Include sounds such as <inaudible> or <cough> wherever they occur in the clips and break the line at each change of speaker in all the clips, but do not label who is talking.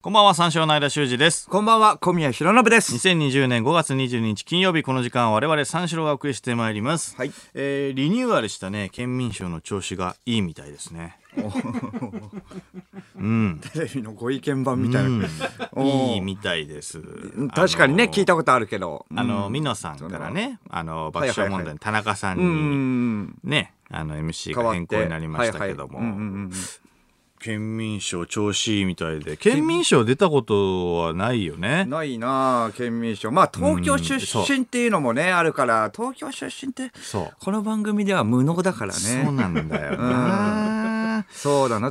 こんばんは、三四郎の間修二です。
こんばんは、小宮浩信です。
2020年5月22日金曜日この時間我々三四郎がお送りしてまいります、
はい
えーリニューアルしたね県民賞の調子がいいみたいですねうん、
テレビのご意見番みたいな。
うん、いいみたいです
確かにね、
あの
聞いたことあるけど。
あの美濃さんからねあの爆
は
笑
いはい
問
は
題
い
の田中さ
うん
に
ん。
ねあの MC
変わ
が
って
変更になりましたけども、
はいはいうんうんうん
県民賞調子いいみたいで県民賞出たことはないよね
ないなあ県民賞まあ東京出身っていうのもねあるから東京出身って
そう
この番組では無能だから
そう
ね
なんだよな
そうだな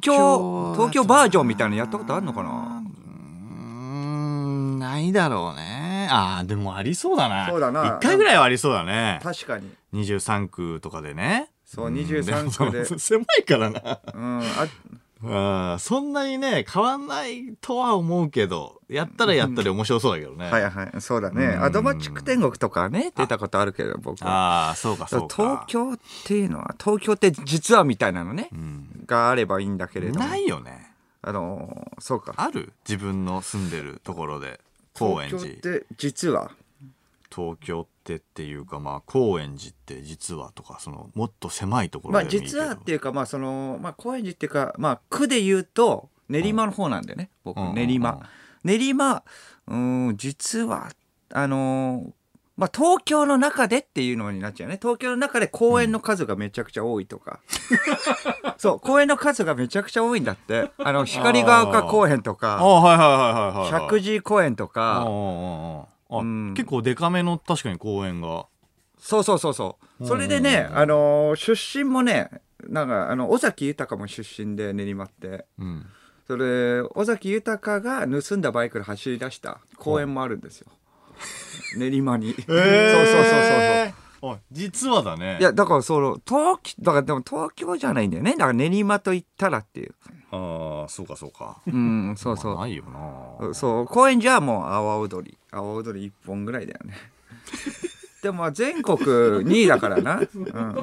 東京
京東京バージョンみたいなのやったことあるのかな
うんないだろうねあーでもありそうだな
そうだな
1回ぐらいはありそうだね
確かに
23区とかでね
そうん23区で
も <laughs> 狭いからな
うんあ
うんそんなにね変わんないとは思うけどやったらやったで面白そうだけどね、
はいはいそうだね
うん
アドマチック天国とかはね出たことあるけど僕は
ああそうかそう
東
か
京っていうのは東京って実はみたいなのね、
ん
があればいいんだけれども
ないよね
あのーそうか
ある自分の住んでるところで高円寺
東京って実は
東京ってっていうかまあ高円寺って実はとかそのもっと狭いとこ
ま
ろ
あ
でもいいけ
実
ど、
はっていうかまあそのまあ高円寺っていうかまあ区で言うと練馬の方なんだよね、僕
うんうんうん
練馬、練馬うん実はあのーまあ、東京の中でっていうのになっちゃうね東京の中で公園の数がめちゃくちゃ多い
<laughs>
とか、そう公園の数がめちゃくちゃ多いんだってあの光が丘公園と
あ
か
はいはいはいはいはいはい
石神井公園と
あ
か
ああああ
うん
結構デカめの確かに公園が
そうそうそうそう。それでね、あのー出身もね、なんか、あの、尾崎豊も出身で練馬って。
うん
それ、尾崎豊が盗んだバイクで走り出した公園もあるんですよ。練馬
<laughs>
に。そうそうそうそうそう。
そうあ実はだね
いや、だからその、東京、だからでも東京じゃないんだよね。だから練馬と言った
<laughs>
らっていう。
ああそうかそうか
うん、そうそ
まあ
う。
ないよな
そう、公園じゃもう阿波踊り。阿波踊り一本ぐらいだよ
<laughs>
ね。でもまあ全国2位だからな。うん。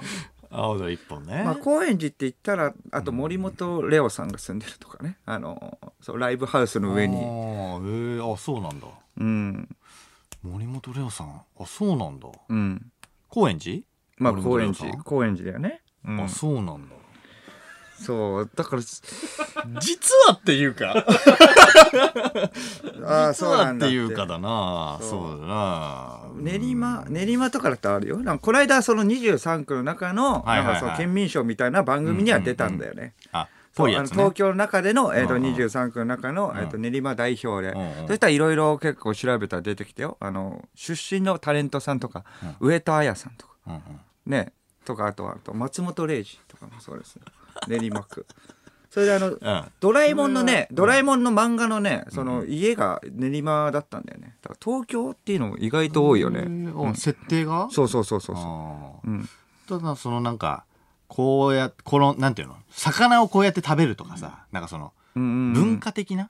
青だ一本ね、
まあ、高円寺って言ったらあと森本レオさんが住んでるとかねあのそうライブハウスの上
あ
に、
ーえーあそうなんだ
うん
森本レオさんあそうなんだ
うん、
高円寺、
まあ
森
高
本レ
円
オさん
寺高円寺だよね、うん
あそうなんだ
そうだから
実はっていうか
ああ
<laughs> 実
そう
は
な
っ
ん
て
だ
いうかだな
そう
そうだな
練馬練馬とかだったらあるよなんかこの間その23区の中の
はいはい
な
はい
んかその県民賞みたいな番組には出たんだよね
あぽ
そう
い
あ
や
の
つね
東京の中での、えー、と
うんうん
23区の中の、えー、と練馬代表で、
うんうん
そしたらいろいろ結構調べたら出てきてよあの出身のタレントさんとか、上戸彩さんとか
うんうん
ねとかあとはあと松本零士とかもそうですね練馬区それであの、
ん
ドラえもんのねドラえもんの漫画のねその家が練馬だったんだよねだから東京っていうのも意外と多いよね、
うん設定が
そうそうそうそうそ
あ
う、うん、
ーただそのなんかこうやこのなんていうの魚をこうやって食べるとかさなんかその
うんうんうん
文化的な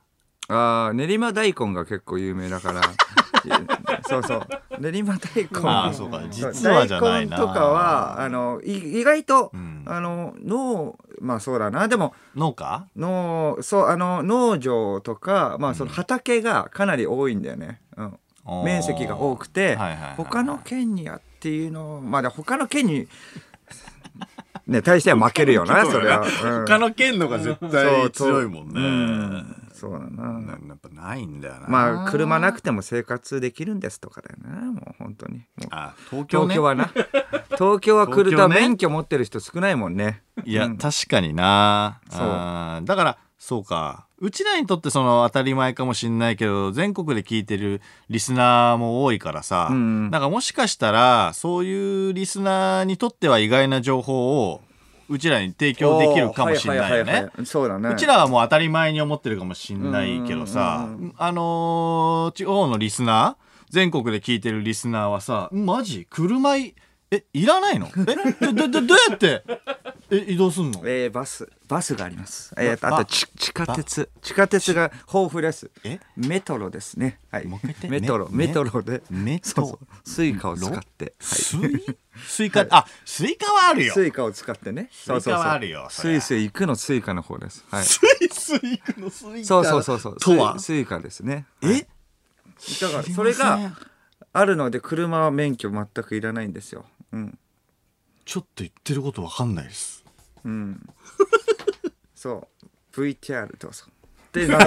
あー練馬大根が結構有名だから
<laughs>
いやそうそう練馬大根
あーそうか実はじゃないな
大根とかはあのい意外と、
うん
あの脳まあそうだなでも
農家
農そうあの農場とか、まあ、その畑がかなり多いんだよね、うん、面積が多くて、
はいはいはいはい
他の県にやっていうのまあで他の県に <laughs> ね対しては負け
<laughs>
るよなそれは、うん、
の県のが絶
うんそうだな
やっぱないんだよな
まあ車なくても生活できるんですとかだよなもう本当にもう
あ東京
東
ね
京はな東京は来る
東
と
京ね
免許持ってる人少ないもんね
いや、
うん
確かにな
そう
あーだからそうかうちらにとってその当たり前かもしんないけど全国で聞いてるリスナーも多いからさ、
うんうん
なんかもしかしたらそういうリスナーにとっては意外な情報をうちらに提供できるかもしんないよ
おーははは
ね
は。いそうだね
うちらはもう当たり前に思ってるかもしんないけどさ
うんう
あのー地方のリスナー全国で聞いてるリスナーはさマジ車いえいらないのえどどどどうやってえ移動すんの
えーバスバスがあります、えーと
ば
あとち地下鉄地下鉄が豊富です
え
メトロですねはい
もう一回言って
メトロ
メ
メトロで
メト
そうそうスイカを使って
スイスイカ、あスイカはあるよ
スイカを使ってねそうそ
スイ
う
カ
そう
はあるよそ
ス
りゃ
イスイ行くのスイカの方ですはい
スイスイ行くのスイカ
そうそうそうそう
とは
スイスイカですねはい
え
だか
知りま
ら
せん
それがあるので車は免許全くいらないんですようん
ちょっと言ってることわかんないです
うん
<laughs>
そう VTR どうぞ
<laughs>
でな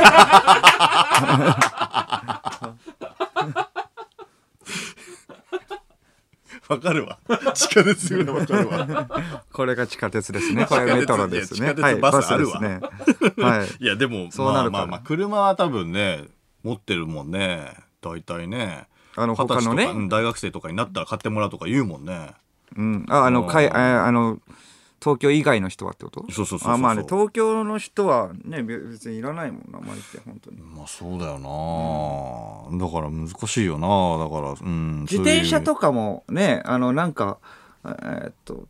わかるわ地下鉄ぐらいわかる <laughs> わ
これが地下鉄ですねこれメトロです
地下
ね
鉄
はい
バス
バス
あ
で
るわ
すねはい
いやでも
そうなる
ま
か
あま
ら
あまあ車は多分ね持ってるもんね大体ね
あの
二十歳
他のね
とかうん大学生とかになったら買ってもらうとか言うもんね
うん、ああの
あー
かいああの東京以外の人はってこと
そうそうそうそう
あまあね東京の人はねべ別にいらないもん名前って本当に
まあそうだよな、だから難しいよなだから、うん、
自転車と
か
かもねあのなんかえーっと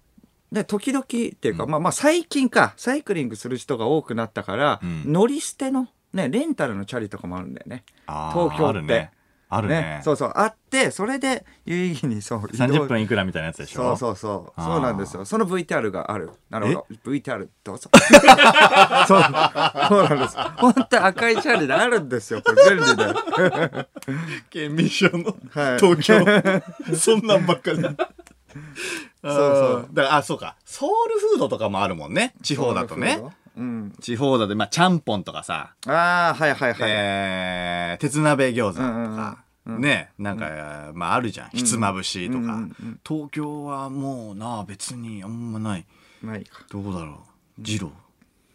ね時々っていうか、まあまあ最近かサイクリングする人が多くなったから、
うん
乗り捨てのねレンタルのチャリとかもあるんだよね東京
あ
って
るねあるね
そうそうあってそれで有意義にそう移動
30分いくらみたいなやつでしょ
そうそうそう
あー
そうなんですよその VTR があるなるほど VTR ど <laughs> うぞそうそうなんです本当赤いチャリであるんですよこれ便利で
県民賞の
はい
東京、
<laughs>
そんなんばっかりそう
そう
だからあそうかソウルフードとかもあるもんね地方だとね
うん
地方だとまあちゃんぽんとかさ、
ああはいはいはい、
えー鉄鍋餃子とか、
うんうんうん
ねなんか、まああるじゃんひつまぶしとか、
うんうんうん
東京はもうな別にあんまない
ないか
どこだろう二郎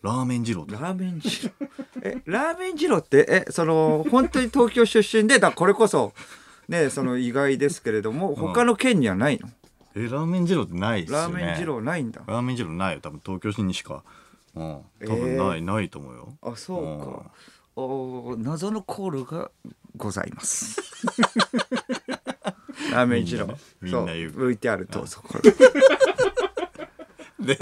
ラーメン二郎と
ラ
か
ーメン二郎 <laughs> えラーメン二郎ってえその本当に東京出身でだこれこそねその意外ですけれども他の県にはないの、
えラーメン二郎ってないっすよ
ラー
ね
メン二郎ないんだ
ラーメン二郎ないよ多分東京市にしか、うん、多分ない、ないと思うよ
あそうか。おー謎のコールがございます。
<laughs>
ラーメン二郎。
みんな
そ
みん
う
な言う
VTR どうぞ。これ
で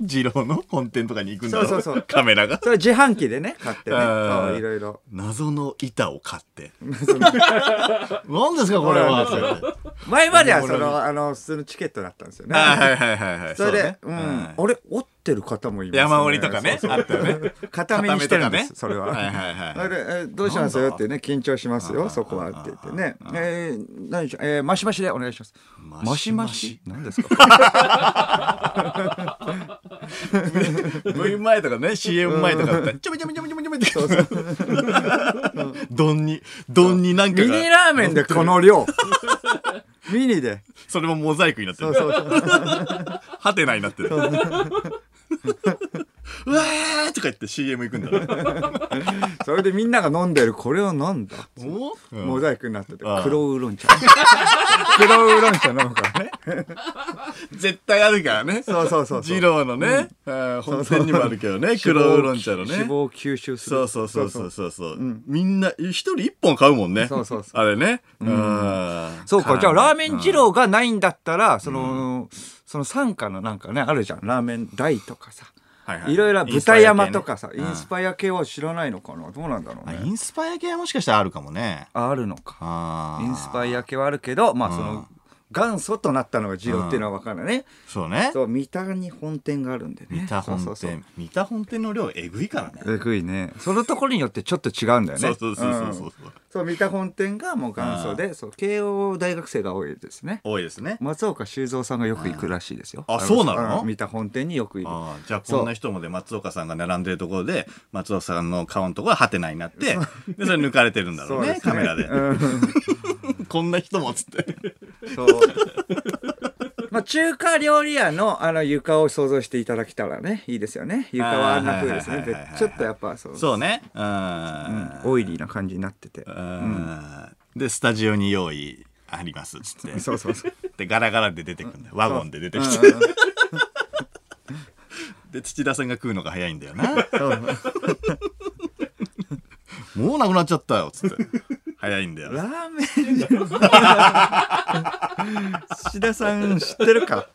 二郎の本店とかに行くんだろ
そうそうそう
カメラが
それ自販機でね買ってね。
あー
そういろいろ。
謎の板を買って
<laughs>
何ですかこれはって言われて
前まではそのあの普通のチケットだったんですよね。
あはいはいはいはい
それで、う
うね
ん、
はい
あれ折ってる方もいます、
山折りとかね
そうそう
あったよね
固めにしてるんで
固めとかね
す、それは。
はいはいはい
それでえどうします
なん
よ
だ
ってね緊張します
あ
よ
あ
そこはって言ってね
ああ。
えー、何でしょうえー、マシマシでお願いします。
マシマシ
何で
<laughs>
すか。
V 前とかね CM 前とかだったらちょびちょびちょびちょびちょびって丼に丼になんか
ミニ
が
ラーメンでこの量。ミニで。
それもモザイクになって
そ
る
うそうそう。
ハテナになってる <laughs> うわーとか言って CM 行くんだろ
それでみんなが飲んでるこれはなんだ。
うん
モザイクになってて
ああ
黒ウーロン茶。黒ウーロン茶飲むからね。
絶対あるからね
そうそうそうそう
二郎のねあー本店にもあるけど
<laughs>
ね <laughs> 黒ウーロン茶のね
脂肪を吸収する。
そうそうそうそうそうそうみんな一人一本買うもんね
そうそうそ
あれねうん
そうか、じゃあラーメン二
うん
郎がないんだったら、その、その傘下のなんかね、あるじゃん。ラーメン大とかさ。
はいはい
ろいろ豚山とかさ、イ
イン
ン
ス
スパイア系は知らないのかなどうなんだろう
パイア系ねあイ
ね。
ンスパイア系はもしかしたらあるかもね
ああるのか。
あー
インスパイア系はあるけど、まあその、元祖となったのが二郎っていうのは分からないね。
そうね
そう三田に本店があるんでね
三田本
そうそうそう
店三田本店の量えぐいからね
えぐいねそのところによってちょっと違うんだよ
そ
ね
うそうそうそうそ
ん
う
そう三田本店がもう元祖でそう慶応大学生が多いですね
多いですね
松岡修造さんがよく行くらしいですよ
あそうなの
ん三田本店によく行
あーじゃあこんな人もで松岡さんが並んでるところで松岡さんの顔のところはハテナになってでそれ抜かれてるんだ
く
ろうね
です
カメラで
うん
こんな人もっつって
そう <laughs> まあ中華料理屋のあの床を想像していただけたらねいいですよね床はあんな風です
はい
ね
はいはいはい
ちょっとやっぱそう
そうねう
うん
ん
オイリーな感じになってて
うんでスタジオに用意ありますっつって
そうそうそう
でガラガラで出てくんだよワゴンで出てき
う
て
んうんうん
で土田さんが食うのが早いんだよなもうなくなっちゃったよっつって早いんだよ。
ラーメン二郎志田さん知ってるか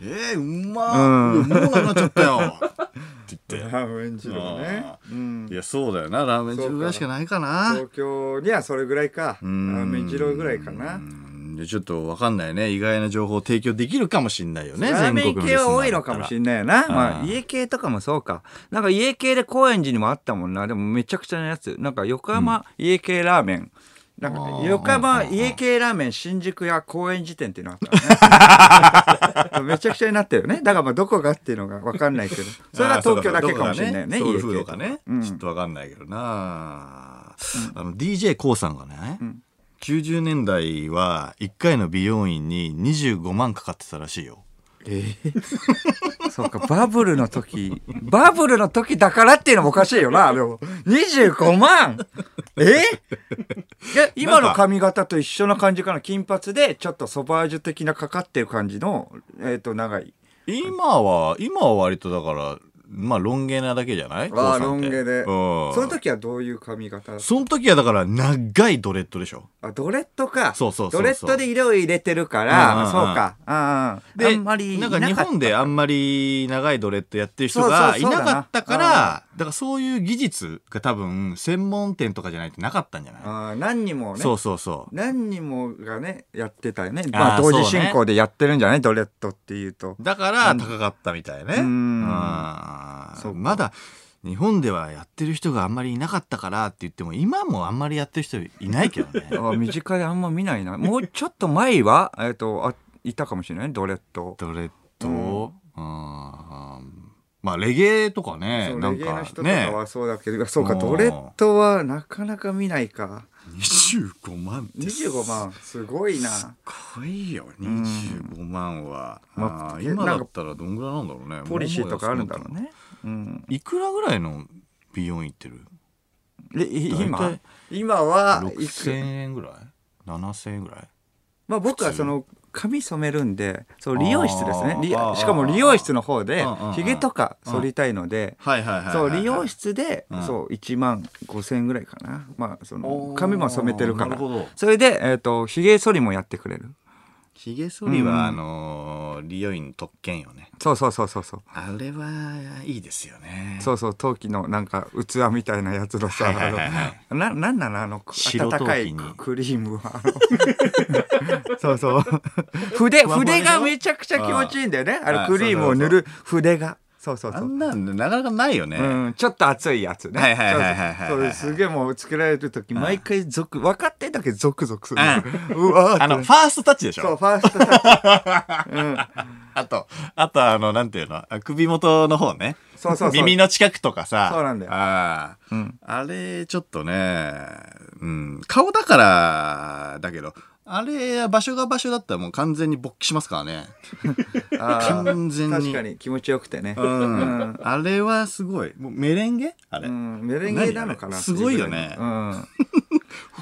えー、うまー、
うん
いやもうなくなっちゃったよ。って言
ラ
って。
ーメン二郎ね
あ、
うん
い、や、そうだよな。ラーメン中ぐらいしかないかな。
東京にはそれぐらいかラ
うん
ーメン二郎ぐらいかな
うんでちょっとわかんないね。意外な情報を提供できるかもしんないよね。
ラーメン系は多いのかもしれないよな。
ん
まあ、家系とかもそうか。なんか家系で高円寺にもあったもんな。でもめちゃくちゃなやつ。なんか横浜家系ラーメン。なんか
あ
ね
ー
横浜家系ラーメン新宿や高円寺店っていうのあったの
<laughs>
ね。めちゃくちゃになってるよね。だからまあどこがっていうのがわかんないけど。それが東京だけかもしれないよね。
ソウ
家
ルフー
系
ド
と
かね、
うん
ちょっとわかんないけどな、あの d j k o さんがね、
ん
90年代は1回の美容院に25万かかってたらしいよ
ええそうか、バブルの時、バブルの時だからっていうのもおかしいよな、でも。25万ええ今の髪型と一緒な感じかな金髪で、ちょっとソバージュ的なかかってる感じの、えっ、と、長い。
今は今は割とだからまあロン毛なだけじゃない KOO さんって
ロン毛で
うん、
その時はどういう髪型だった
その時はだから長いドレッドでしょ
あ、ドレッドか。
そうそうそうそう
ドレッドで色を入れてるから、
うんうんうん
そうか。ああ、
で
あんまりい
な
なんか
か
った。
日本であんまり長いドレッドやってる人
そ
が
う
い
そうそ
な
うだな
かったからだからそういう技術が多分専門店とかじゃないとなかったんじゃない
ああ何人もね。
そうそうそう。
何人もがねやってたよね
あー
まあ
そう
同
ね
時進行でやってるんじゃない、ドレッドっていうと
だから高かったみたいね。
う
うんん
そうか
まだ日本ではやってる人があんまりいなかったからって言っても今もあんまりやってる人いないけどね
<laughs> あ。ー身近であんま見ないなもうちょっと前はえっ、とあいたかもしれないドレッド
ドレッド、うんまあレゲエとかね
そう
な
レ
ん
ゲエの
か
人とか
ね
<laughs> はそうだけど、そうか
うん
ドレッドはなかなか見ないか
25万ってす
25万すごいな
ごいよ25万は、
うん
あ
まあ
ー今だったらどんぐらいなんだろうね
ポリシーとかあるんだろう
もう安くなっ
ねうん
たのいくらぐらいの美容院行ってる
でい今
大
今はい
6000
く
円ぐらい7000円ぐらい
まあ僕はその髪染めるんでそう理容室ですねり
あー
しかも理容室の方で
うんうんうん
ひげとか剃りたいので、
はいはいはいはい、
そう、理容室で、
うん
そう、1万5千円ぐらいかな。まあ、そ
お
の、
ー
髪も染めてるか
なる
ら
ほど。
それで、えっ、と、髭剃りもやってくれる。
ひげ剃りは、
うん
あのー理容院の特権よね
そうそうそうそうそう。
あれはいいですよね
そうそう、陶器のなんか器みたいなやつのさ、
はいはいはいはい
あの、な、なんなのあの、く
白
温
陶器に
かいククリームは。あのそうそう。 <laughs>
<laughs>
筆、
ふわふわでしょ
筆がめちゃくちゃ気持ちいいんだよね。あ
あ
の
あ
クリームを塗る筆が。そうそ
<laughs>
う
あ
そう。
んなんなかなかないよね、
うん、ちょっと熱いやつね。
はいはいはいはいはい
そうそうそれすげえもうつけられる時毎回ゾク、分かってんだけどゾクゾクする。 <laughs> うわーって
あのファーストタッチでしょ
そう、ファーストタッチ。
あと、あとあの、なんていうのあ首元の方ね。
そうそうそう
耳の近くとかさ。
そうなんだよ
ああ、
うん
あれ、ちょっとね、うん、顔だから、だけど、あれ、場所が場所だったらもう完全に勃起しますからね。
あー
完全に
確かに気持ちよくてね。
うん。あれはすごい。もうメレンゲあれ、
うん、メレンゲなのかな。
何すごいよね
うん。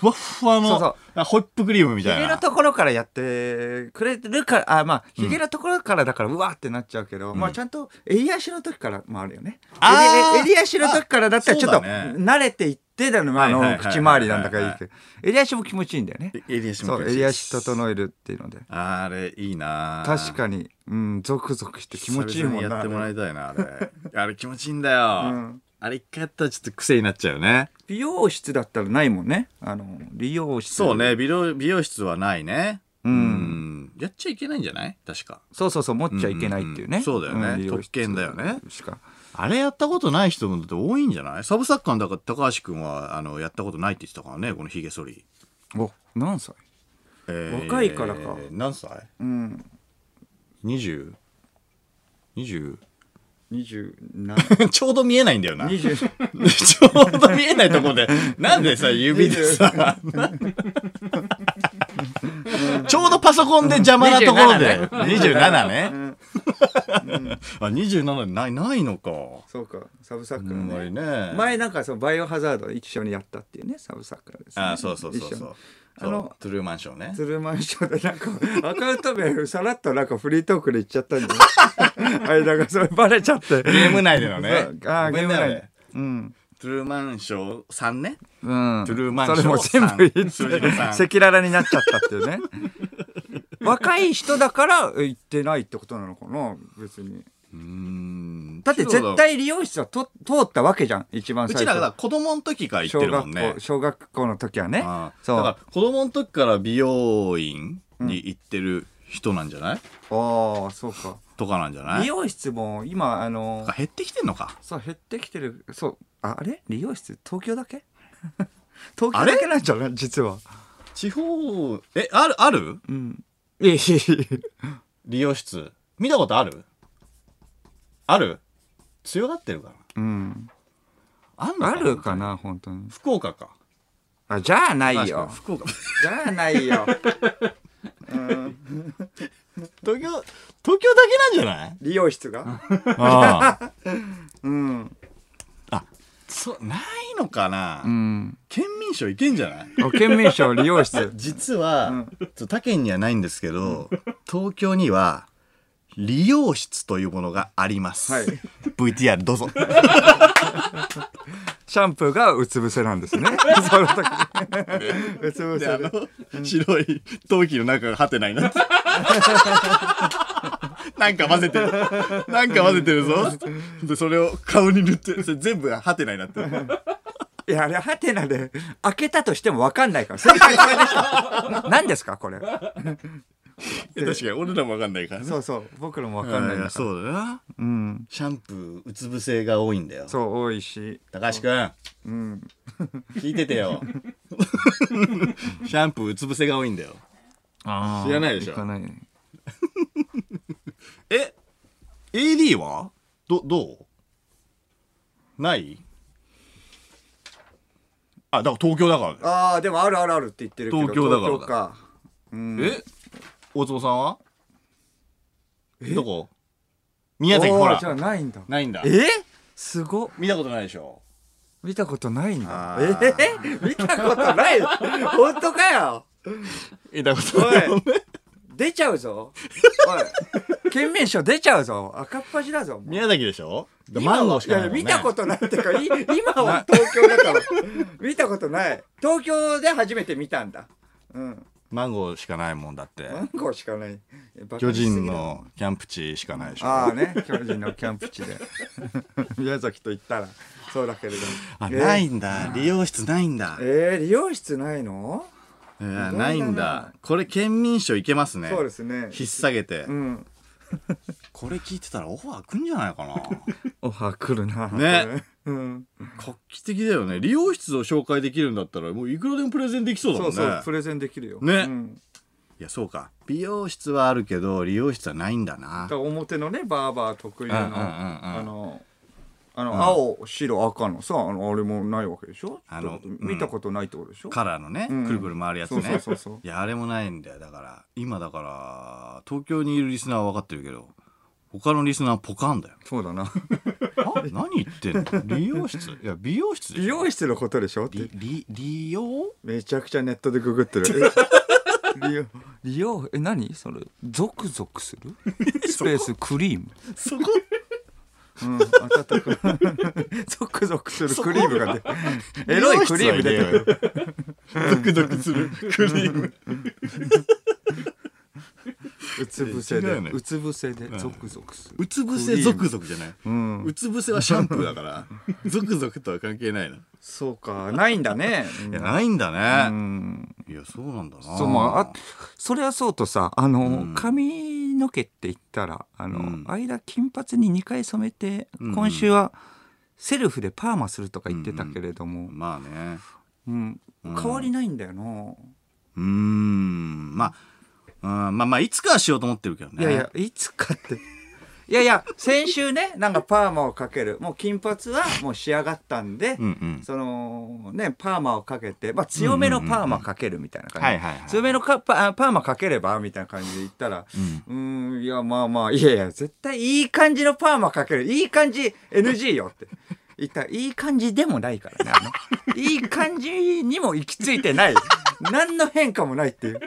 ふわっふわの
そうそう
あホイップクリームみ
ヒ
たい
ゲの
な。
ところからやってくれるから、あ、まあ、ヒゲのところからだから、うわーってなっちゃうけど、まあ、ちゃんと襟足の時からもあるよね。
あー
襟襟足の時からだったら、ちょっと
あそうだね
慣れていってだの、まああ
はいはい
の、
はいはい
口周りなんだからいいけど、襟足も気持ちいいんだよね。
襟足も
そう、襟足整えるっていうので。
あれ、いいな
確かに、うん、ゾクゾクして気持ちいいも
久々
ん
に
な。
やってもらいたいな、あれ。あれ気持ちいいんだよ。
うん
あれ一回やったらちょっと癖になっちゃうよね。
美容室だったらないもんね。あの、美容室。
そうね、美容、美容室はないね。
う
ん
ん
やっちゃいけないんじゃない確か。
そうそうそう、持っちゃいけないっていうね。
うんそうだよね
利用
特
し
権だよね
しか。
あれやったことない人もだって多いんじゃないサブサッカーのだから高橋くんは、あの、やったことないって言ってたからね、このヒゲ剃り。
お、何歳
えー
若いからか
何歳
うん。
?20?20?
<laughs>
20
27。
ちょうど見えないんだよ <laughs> な。ち
20
ょうど見えないところで、なんでさ、指でさ、ちょうどパソコンで邪魔なところで、27ね。あ、27ない、ないのか。
<laughs> そうか、サブサッ
あ
カ
ん
ー
まり
ね。
ね。
前なんかそのバイオハザード一緒にやったっていうね、サブサッカーです、ね。
あそうそうそうそ
一緒に
う。
あ
あ
の
の、トゥルーマンションね。
ツルマンションでな
<laughs>
んかアカウント名さらっとなんかフリートークで言っちゃったんで <laughs> 間がそれバレちゃって
ゲーム内でのね。
ああ
ご
ゲ
めんね
ーム内
俺
でうん
トゥルーマンショー3ね。
うん。
トゥルーマンショ
そ
ー
れも全部言っ
さんトゥルーマン
て、赤裸々になっちゃったってい
<laughs>
うね。若い人だからえ言ってないってことなのかな別に。
うん。
だって絶対理容室はと通ったわけじゃん一番
う
最
ちらが
初。
子供の時から行って
小
るもん
学
ね
校、。小学校の時はね。
ああ
そう
だから子供の時から美容院に行ってる人なんじゃない、
ああ、そうか。
とかなんじゃない
美容室も今、あの
なんか、減ってきてんのか
そう、減ってきてる。そう、ああれ理容室東京だけ <laughs> 東京だけなんじゃない実は。
地方えあるある
うん。いやいやいや
理容室見たことあるある強がってるかな
うん。
あんの
あ
かな
るかな本当に。
福岡か
あ、じゃあない
確か
よ
に。福岡
じゃあな
<laughs>
いよ。
東京東京だけなんじゃない
理容室が。
ああ
うん。
<laughs> そうないのかな、
うん。
県民賞いけんじゃない
あ県民賞理容室。
実は、ちょっと他県にはないんですけど、東京には理容室というものがあります、
はい
VTR どうぞ
シャンプーがうつ伏せなんで
<laughs>
すね。その時。うつ伏
であ
せで。
の白い陶器の中がハテナに
<laughs>
なってなんか混ぜてるなんか混ぜてるぞでそれを顔に塗ってそれ全部ハテナになってる
いや、あれ、ハテナで、開けたとしてもわかんないから。それはこれで <laughs> した。何ですかこれ。
いや確かに俺らも分かんないからね
そうそう。僕らもわかんないん
い
だ
や
から。
そうだな
うん。
シャンプーうつ伏せが多いんだよ
そう、多いし。
高橋君
うん。
聞いててよシャンプーうつ伏せが多いんだよ
あ
ー知らないでしょ
行かないね。
え AD はどどうないあだから東京だからね
ああ、でもあるあるあるって言ってるけど。
東京だからだ
東京か。うん。
え大坪さんはどこ宮崎
おー
ほら
じゃあないんだ。
ないんだ
えすごっ。
見たことないでしょ
見たことないんだ
あ。
え
ー
見たことない本当かよ
見たこ
お
い
い出ちゃうぞお <laughs> い県民賞出ちゃうぞ赤っ端だぞお前
宮崎でしょだ
今は
マンゴーしかないもん、ね、
やや見たことないって
<laughs>
かい今は東京だから見たことない東京で初めて見たんだうん
マンゴーしかないもんだって
マンゴーしかないバカ
巨
にしすぎ
人
だ
のキャンプ地しかないでしょ
ああね巨人のキャンプ地で <laughs> 宮崎と言ったらそうだけれども
あ
えー
ないんだ理容室ないんだ
えー、理容室ないの
いやないんだこれ県民賞いけますね
そうですね
引っ提げて
うん
これ聞いてたらオファー来んじゃないかな <laughs>
オファー来るな
ね、
うん、
画期的だよね理容室を紹介できるんだったらもういくらでもプレゼンできそうだ
そ
もん
う
ね
そうプレゼンできるよ
ね
うん、
いやそうか美容室はあるけど理容室はないんだな
だから表のねバーバー特有の、
うんうんうんうん
あのあの青白赤のさあのあれもないわけでしょ
あの
ってこと見たことないってことでしょ、
カラーのね、
うん
くるくる回るやつ
そうそう
ね
そうそう
いやあれもないんだよだから今だから東京にいるリスナーは分かってるけど他のリスナーはポカンだよ
そうだな
あ何言ってんの理容室いや美容室で
美
しょ
容室のことでしょって
りり理容
めちゃくちゃネットでググってるえ利用利用え何それゾクゾクす
<laughs>
るスペースクリーム
そこ
うん、温かく <laughs> ゾクゾクするクリームが出て <laughs> エロいクリーム出てくる
る。 <laughs> ドクドクするクリーム。
うつ伏せ
違
で
うのよ
うつ伏せでゾクゾクする
うつ伏せゾクゾクじゃない。
うん
うつ伏せはシャンプーだから、 <laughs> ゾクゾクとは関係ないの。い
そうか <laughs> ないんだねみん
や、
な
ないんだね。
うん
いや、そうなんだな。
そうまああそれはそうとさあの、
うん
髪の毛って言ったらあの、
うん
間金髪に2回染めて
うん
今週はセルフでパーマするとか言ってたけれども、
まあね。
うん
うん
変わりないんだよな、
うーん、まあ、うんまあまあ、いつかはしようと思ってるけどね。
いやいや、いつかって。 <laughs> いやいや、先週ね、なんかパーマをかける。もう金髪はもう仕上がったんで、
うんうん。
そのね、パーマをかけて、まあ強めのパーマかけるみたいな感じ。
うんうんうんはいはいはい
強めのかパパーマかければみたいな感じで言ったら、うーん、んいやまあまあ、いやいや、絶対いい感じのパーマかける。いい感じ NG よって。言ったらいい感じでもないからね。あのいい感じにも行き着いてない。何の変化もないっていう。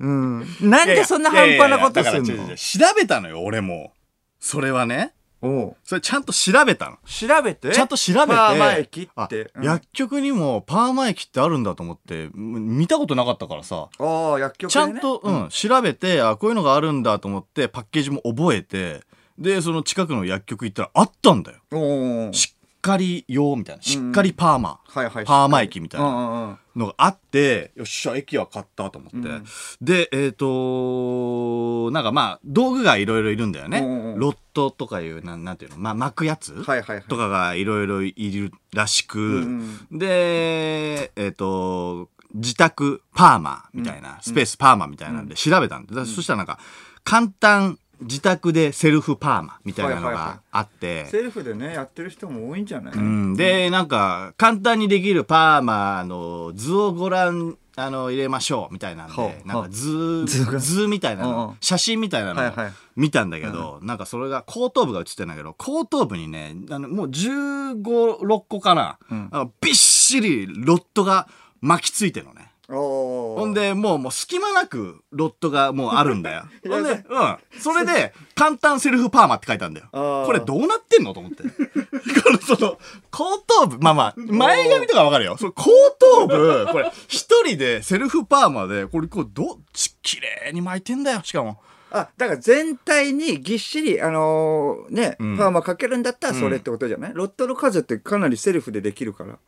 うん、なんでそんな半端なことすんの
いやいやだから違う違う調べたのよ、俺も。それはね。
おう
それちゃんと調べたの。
調べて
ちゃんと調べて。
パーマ液って
あ
うん
薬局にもパーマ液ってあるんだと思って、うん見たことなかったからさ。
ああ薬局
ちゃ
で、ね、
んと、うん、調べて、あ、こういうのがあるんだと思って、パッケージも覚えて、で、その近くの薬局行ったらあったんだよ。
おうおう
しっかり用みたいな。しっかりパーマ。
はいはい
パーマ液みたいな
うんうんうん
のがあって、よっしゃ、駅は買ったと思って。
うん
で、えっ、となんかまあ、道具がいろいろいるんだよね。
うんうん
ロットとかいう、なんなんていうの、まあ、巻くやつ、
はいはいはい
とかがいろいろいるらしく、
うん
で、えっ、と自宅パーマみたいな、スペースパーマみたいなんで調べたんで、だそしたらなんか、簡単自宅でセルフパーマみたいなの
はいはいはい
があって、
セルフでねやってる人も多いんじゃない、
うん、で、なんか、簡単にできるパーマの図をご覧、あの、入れましょう、みたいなん
ほ
で、
う
なん
ほ
か
う
図、
図が
図みたいな
うんうん
の、写真みたいな
はいは
の
い
見たんだけど、なんかそれが後頭部が写ってんだけど、後頭部にね、あの、もう15、6個かな、
ん
あのびっしりロットが巻きついてるのね。
おー
ほんで、もう、もう隙間なくロットがもうあるんだよ。
<laughs> いや
ほんで、うん。それで、簡単セルフパーマって書いたんだよ。
あー
これどうなってんのと思
<laughs>
って。この、その、後頭部、まあまあ、前髪とかわかるよ。その後頭部、これ、一人でセルフパーマで、これ、こう、ど、ち、綺麗に巻いてんだよ、しかも。
あだから全体にぎっしりあのーね、
うん
パーマかけるんだったらそれってことじゃない、ロットの数ってかなりセルフでできるから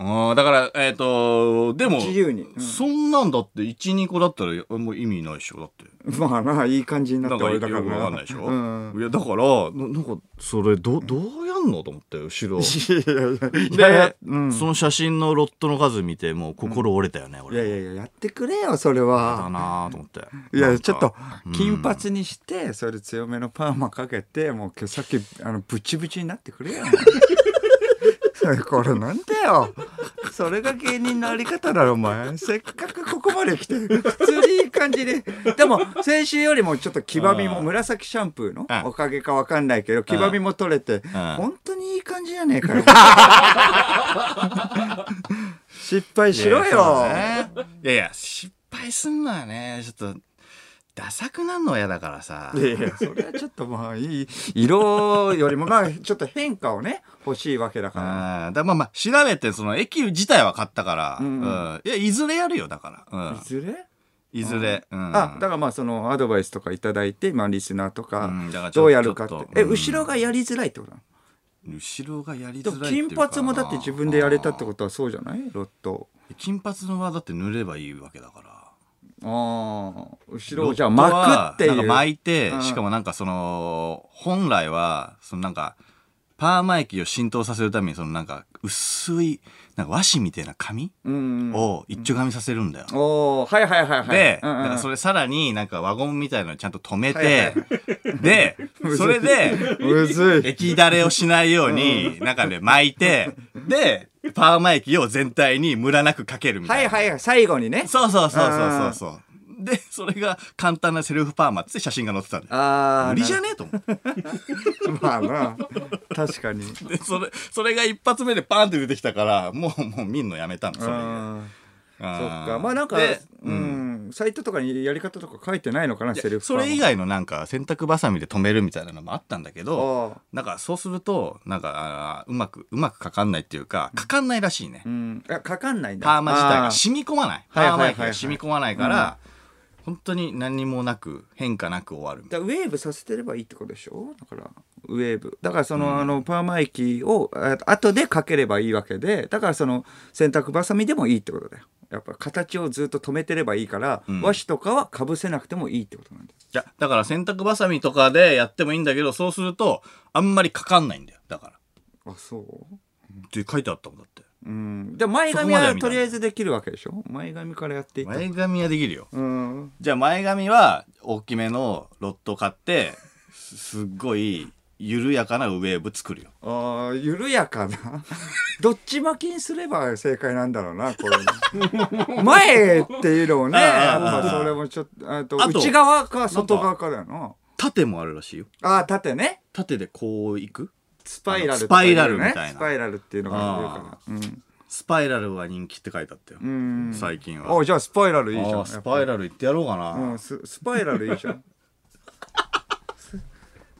うん、だから、えっ、と、でも、
自由に、うん <laughs>
そんなんだって、1、2個だったら、もう意味ないでしょ、だって。
まあないい感じにな
な
っ
ん
た
か
俺
よく
だ
わ
から
かんないでしょ、 <laughs>
うん
いやだからななんかそれどどうやんのと思って後ろ
いやいや
で、
うん
その写真のロットの数見てもう心折れたよね、
い
俺
やいやいややってくれよそれ
だ
は
なぁと思って
い
なん
や
か
ちょっと
うん
金髪にしてそれで強めのパーマかけてもう今日さっきあのブチブチになってくれよそれこれなんだよそれが芸人のあり方だろお前せっかくここまで来て普通にいい感じででも先週よりもちょっと黄ばみ
あ
も
ー
紫シャンプーの
あ
おかげかわかんないけど黄ばみも取れて
あ
本当にいい感じじゃねえ
<laughs>
かよ失敗しろ
いやそう
よ、
だねいやいや失敗すんのはねちょっとダサくなんのは嫌だからさ
いやいやそれはちょっとまあいい色よりもまあちょっと変化をね欲しいわけだか
うん、だまあまあ調べてその駅自体は買ったから、
う
うんんいやいずれやるよだから、う
ら
ん
い、ずれ
いずれ、うん、
あだからまあそのアドバイスとかいただいてまあリスナーとか
うんだからちょ
どうやるかって
ちょっと
え
うん
後ろがやりづらいってことなの
後ろがやり
で
づらい
も
っていう
金
か
髪もだって自分でやれたってことはそうじゃないロット
金髪のはだって塗ればいいわけだから
ああ後ろ
ロ
を
ッ
じゃあ
ト
巻くってい
はなん
う
か巻いて、
うん
しかもなんかその本来はそのなんかパーマ液を浸透させるためにそのなんか薄いなんか和紙みたいな紙
うん
を一丁紙させるんだよ、
おーはいはいはいはい
で、
うんうん
だからそれさらになんか輪ゴムみたいのにちゃんと止めて、
はいはい
で
<laughs>
それで
むず
<laughs>
い
液だれをしないように中で巻いてでパーマ液を全体にムラなくかけるみたい
は
ない
はいはい最後にね
そうそうそうそうそうそう。で、それが簡単なセルフパーマっつって写真が載ってたんだよ。
ああ
無理じゃね
ね
えと思って。
まあな確かに
で、それ、それが一発目でパーンって出てきたから、もう、もう見んのやめたの、それで。
うんそ
あー
っかまあなんか
で
うん、サイトとかにやり方とか書いてないのかなセルフ
それ以
外
外のなんか洗濯バサミで止めるみたいなのもあったんだけど、
ああ
なんかそうすると、なんか、あーうまく、うまくかかんないっていうか、かかんないらしいね
う。んあかかんないんだ
パーマ自体
あ
が
ー
染み込まない。パ
はいはい
ー
はい
マ
はい
液が染み込まないから、本当に何にもなく変化なく終わるみたいな。
だからウェーブさせてればいいってことでしょだからウェーブだからその,、あのパーマ液をあ後でかければいいわけでだからその洗濯バサミでもいいってことだよやっぱ形をずっと止めてればいいから、
ん
和紙とかはかぶせなくてもいいってことなんだよ
いや、だから洗濯バサミとかでやってもいいんだけど、そうすると、あんまりかかんないんだよ。だから。
あそう
って書いてあったもんだって。
うんで前髪はとりあえずできるわけでしょ前髪からやっていったら
前髪はできるよ。
うん
じゃあ前髪は、大きめのロット買って、すすっごい、緩やかなウェーブ作るよ。
ああ、緩やかな。 <laughs> どっち巻きにすれば正解なんだろうな、これ。前っていうのを <laughs> ね、
ええ
やっぱそれもちょっと、あと
あと
内側か外側かだよな。
縦もあるらしいよ。
ああ、縦ね。
縦でこういく
スパイラル、
スパイラルみたいな
スパイラルっていうのがいるか
スパイラルは人気って書いてあったよ。
ら。うん。うん。
最近は。
おじゃあスパイラルいいじ
あ
ゃん。
ースパイ
ル。
ラル行ってやろうかな。
うん、ススパイラルいいじゃん。 <laughs>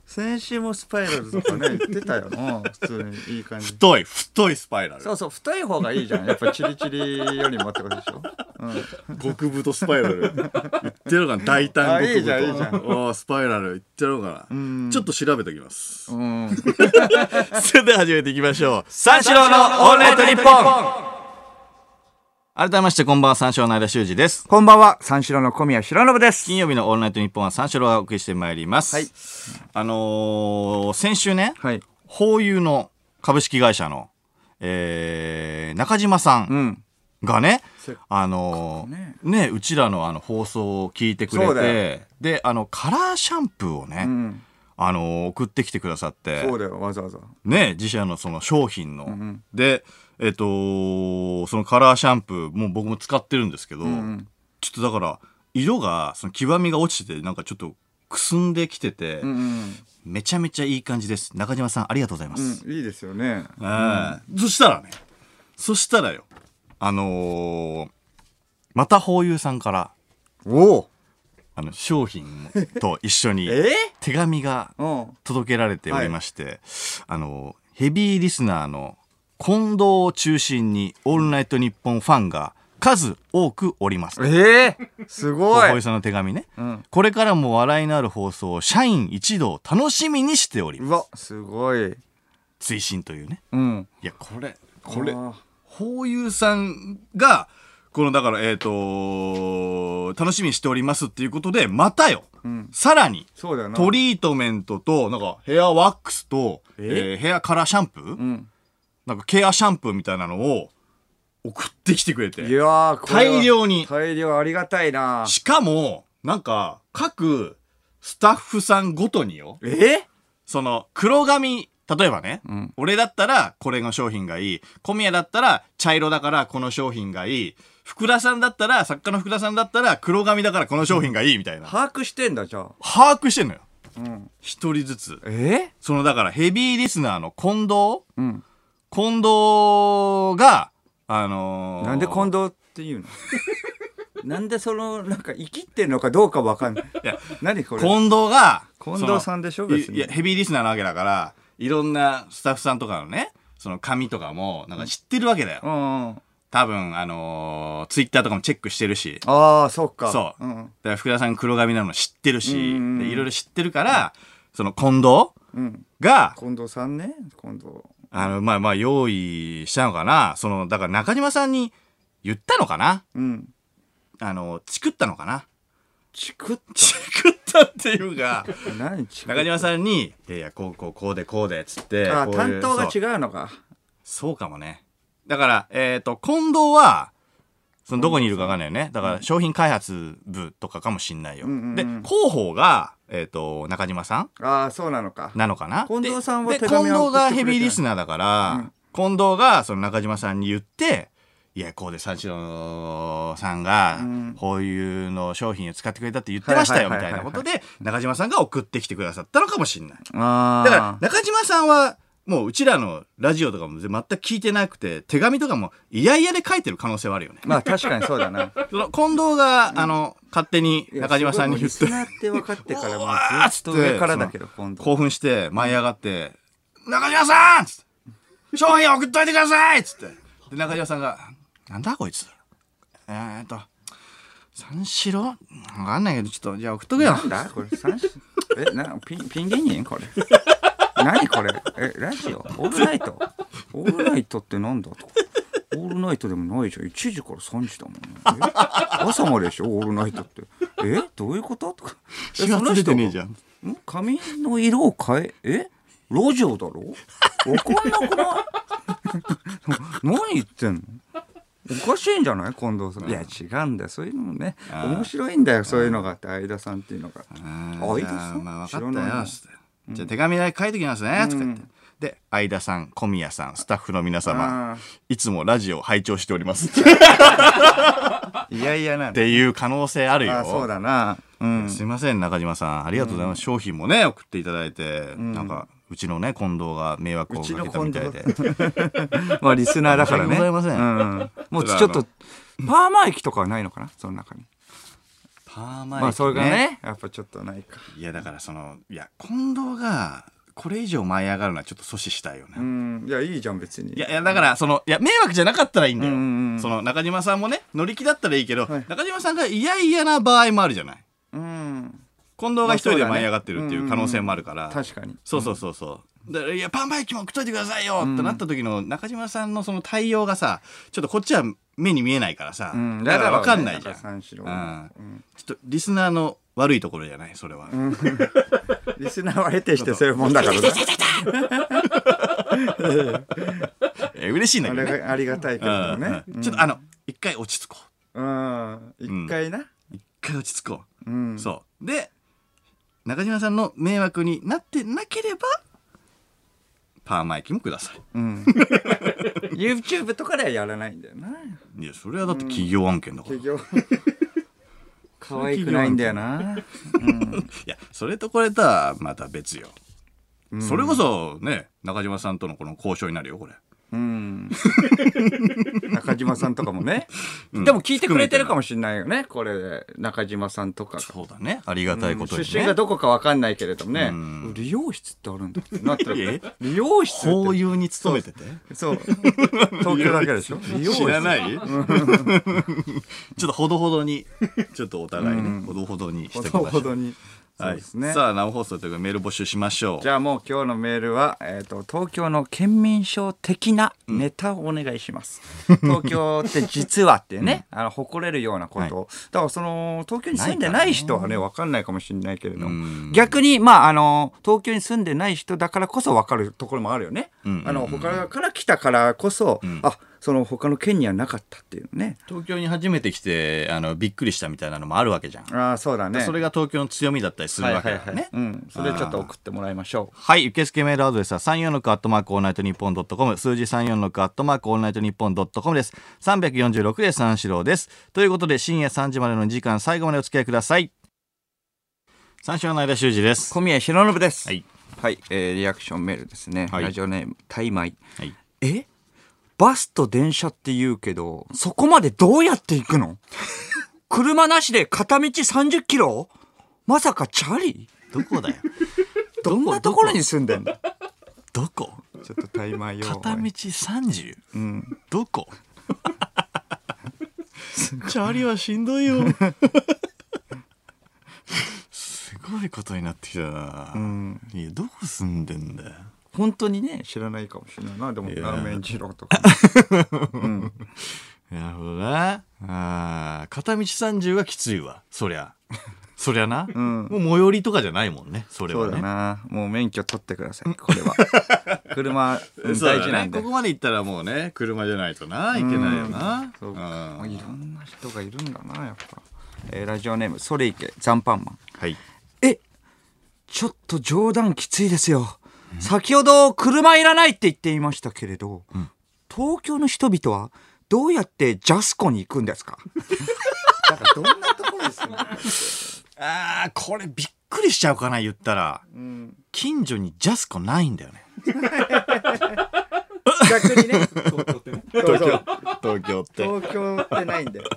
先週もスパイラルとかね、言ってたよな。普通にいい感じ。
太い太いスパイラル
そうそう、太い方がいいじゃん。やっぱチリチリよりもってことでしょ。うん。
極太スパイラル言ってるのかな大胆
あい
極
いじゃんいいじゃん
太ああスパイラル言ってるのかなちょっと調べておきます
うん。
それでは始めていきましょう三四郎のオールナイトニッポン改めましてこんばんは三四郎の間修二です
こんばんは、三四郎の小宮浩信です。
金曜日のオールナイトニッポンは三四郎がお送りしてまいります、
はい
あのー先週ね、
はい。
ホーユーの株式会社の、えー中島さ
うんん。
がね、
せっ
あのー
ね
ねうちらのあの放送を聞いてくれ
そうだ
てであのカラーシャンプーをね、
うん。
あのー送ってきてくださって
そうだよ、わざわざ。
ね自社のその商品の、
ん
でえっ、とそのカラーシャンプーもう僕も使ってるんですけど、
うん。
ちょっとだから色がその黄みが落ちててなんかちょっとくすんできてて、
うんうん。
めちゃめちゃいい感じです中島さんありがとうございま
う
す、
ん、いいですよね。
ええそしたらねそしたらよあのーまたホーユーさんから
おお
あの商品と一緒に
<laughs> え
手紙が
うん。
届けられておりまして、あのヘビーリスナーの近藤を中心に「オールナイトニッポン」ファンが数多くおります。
ええすご
小
い
井。さんの手紙ね、
うん
これからも笑いのある放送を社員一同楽しみにしており
うわ、すごい。
推進というね
うん。
いやこれこれ
あー
ホーユーさんがこのだからえっ、と楽しみにしておりますっていうことでまたよ、
ん
さらに
そうだよな。
トリートメントとなんかヘアワックスと、
え
えーヘアカラーシャンプー、
うん。
なんかケアシャンプーみたいなのを送ってきてくれ
い
て。
やー、これは
大量に
大量ありがたいな。
しかも、なんか、各スタッフさんごとによ、
え
その黒髪、例えばね、
ん
俺だったらこれの商品がいい、小宮だったら茶色だからこの商品がいい、福田さんだったら、作家の福田さんだったら黒髪だからこの商品がいいみたいな。
把握してんだ、じゃあ。
把握してんのよ。
うん。
一人ずつ。
え
そのだからヘビーリスナーの近藤
うん。
近藤が、あのー
なんで近藤って言うの <laughs> なんでその、なんか生きってんのかどうかわかんない。
いや
何これ
近藤が
近藤さんでしょ
そのい
別に
いやヘビーリスナーなわけだからいろんなスタッフさんとかのねその紙とかもなんか知ってるわけだよ、
うん。あ
多分あのツイッター Twitter とかもチェックしてるしだか
あー、そっか。
そう
うん。
ら福田さん黒髪なの知ってるし
うんうんうん
でいろいろ知ってるからその近藤
うん。
が
近藤さんね、近藤。
あのまあまあ用意したのかなそのだから中島さんに言ったのかな
うん。
あのチクったのかな <laughs>
チクっ
チクったっていうか
た。何チクっ
中
た
島さんに「いやいやこうこうこうでこうで」っつって
あ
こ
ー、
うい
担
う
当が
そう
違うのか。
そうかもね。だから、えっ、と、近藤は、そのどこにいるかわかんないよね。だから商品開発部とかかもしんないよ。
うんうんうん
で、広報が、えっ、と、中島さん
ああ、そうなのか。
なのかな
近藤さんは
で
手
で近
紙は送
藤
ってくれてない
がヘビーリスナーだから、近藤がその中島さんに言って、いや、こうで三四郎さんが
うん、
こういうの商品を使ってくれたって言ってましたよ、
は
み
いはい
た
はいいは
ない
はい
ことで、中島さんが送ってきてくださったのかもしんない。
あ
だから中島さんはもううちらのラジオとかも全く聞いてなくて手紙とかも嫌々で書いてる可能性はあるよ
<laughs>
ね。
まあ確かにそうだな。
その近藤が、あの勝手に
いや
中島さんに言っ
すご
て
いもうリスナーって分かってからも
うわー
う
っつ
ず
っ
ってと上か
<laughs>
らだけど、今度。
興奮して舞い上がって「中島さん!」っつって「商品送っといてください!」っつってで中島さんが「なんだこいつえー、っと三四郎わかんないけどちょっとじゃあ送っとくよ」
なんだこれ三種えなピンピン芸
<laughs>
人これ何これえラジオオールナイトオールナイトってなんだとオールナイトでもないじゃん1時から3時だもんね、え朝まででしょオールナイトってえどういうこととかえ
気が付いてねえじゃん
その人がん髪の色を変ええラジオだ <laughs> ろわかんなくない <laughs> 何言ってんのおかしいんじゃない近藤さん。いや違うんだよ。そういうのもね
あー
面白いんだよ。そういうのがあって相田さんっていうのが。
あ
あいい
じ
です
ゃあ
よ
まあ、分
知
からっ
ない
たよ
な
つってじゃあ手紙で書いてきますね、とか言っ
う
て。で、相田さん、小宮さん、スタッフの皆
あ
様
ー、
いつもラジオを拝聴しており
<laughs>
ます。っ
いやいやな。
ていう可能性あるよ。
あそうだな。うん。
すいません、中島さん。ありがとうございます。商品もね、送っていただいて、なんか、うちのね、近藤が迷惑をかけたみたいで
う。 <laughs> まあリスナーだから
申
ね。
し訳ございません
うん。もうちょっとパーマ液とかはないのかなその中に。
パハーマイク、ね。
まあそれがねやっぱちょっとないか
いやだからそのいや近藤がこれ以上舞い上がるのはちょっと阻止したいよね、
うんいやいいじゃん別に
いやいやだからそのいや迷惑じゃなかったらいいんだよ、
うんうんうん
その中島さんもね乗り気だったらいいけど、
はい
中島さんがいやいやな場合もあるじゃない
うん
近藤が一人で
まあそうだね
舞い上がってるっていう可能性もあるから、
確かに
そうそうそうそうだからいやパンバイキも食っといてくださいよってなった時の中島さんのその対応がさちょっとこっちは目に見えないからさ、
うん
だから分
ろうね
かんないじゃ
中
ん、
三四郎
うんちょっとリスナーの悪いところじゃないそれは、
リスナーは得てしてそういうもんだ <laughs> からね
え嬉しいんだ
あ
けどね
れがありがたいけどもね
うんうんちょっとあの一回落ち着こう
うん一回な
一回落ち着こう、
うん
そうで中島さんの迷惑になってなければパーマイキもください
うん YouTube とかではやらないんだよない
やそれはだって企業案件だから、
結局 <laughs> 可愛くないんだよない
やそれとこれとはまた別よ、それこそね中島さんとのこの交渉になるよこれ
<laughs> うん、中島さんとかもね、でも聞いてくれてるかもしれないよねこれで中島さんとかが
そうだねありがたいことにね、
出身がどこかわかんないけれどもね、
うん
理容室ってあるんだってなってる
え
理容室って
こういうに勤めてて
そう東京だけでしょ理容
知
室
らないち <laughs> ょっとほどほどにちょっとお互いねほどほどにして
ほ
くださ
ど
い
ほどに、そ
は
う
い
ですね
さあ生放送というかメール募集しましょう
じゃあもう今日のメールは、えー、と東京の県民賞的なネタをお願い
<laughs>
します。東京って実はっていうね、あの誇れるようなことを、だからその東京に住んでない人はね分かんないかもしれないけれど
う
も
ん
逆にまああの東京に住んでない人だからこそ分かるところもあるよね。
うんうんうん
あの他から来たからこそ、
ん
あその他の県にはなかったっていうね。
東京に初めて来てあのびっくりしたみたいなのもあるわけじゃん、
ああそうだね。
それが東京の強みだったりする
はい
わ
は
け
い
だ
は
か
い、
らね
うん、それちょっと送ってもらいましょう。
はい。受付メールアドレスは34のアットマークオールナイトニッポンドットコム、数字34のアットマークオールナイトニッポンドットコムです。346で三四郎です。ということで、深夜3時までの2時間、最後までお付き合いください。三四郎の間修二です。
小宮弘信です。
はい。
はい、えーリアクションメールですね。
はい
ラジオネーム、タイマイ。
はい。
えバスと電車って言うけど、そこまでどうやって行
<laughs>
くの車なしで片道30キロまさかチャリ
どこだよ。
どんなところに住んでんの
どこ
ちょっとタイマイを。
片道 30?
うん。
どこ <laughs> チャリはしんどいよ。すごいことになってきたな。
うん。
いや、どこ住んでんだよ。
本当にね、知らないかもしれないな。でも、
いやー
ラーメン二郎とか。うん。
なるほどな。あー片道30はきついわ。そりゃ。そりゃな。
ん
もう最寄りとかじゃないもんね。それ
そ
は
うだ
ね。
な。もう免許取ってください、こ
<laughs>
れは。車、うん
そう
大
だ
事
ね
なんで
こ。こまで行ったらもうね、車じゃないとな、いけないよな。
そう
うん
か。いろんな人がいるんだな、やっぱ。えーラジオネーム、それいけ、残飯マン。
はい。
え、ちょっと冗談きついですよ。先ほど、車いらないって言っていましたけれど、東京の人々は、どうやってジャスコに行くんですかなんかどんなところですか、
ああ、これびっくりしちゃうかな、言ったら。
うん、
近所にジャスコないんだよね。
逆にね、東京
東京っ。
東京ってないんだよ。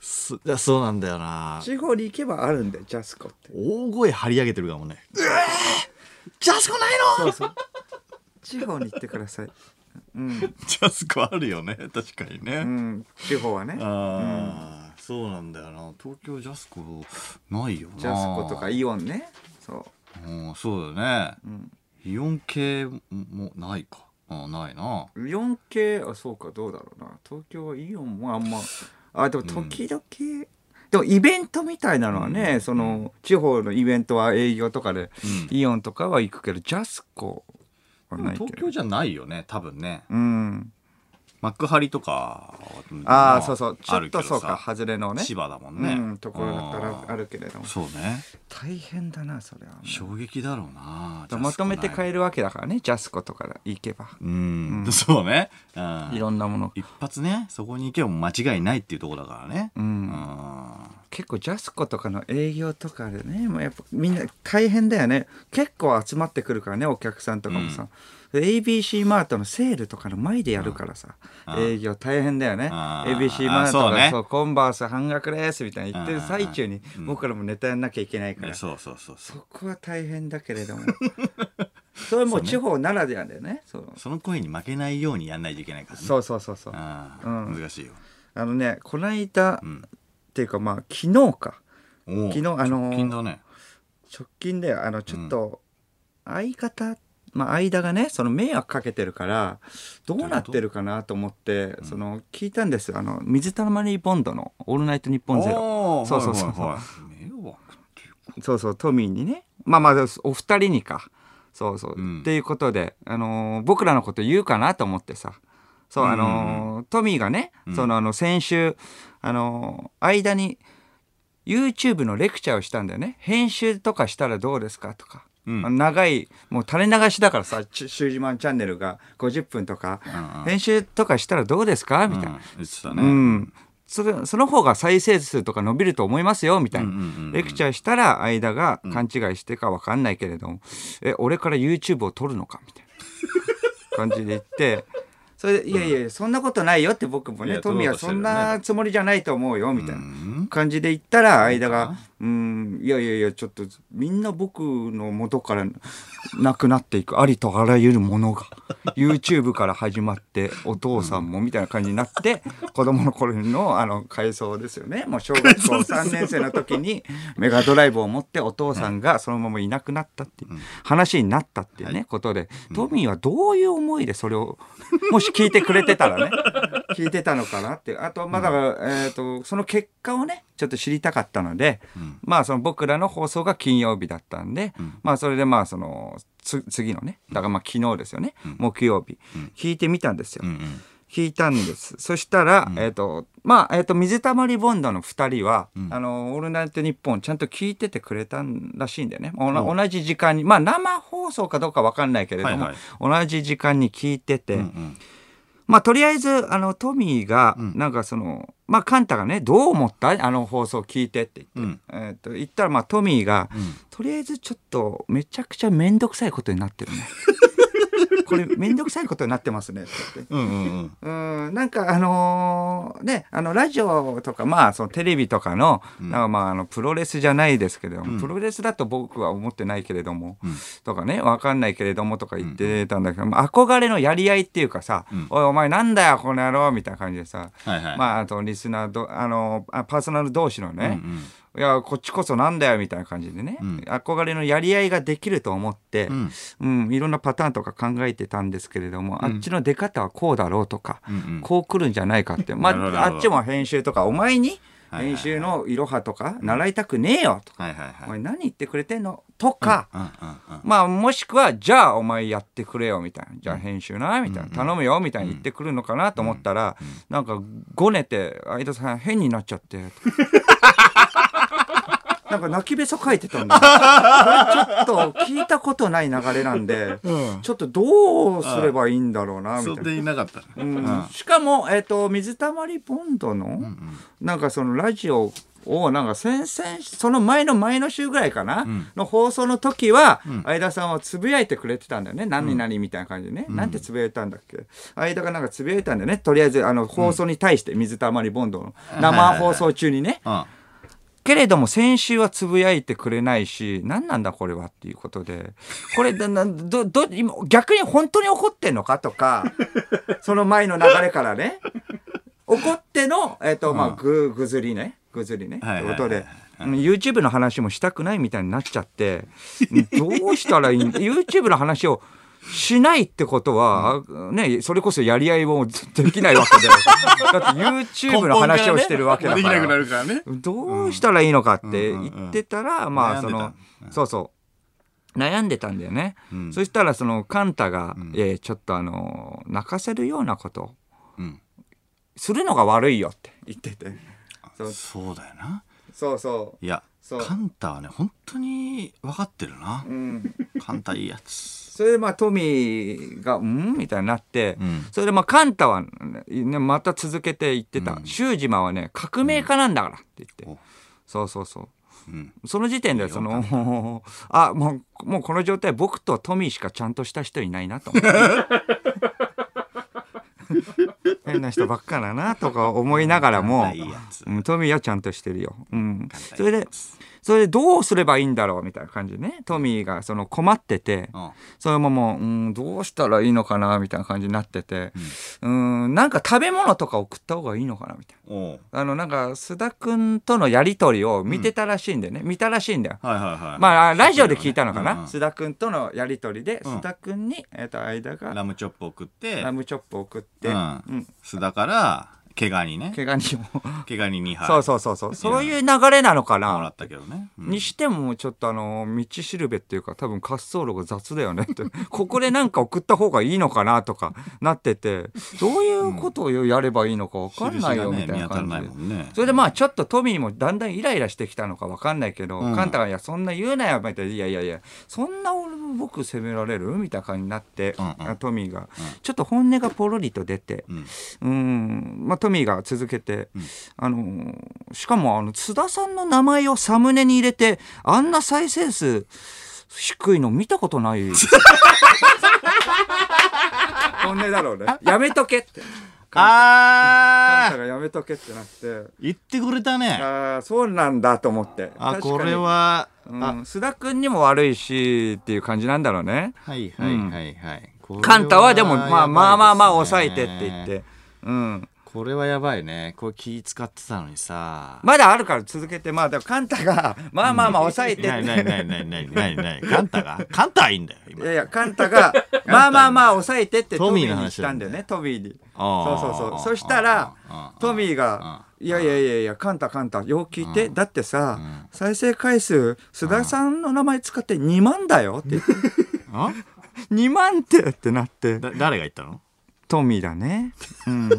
そいやそうなんだよな。
地方に行けばあるんだよ、ジャスコって。
大声張り上げてるかもね。うえージャスコないの
地方に行ってください。うん、
ジャスコあるよね、確かにね。
うん、地方はね。
ああ、そうなんだよな東京ジャスコないよな
ジャスコとかイオンね。そう。
うんそうだね、
ん
イオン系もないかあないな
イオン系あそうかどうだろうな東京はイオンもあんまあでも時々、でもイベントみたいなのはね、その地方のイベントは営業とかで、
う
イオンとかは行くけどジャスコはないけど
東京じゃないよね多分ね
うん
幕張とか
ああそうそうち
あ
ょっ
るけ
と
ど
そう
さ
か外れのね
千葉だもんね、
うん、ところだったらあ
る
るけれども
そうね
大変だなそれはもう
衝撃だろうな
まとめて買
え
えるわけだからねジャスコとか行けば
うん、そうね、うん、
いろんなもの
一発ねそこに行けば間違いないっていうところだからね
うん
うん
結構ジャスコとかの営業とかでねもうやっぱみんな大変だよね結構集まってくるからねお客さんとかもさ、ABC マートのセールとかの前でやるからさ、
ん
営業大変だよね
あー
ABC マート
そう
が
ね
そうコンバース半額ですみたいに言ってる最中に
うん
僕らもネタやんなきゃいけないから、
そうそうそうそう
そこは大変だけ
<laughs>
れどもそれはもう地方ならではだよねそう
その声に負けないようにやんないといけないからね
そうそうそうそう
ああ
うん
難しいよ
あのねこの間、
うん
っていうかまあ昨日か
おう
昨日あの
直
ー
近だね
直近だよあのちょっと相方、まあ、間がねその迷惑かけてるからどうなってるかなと思ってその聞いたんですあの水溜りボンドの「オールナイトニッポンゼロ
おー
そうそうそう
はいはいはい迷惑っていうか
そうそうトミーにねまあまあお二人にかそうそう、
うん
っていうことで、あのー僕らのこと言うかなと思ってさそうあのートミーがね、
うん
そのあの先週あのー間に YouTube のレクチャーをしたんだよね編集とかしたらどうですかとか、
うん
あの長いもう垂れ流しだからさ「ちゅシュージマンチャンネル」が50分とか、
うんうん
編集とかしたらどうですかみたい
うん
な、
言ってた
う
ね
んそれその方が再生数とか伸びると思いますよみたいな、レクチ
ャー
ャーしたら間が勘違いしてか分かんないけれども、え俺から YouTube を撮るのかみたいな感じで言ってそれで「いやいやいやそんなことないよ」って僕も
い
ね
や
トミーは
撮
そ
ろうとしてる
ん
ね
なつもりじゃないと思うよみたいな
み
感じで言ったら間
そう
が
か
「うんいやいやいやちょっとみんな僕の元から <laughs> なくなっていくありとあらゆるもの <laughs> が YouTube から始まってお父さんも」みたいな感じになって子供の頃のあの回想ですよねもう小学校3年生の時にメガドライブを持ってお父さんがそのままいなくなったっていう話になったっていうねことでトミーはどういう思いでそれを <laughs> もし聞いてくれてたらね聞いてたのかなっていうあとまあだからえーとその結果をねちょっと知りたかったので
うん
まあその僕らの放送が金曜日だったんで
うん
まあそれでまあそのつ次のねだからまあ昨日ですよね
うん
木曜日
うん
聞いてみたんですよ
うんうん
聞いたんです。そしたら、
うん
えっ、と、まあ、えっ、と、水溜りボンドの二人は、
うん
あの、オールナイトニッポンちゃんと聞いててくれたんらしいんだよね。おな
うん
同じ時間に、まあ、生放送かどうかわかんないけれども、
はい
同じ時間に聞いてて、
うんうん
まあ、とりあえず、あの、トミーが、
うん
なんかその、まあ、カンタがね、どう思ったあの放送聞いてって言って、えっ、と、言ったら、まあ、トミーが、
うん
とりあえずちょっとめちゃくちゃめんどくさいことに
<laughs>
なってるね。これめんどくさいことになってますねって言って。
うんうんうん
うんなんかあのーねあのラジオとかまあそのテレビとかの,、
うん
なんかまああのプロレスじゃないですけれども、
うん
プロレスだと僕は思ってないけれども、
うん
とかねわかんないけれどもとか言ってたんだけど、まあ憧れのやり合いっていうかさ「
うん
おいお前なんだよこの野郎」みたいな感じでさ、
はいはい
まああとリスナーどあのあパーソナル同士の
うんう
ね、
ん
いやこっちこそなんだよみたいな感じでね、
うん
憧れのやり合いができると思って。
うん
うん、いろんなパターンとか考えてたんですけれども、
うん
あっちの出方はこうだろうとか、
うんうん
こう来るんじゃないか
<laughs>
って、ま
なるほど
あ、あっちも編集とかお前に
はいはい
編集のいろはとか習いたくねえよとか、
はいはいはい
お前何言ってくれてんのとか、
うんうんうん
まあもしくはじゃあお前やってくれよみたいなじゃあ編集なみたいな、
うん
頼むよみたいに言ってくるのかなと思ったら、なんかごねて相田さん変になっちゃって。
<laughs>
なんか泣きべそ書いてたんだよこれちょっと聞いたことない流れなんで、ちょっとどうすればいいんだろうなみたい
そ
な
れ。でいなかったね
う
うんん
しかも、えっと水溜りボンドの、
うん
なんかそのラジオをなんか先々その前の前の週ぐらいかな、
ん
の放送の時は、
ん
相田さんはつぶやいてくれてたんだよね何々みたいな感じでね、なんてつぶやいたんだっけ相田がなんかつぶやいたんだよねとりあえずあの放送に対して水溜りボンドの生放送中にね、
あ
けれども先週はつぶやいてくれないし何なんだこれはっていうことでこれだなどど今逆に本当に怒ってんのかと
<laughs>
かその前の流れからね怒っての、えっとまあ、
うん
ぐぐずりねぐずりね。と
はいいうはい
こ
はい
とで。うん YouTube の話もしたくないみたいになっちゃって、どうしたらいい
<laughs>
ん ?YouTube の話をしないってことは、ね、それこそやり合いもできないわ
<laughs>
けで。だって YouTube の話をしてるわけだから。
根本らねできなくなるからね
どうしたらいいのかって
うんうんうん
言ってたら、まあそ
悩ん
の
で
そうそう悩んでたんだよね、
うん
そしたらそのカンタが、
うん
いやいやちょっとあの泣かせるようなこと
うん
するのが悪いよって言っててそう
そうだよな
そうそ
いや
そう
カンタはね本当に分かってるな
ううん
カンタいいやつ
それでまあトミーが「うん?」みたいになって、
うん
それでまあカンタは、ね、また続けて言ってた、
うん
シュージマはね革命家なんだからって言って、
お
そうそうそう
うん、
その時点ではその <laughs> あもうもうこの状態僕とトミーしかちゃんとした人いないなと
<laughs>
思って変な人ばっかだなとか思いながらも
いいやつ
うんトミーはちゃんとしてるよ、うん、それ
いい
で
やつ
それでどうすればいいんだろうみたいな感じでねトミーがその困ってて
うんは
それももう、うん、どうしたらいいのかなみたいな感じになってて、うん、なんか食べ物とか送った方がいいのかなみたいな。
おう
あのなんか須田くんとのやりとりを見てたらしいんだよね、見たらしいんだよ。
はいはいはい
まあラジオで聞いたのかな、
うんうん
須田くんとのやりとりで、
うん
須田くんに、えっと間が
ラムチョップ送って
ラムチョップを送って、
う
うんん、
須田から毛ガニね
怪我にも、
毛ガニ2杯
そうそうそうそうそういう流れなのか
もら
な
っ。たけどね、うん
にしてもちょっとあの道しるべっていうか多分滑走路が雑だよねって <laughs> ここでなんか送った方がいいのかなとかなっててどういうことをやればいいのか分かんないよみ
印
た
が
い
ね見当
な
たら
感
な
じ
い
で
もんね
それでまあちょっとトミーもだんだんイライラしてきたのか分かんないけど、
うん
カンタが「いやそんな言うなよ」みたいな「いやいやいやそんな俺も僕責められる?」みたいな感じになって、
うんうん
あトミーが、ちょっと本音がポロリと出て
うん
うん、まあ、トミーが続けて、
うん
あのーしかもあの津田さんの名前をサムネに入れてあんな再生数低いの見たことない
<laughs>
本音だろうねやめとけってカン
あ
タがやめとけってなって。
ー <laughs> 言ってくれたね
ああそうなんだと思って
あ
確かに
これは
うん
あ
須田君にも悪いしっていう感じなんだろうね
はいはいはいはいこれ
カンタはでもまあまあまあまあ抑え
やば
てっ
い
て
ですね
言ってうん
これはやばいねこれ気使ってたのにさ
まだあるから続けてまあでもカンタがまあまあまあ抑えて
な
っ
い
て
ないないないないないないカンタがカンタはいいんだよ
い
今
やいやカンタ
<laughs>
がまあまあまあ抑えてってトミーにしたんだよねトミーに
そ
そうそうそうそしたらトミーが「いやいやいやいやカンタカンタよう聞いてだってさ
うん
再生回数須田さんの名前使って2万だよ」 <laughs> って2万ってってなって
だ誰が言ったの
トミーだね。うん。で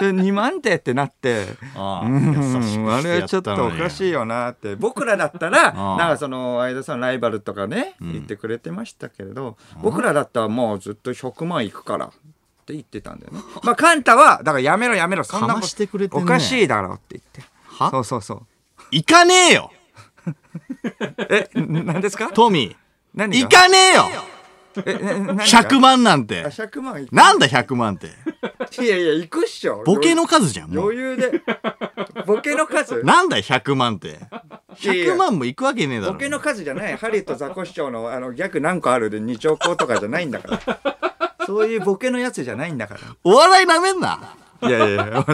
2万点ってなって。
あ
う
あ
ん、
優しくしてや
あ
たのに
れはちょっとおかしいよなって僕らだったら
ああ
なんかその相田さんライバルとかね
ん
言ってくれてましたけれど僕らだったらもうずっと100万いくからって言ってたんだよねまあカンタはだからやめろやめろそんな
か
こ
ましてくれて
と
ん
お
ね
かしいだろって言って
は
そうそうそう
行かねえよ
えん何ですか
トミー
何
行かねえよ
えな何が
100万なんて
あ100万いく
なんだ100万って
いやいやいくっしょ
ボケの数じゃんもう
余裕でボケの数
なんだよ100万って
やいや
100万も行くわけねえだろ
ボケの数じゃないハリウッドザコシショウのあの逆何個あるで2兆個とかじゃないんだからそういうボケのやつじゃないんだか
お笑いなめんな
らいやいやいや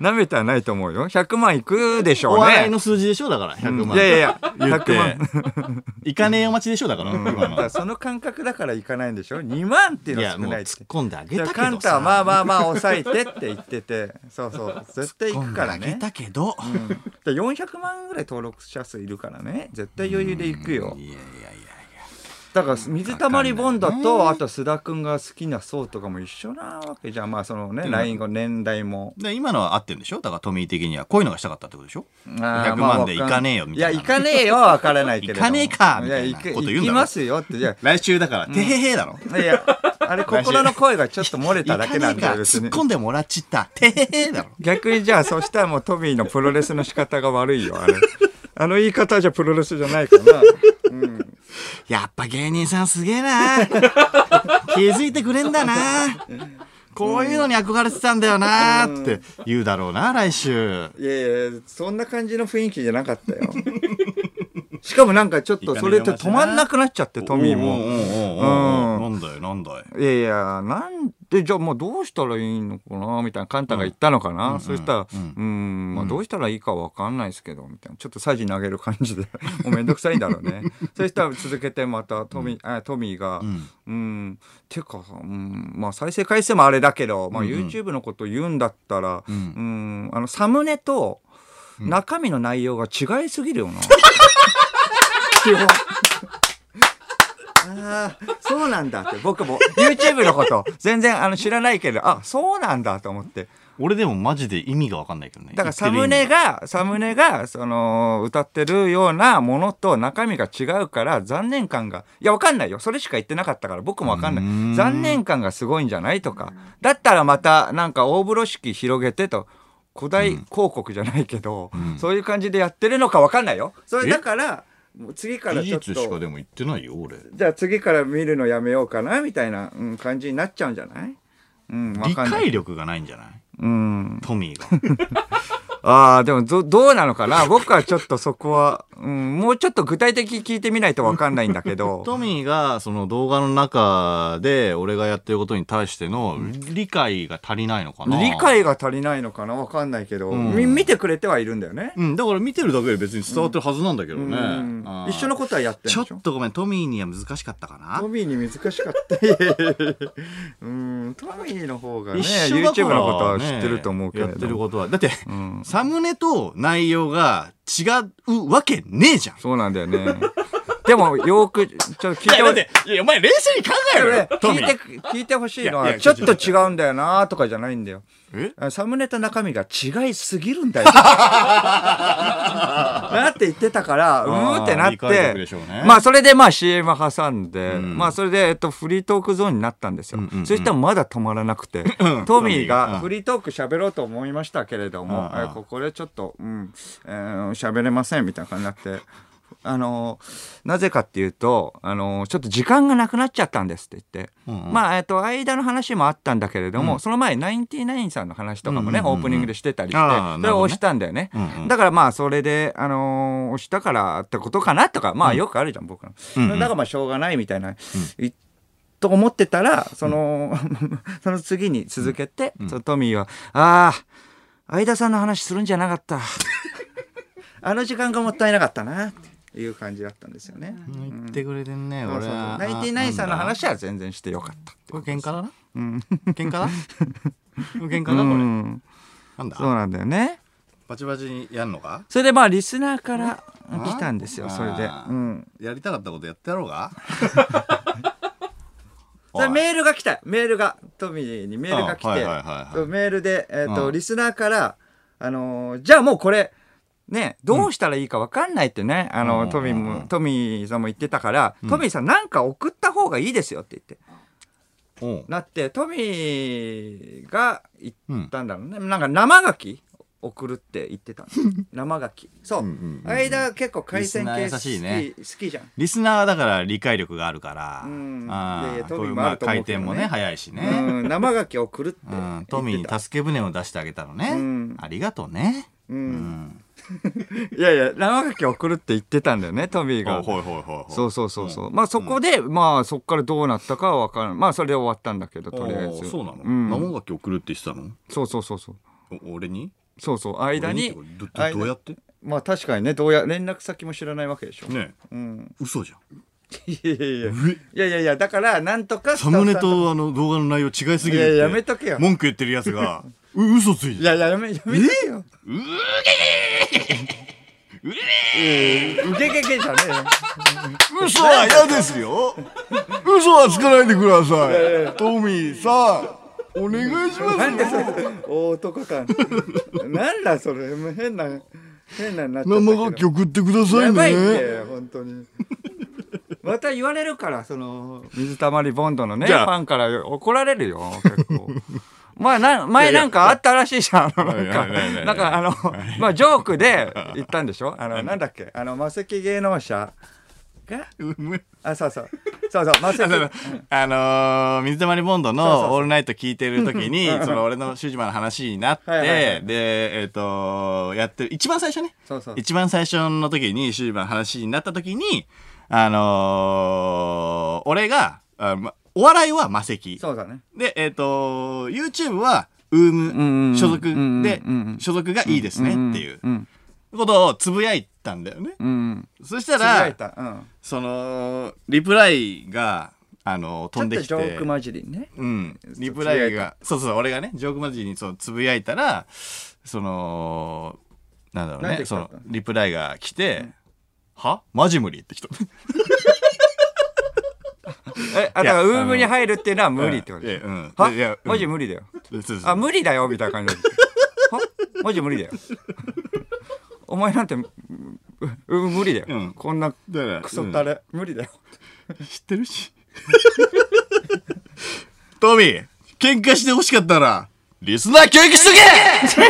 なめてはないと思うよ100万いくでし
お
ょう
笑い
ね
の数字でしょだから100万
いやいやいや
言って
100万
行かねえよ待ちでしょだから今
だか
の
らその感覚だからいかないんでしょ2万っていう
い
のは
や
少
もう
ないっ
突
て
っ込んであげ
い
た
や
けど
カンタはまあまあまあ抑えてって言っててそうそう絶対いくから
突っ込んであげ
ね
たけど
うんだから400万ぐらい登録者数いるからね絶対余裕でいくよ
いやいやいや
だから水たまりボンドとあと須田君が好きな層とかも一緒なわけじゃんまあそのね LINE 後年代も
で今のは合ってるんでしょだからトミー的にはこういうのがしたかったってことでしょ
あー
100
まあ
万で行かねえよみたい
い
な
や行かねえよは分からないけれども
行かねえかみたいない
や行く
こと言うんだろ
行きますよっていや
来週だからてへへだろ
いやいやあれ心の声がちょっと漏れただけなんだよ別
突っ
に
込んでもらっちったてへへだろ
逆にじゃあそしたらもうトミーのプロレスの仕方が悪い
<laughs>
よあれあの言い方じゃプロレスじゃないかな
やっぱ芸人さんすげえ <laughs> な気づいてくれんだなこういうのに憧れてたんだよなって言うだろうな来週
いやいやそんな感じの雰囲気じゃなかったよしかもなんかちょっとそれで止まんなくなっちゃってトミーも。
もなんだよなんだよ
いやいやなんでじゃあもうどうしたらいいのかなみたいなカンタが言ったのかな、そしたら「うん、まあ、どうしたらいいかわかんないですけど」みたいなちょっとサジ投げる感じで <laughs> もうめんどくさいんだろうねそしたら続けてまたトミ,、ーあトミーが「うん、てか、うんまあ、再生回数もあれだけど、まあ、YouTube のこと言うんだったら、うんあのサムネと中身の内容が違いすぎるよな。基本 <laughs> ああそうなんだって僕 <laughs> も YouTube のこと全然あの知らないけどあそうなんだと思って
俺でもマジで意味が分かんないけどね
だからサムネがサムネがその歌ってるようなものと中身が違うから残念感がいやわかんないよそれしか言ってなかったから僕もわかんな
うーん
い残念感がすごいんじゃないとかだったらまたなんか大風呂敷広げてと古代広告じゃないけど、
うん
そういう感じでやってるのかわかんないよ。それ
え
だから、もう次から
い
ちょっ
いつしか
と、
でも言ってないよ俺
じゃあ次から見るのやめようかな、みたいな、うん、感じになっちゃうんじゃないうん、わ
理
かんない。
解力がないんじゃない
うん。
トミーが
ああ、でもど、どうなのかな僕はちょっとそこは、うん、もうちょっと具体的に聞いてみないとわかんないんだ
<laughs>
け
<laughs>
ど。
トミーがその動画の中で俺がやってることに対しての理解が足りないのかな
理解が足りないのかなわかんないけど、
うん
み見てくれてはいるんだよね。
うんだから見てるだけで別に伝わってるはずなんだけどね
うん
あー
一緒のことはやって
ち
る
ょっ
んでしょ
とごめんトミーには難しかったかな
トミーに難しかった。 <laughs> いやいやいやうん、トミーの方がね、
一緒だから
YouTube のことは知
ね
ってると思うけれ
やってる
ど。
ことはだって
うん、
サムネと内容が違うわけねえじゃん
そうなんだよね。 <laughs> でも、よく、ちょっと聞いて
いやだ
ほ
っ
しい
ていやお前冷静に考えろよト
聞
ミ
い
ー
て、聞いてほしいの
いや
は、
いや
ちょっと違うんだよなとかじゃないんだよ。
え
あサムネと中身が違いすぎるんだ
<laughs>
よ。なって言ってたから、うーんってなっ
理解
て
力、でしょうね
まあそれでまあ CM 挟んで、
うん
まあそれでえっとフリートークゾーンになったんですよ、
うんうんうん
そしたらまだ止まらなくて、トミー
<laughs> うん
がフリートーク喋ろうと思いましたけれども、
うんうん
えここでちょっとうんえー喋、れませんみたいな感じになって。あのなぜかっていうと、あのちょっと時間がなくなっちゃったんですって言って、
うんうん
まあ、えっと、間の話もあったんだけれども、
うん
その前、ナインティナインさんの話とかもね、
うんうんうんうん
オープニングでしてたりして、
ああなるほど
それを
ね
押したんだよね。
うんうん
だからまあ、それで、あのー押したからってことかなとか、まあ、よくあるじゃん、僕の。
うんうん
だからまあ、しょうがないみたいな、いと思ってたら、その、 <laughs> その次に続けて、そのトミーは、ああ、相田さんの話するんじゃな
<laughs>
かった。あの時間がもったいなかったな、っていう感じだったんですよね。
言ってくれてんね
そう
俺
そうそう
は
ナインティナインさんの話は全然してよかった。
これ喧嘩だな。喧嘩
<laughs>
だ。喧嘩だこれ。
うん
なん
そう
だ。
なんだよね。
バチバチにやんのか。
それでまあリスナーから来たんですよ、
あー
それで。
あー
うん。
やりたかったことやってやろうか。
<laughs> それ
おい
メールが来た。メールが、トミーにメールが来て、
あはいはいはいはい
そうメールで、えっ、と、
うん
リスナーから、あのーじゃあもうこれ、ね、どうしたらいいか分かんないってね、あの、
うん
トミー
うんう
も、
ん
トミーさんも言ってたから、トミーさんなんか送った方がいいですよって言って。
おう
なって、トミーが言ったんだろうね。なんか生ガキ送るって言ってたんですよ生ガキ。そ
う
う。
んうんうん
間結構海鮮系
リスナー
好
優
き
しいね
好きじゃん。
リスナーはだから理解力があるから。
うんいやい
あ
や
あ、
ト
こ
ミ
うい
ー
う
もあ
まあ
ると思
回
うけどね
転もね早いしね。
うん、生ガキ送るって
う
言って
ん、
た。
トミーに助け舟を出してあげたの
うん
ね。ありがとうね。
う、
うんん。
いやいや生ガキ送るって言ってたんだよねトミー
ほ
が
い。ほいほいほい。
そううそうそうそう、まあそこで、まあそこからどうなったかは分からんまあそれで終わったんだけどとりあえず
そうなの。
うん
生ガキ送るって言ってたの。
そうそうそうそう
お俺に。
そうそう間に
俺ってどどどうやって。
まあ確かにねどうや連絡先も知らないわけでしょ、
ねえ。
うん、 <laughs>
嘘じゃん。
いやいやいやいやいやいやだからなんとか
サムネ
スタッフ
とあの動画の内容違いす
さん
ぎるっ
いや
て。
いややめとけよ
文句言ってるやつが、う、嘘つい
い
てる。
やいややめやめとけようげげげじゃねえよ
嘘は嫌ですよ。嘘はつかないでください。トミーさん、お願いします
なんでそれ大男感なんだそれもう変な変なになっちゃったけ
生
ど
楽器送ってくださ
や
い
ばいって
ね。
本当にまた言われるからその水たまりボンドのねフ
じゃあ
ァンから怒られるよ結構まあ、なん前なんかあったらしいじゃん。あのなんか、
はいはいはいはい
なんかあの、まあジョークで言ったんでしょあの、なんだっけあの、魔石芸能者が、あ、そうそう。そうそう、魔石。
あのー水溜りボンド
そうそうそ
の
う
「オールナイト」聞いてる時にその俺の主人マの話になって
はいはいはい
でえっ、とやってる一番最初ね
そうそう。
一番最初の時にシューバーの話になった時にあのー俺があ、ま、お笑いは魔石
そうだね。
でえっ、と YouTube はウー
んうん
ム所属
うん
で
うんうん
所属がいいですねっていう
うん。
ことをつぶやいたんだよね、
うん。
そした
つぶや
ら
いた。うん。
そのリプライがあの飛んできて
ちょっとジョーク混じりにね。
うん。リプライ
つぶやい
が、そうそう、俺がね、ジョークマジにそうつぶやいたら、その、なんだろう
なんて
ね、
来
そ
たの
の、リプライが来て、はマジ無理って来た。
え、あ、だから、ウームに入るっていうのは無理ってこと
い
で
や
しょ
うん。
はい
や、
マジ無理だよ。
理そうそう
あ、無理だよ、みたいな
<laughs>
感じなんですよはマジ無理だよ。 <laughs> お前なんて、ううん、無理だよ。
うん
こんな
だから
クソタレ、無理だよ。
うん知ってるし。 <laughs> <laughs> トミー、喧嘩して欲しかったら、リスナー教育しと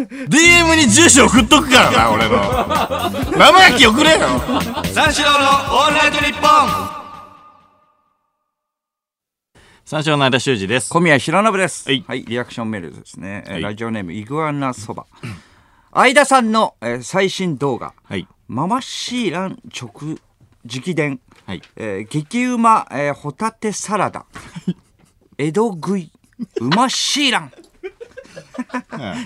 け DM に住所送っとくからな俺の生焼き送れよ三四郎のオールナイトニッポン三四郎の間修二です
小宮平信です。
はい
リアクションメールですね。えー
はい
ラジオネームイグアナそば。相田さんの、えー最新動画、
はい
ママシーラン直直伝、
はい
えー激うま、えーホタテサラダ、江戸食い、うまシーラン。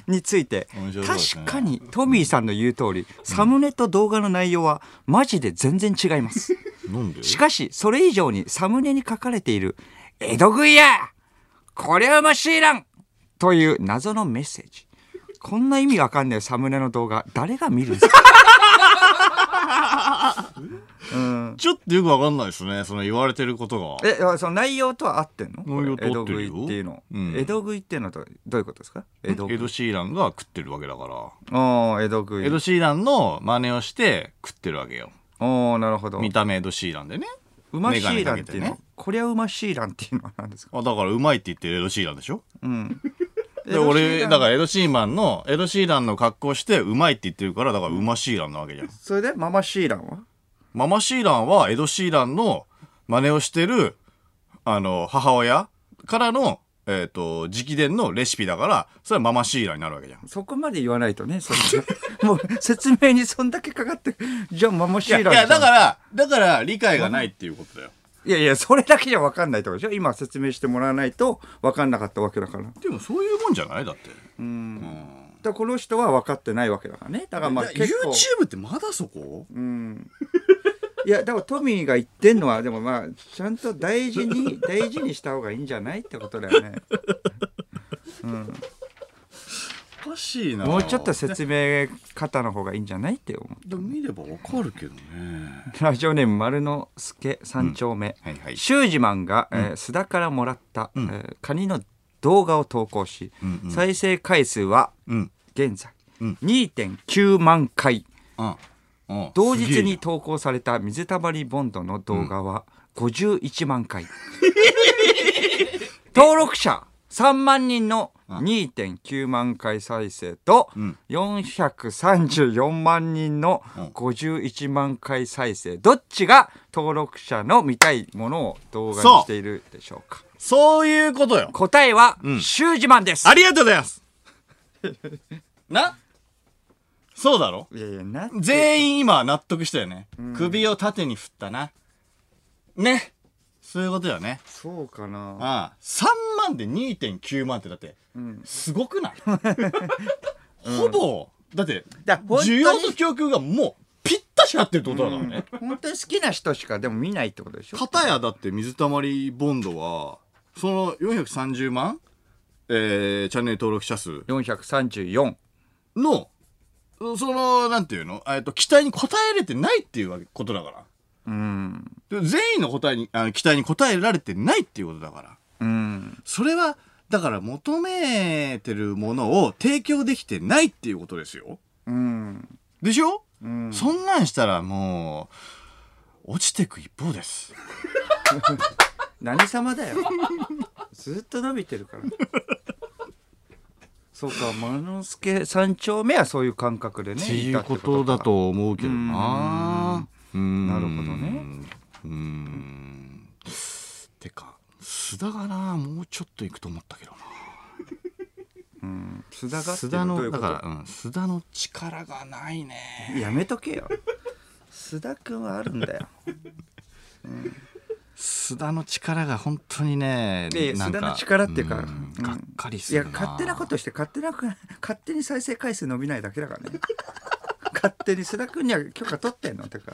について、
面白そうですね
確かにトミーさんの言う通り、サムネと動画の内容はマジで全然違います。
なんで
しかし、それ以上にサムネに書かれている、江戸食いやこれはうましいらんという謎のメッセージ。こんな意味わかんないサムネの動画、誰が見るんですか
<laughs> ちょっとよくわかんないですねその言われてることが
え、その内容とは合ってんの
内容と合ってるよ
江戸食いっていうの。
うん
江戸食いっていうのはどうどういうことですか江戸食
エ
い。
ド・シーランが食ってるわけだから
ああ、江戸食い。
エド・シーランの真似をして食ってるわけよ
ああ、なるほど。
見た目エド・シーランでね
うましいらんってい
メ
う
ガネかけて
の
ね
こりゃうましいらんっていうのは何ですか
あだからうまいって言ってるエド・シーランでしょ
うん。
<laughs> で俺だから
ら。
エド・シーマンのエド・シーランの格好してうまいって言ってるからだからうまシーランなわけじゃん
それでママシーランは
ママシーランはエド・シーランの真似をしてるあの母親からのえっ、と直伝のレシピだからそれはママシーランになるわけじゃん
そこまで言わないとね、その <laughs> もう説明にそんだけかかって、じゃあママシー
い
ラン。
やいやだかららだから理解がないっていうことだよ
いやいや、それだけじゃ分かんないってことでしょ今説明してもらわないと分かんなかったわけだから。だか
でもそういうもんじゃないだってうん
らこの人は分かってないわけだからね。だからまあ
だ
結構。
YouTube ってまだそこ
うん。いや、だからトミーが言ってんのは、でもまあ、ちゃんと大
<laughs>
事に、大事にした方がいいんじゃないってことだよね。
おかしいな
もうちょっと説明方の方がいいんじゃないって思う。
でも見ればわかるけどね
ラジオネーム丸之助三丁目、
うんはいはい
シュージマンが、えー須田からもらった、えーカニの動画を投稿し、
んうん
再生回数は
うん
現在、
うん
2.9万回
ああ
同日に投稿された水たまりボンドの動画は51万回、 <laughs> 登録者3万人の2.9万回再生と
うん
434万人の
うん
51万回再生どっちが登録者の見たいものを動画にしているでしょうか
そういうことよ
答えは
うん
シュージマンです、
ありがとうございます <laughs> なそうだろ
いやいやなんて
全員今納得したよね、首を縦に振ったなねそういうことよね
そうかな
ああ3万で2.9万ってだって
うん
すご <laughs> くない、ほぼだって
だから本当に
需要と供給がもうぴったし合ってるってことだからね、
本当に好きな人しかでも見ないってことでしょ
片やだって水たまりボンドはその430万、えーチャンネル登録者数
434
のそのなんていうのえっと期待に応えれてないっていうわけことだか
うん
らで全員の答えにあの期待に応えられてないっていうことだから
うん
それはだから求めてるものを提供できてないっていうことですよ
うん
でしょ、
うん
そんなんしたらもう落ちてく一方です
何様だよずっと伸びてるからそうか万之助三丁目はそういう感覚でね
って
い
い
た
うことだと思うけどな。な
なるほどね。
うーん。てか、須田がな、もうちょっと行くと思ったけどな。
うん須田がってい
須
うの
田
はど
の、
ういう
だ
こと
から、うん、須田の力がないね。
やめとけよ須田君はあるんだよ
須田の力が本当にね、
いやいや
なんか
須田の力っていうか
ん
うん
がっかりす
いや
るな。
勝手なことして勝手なく勝手に再生回数伸びないだけだからね勝手に須田君には許可取ってんのてか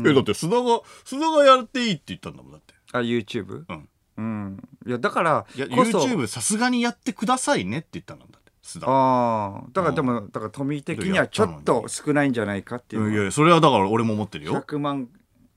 いやだって須田が、須田がやっていいって言ったんだもん、だって。
あ YouTube
うん。
うんいやだから
いや、
こそ
YouTube さすがにやってくださいねって言ったんだもんだって、須田。
ああだからでもだからトミー的にはちょっと少ないんじゃないかってい
うんいうやいや、それはだから俺も思ってるよ。
100万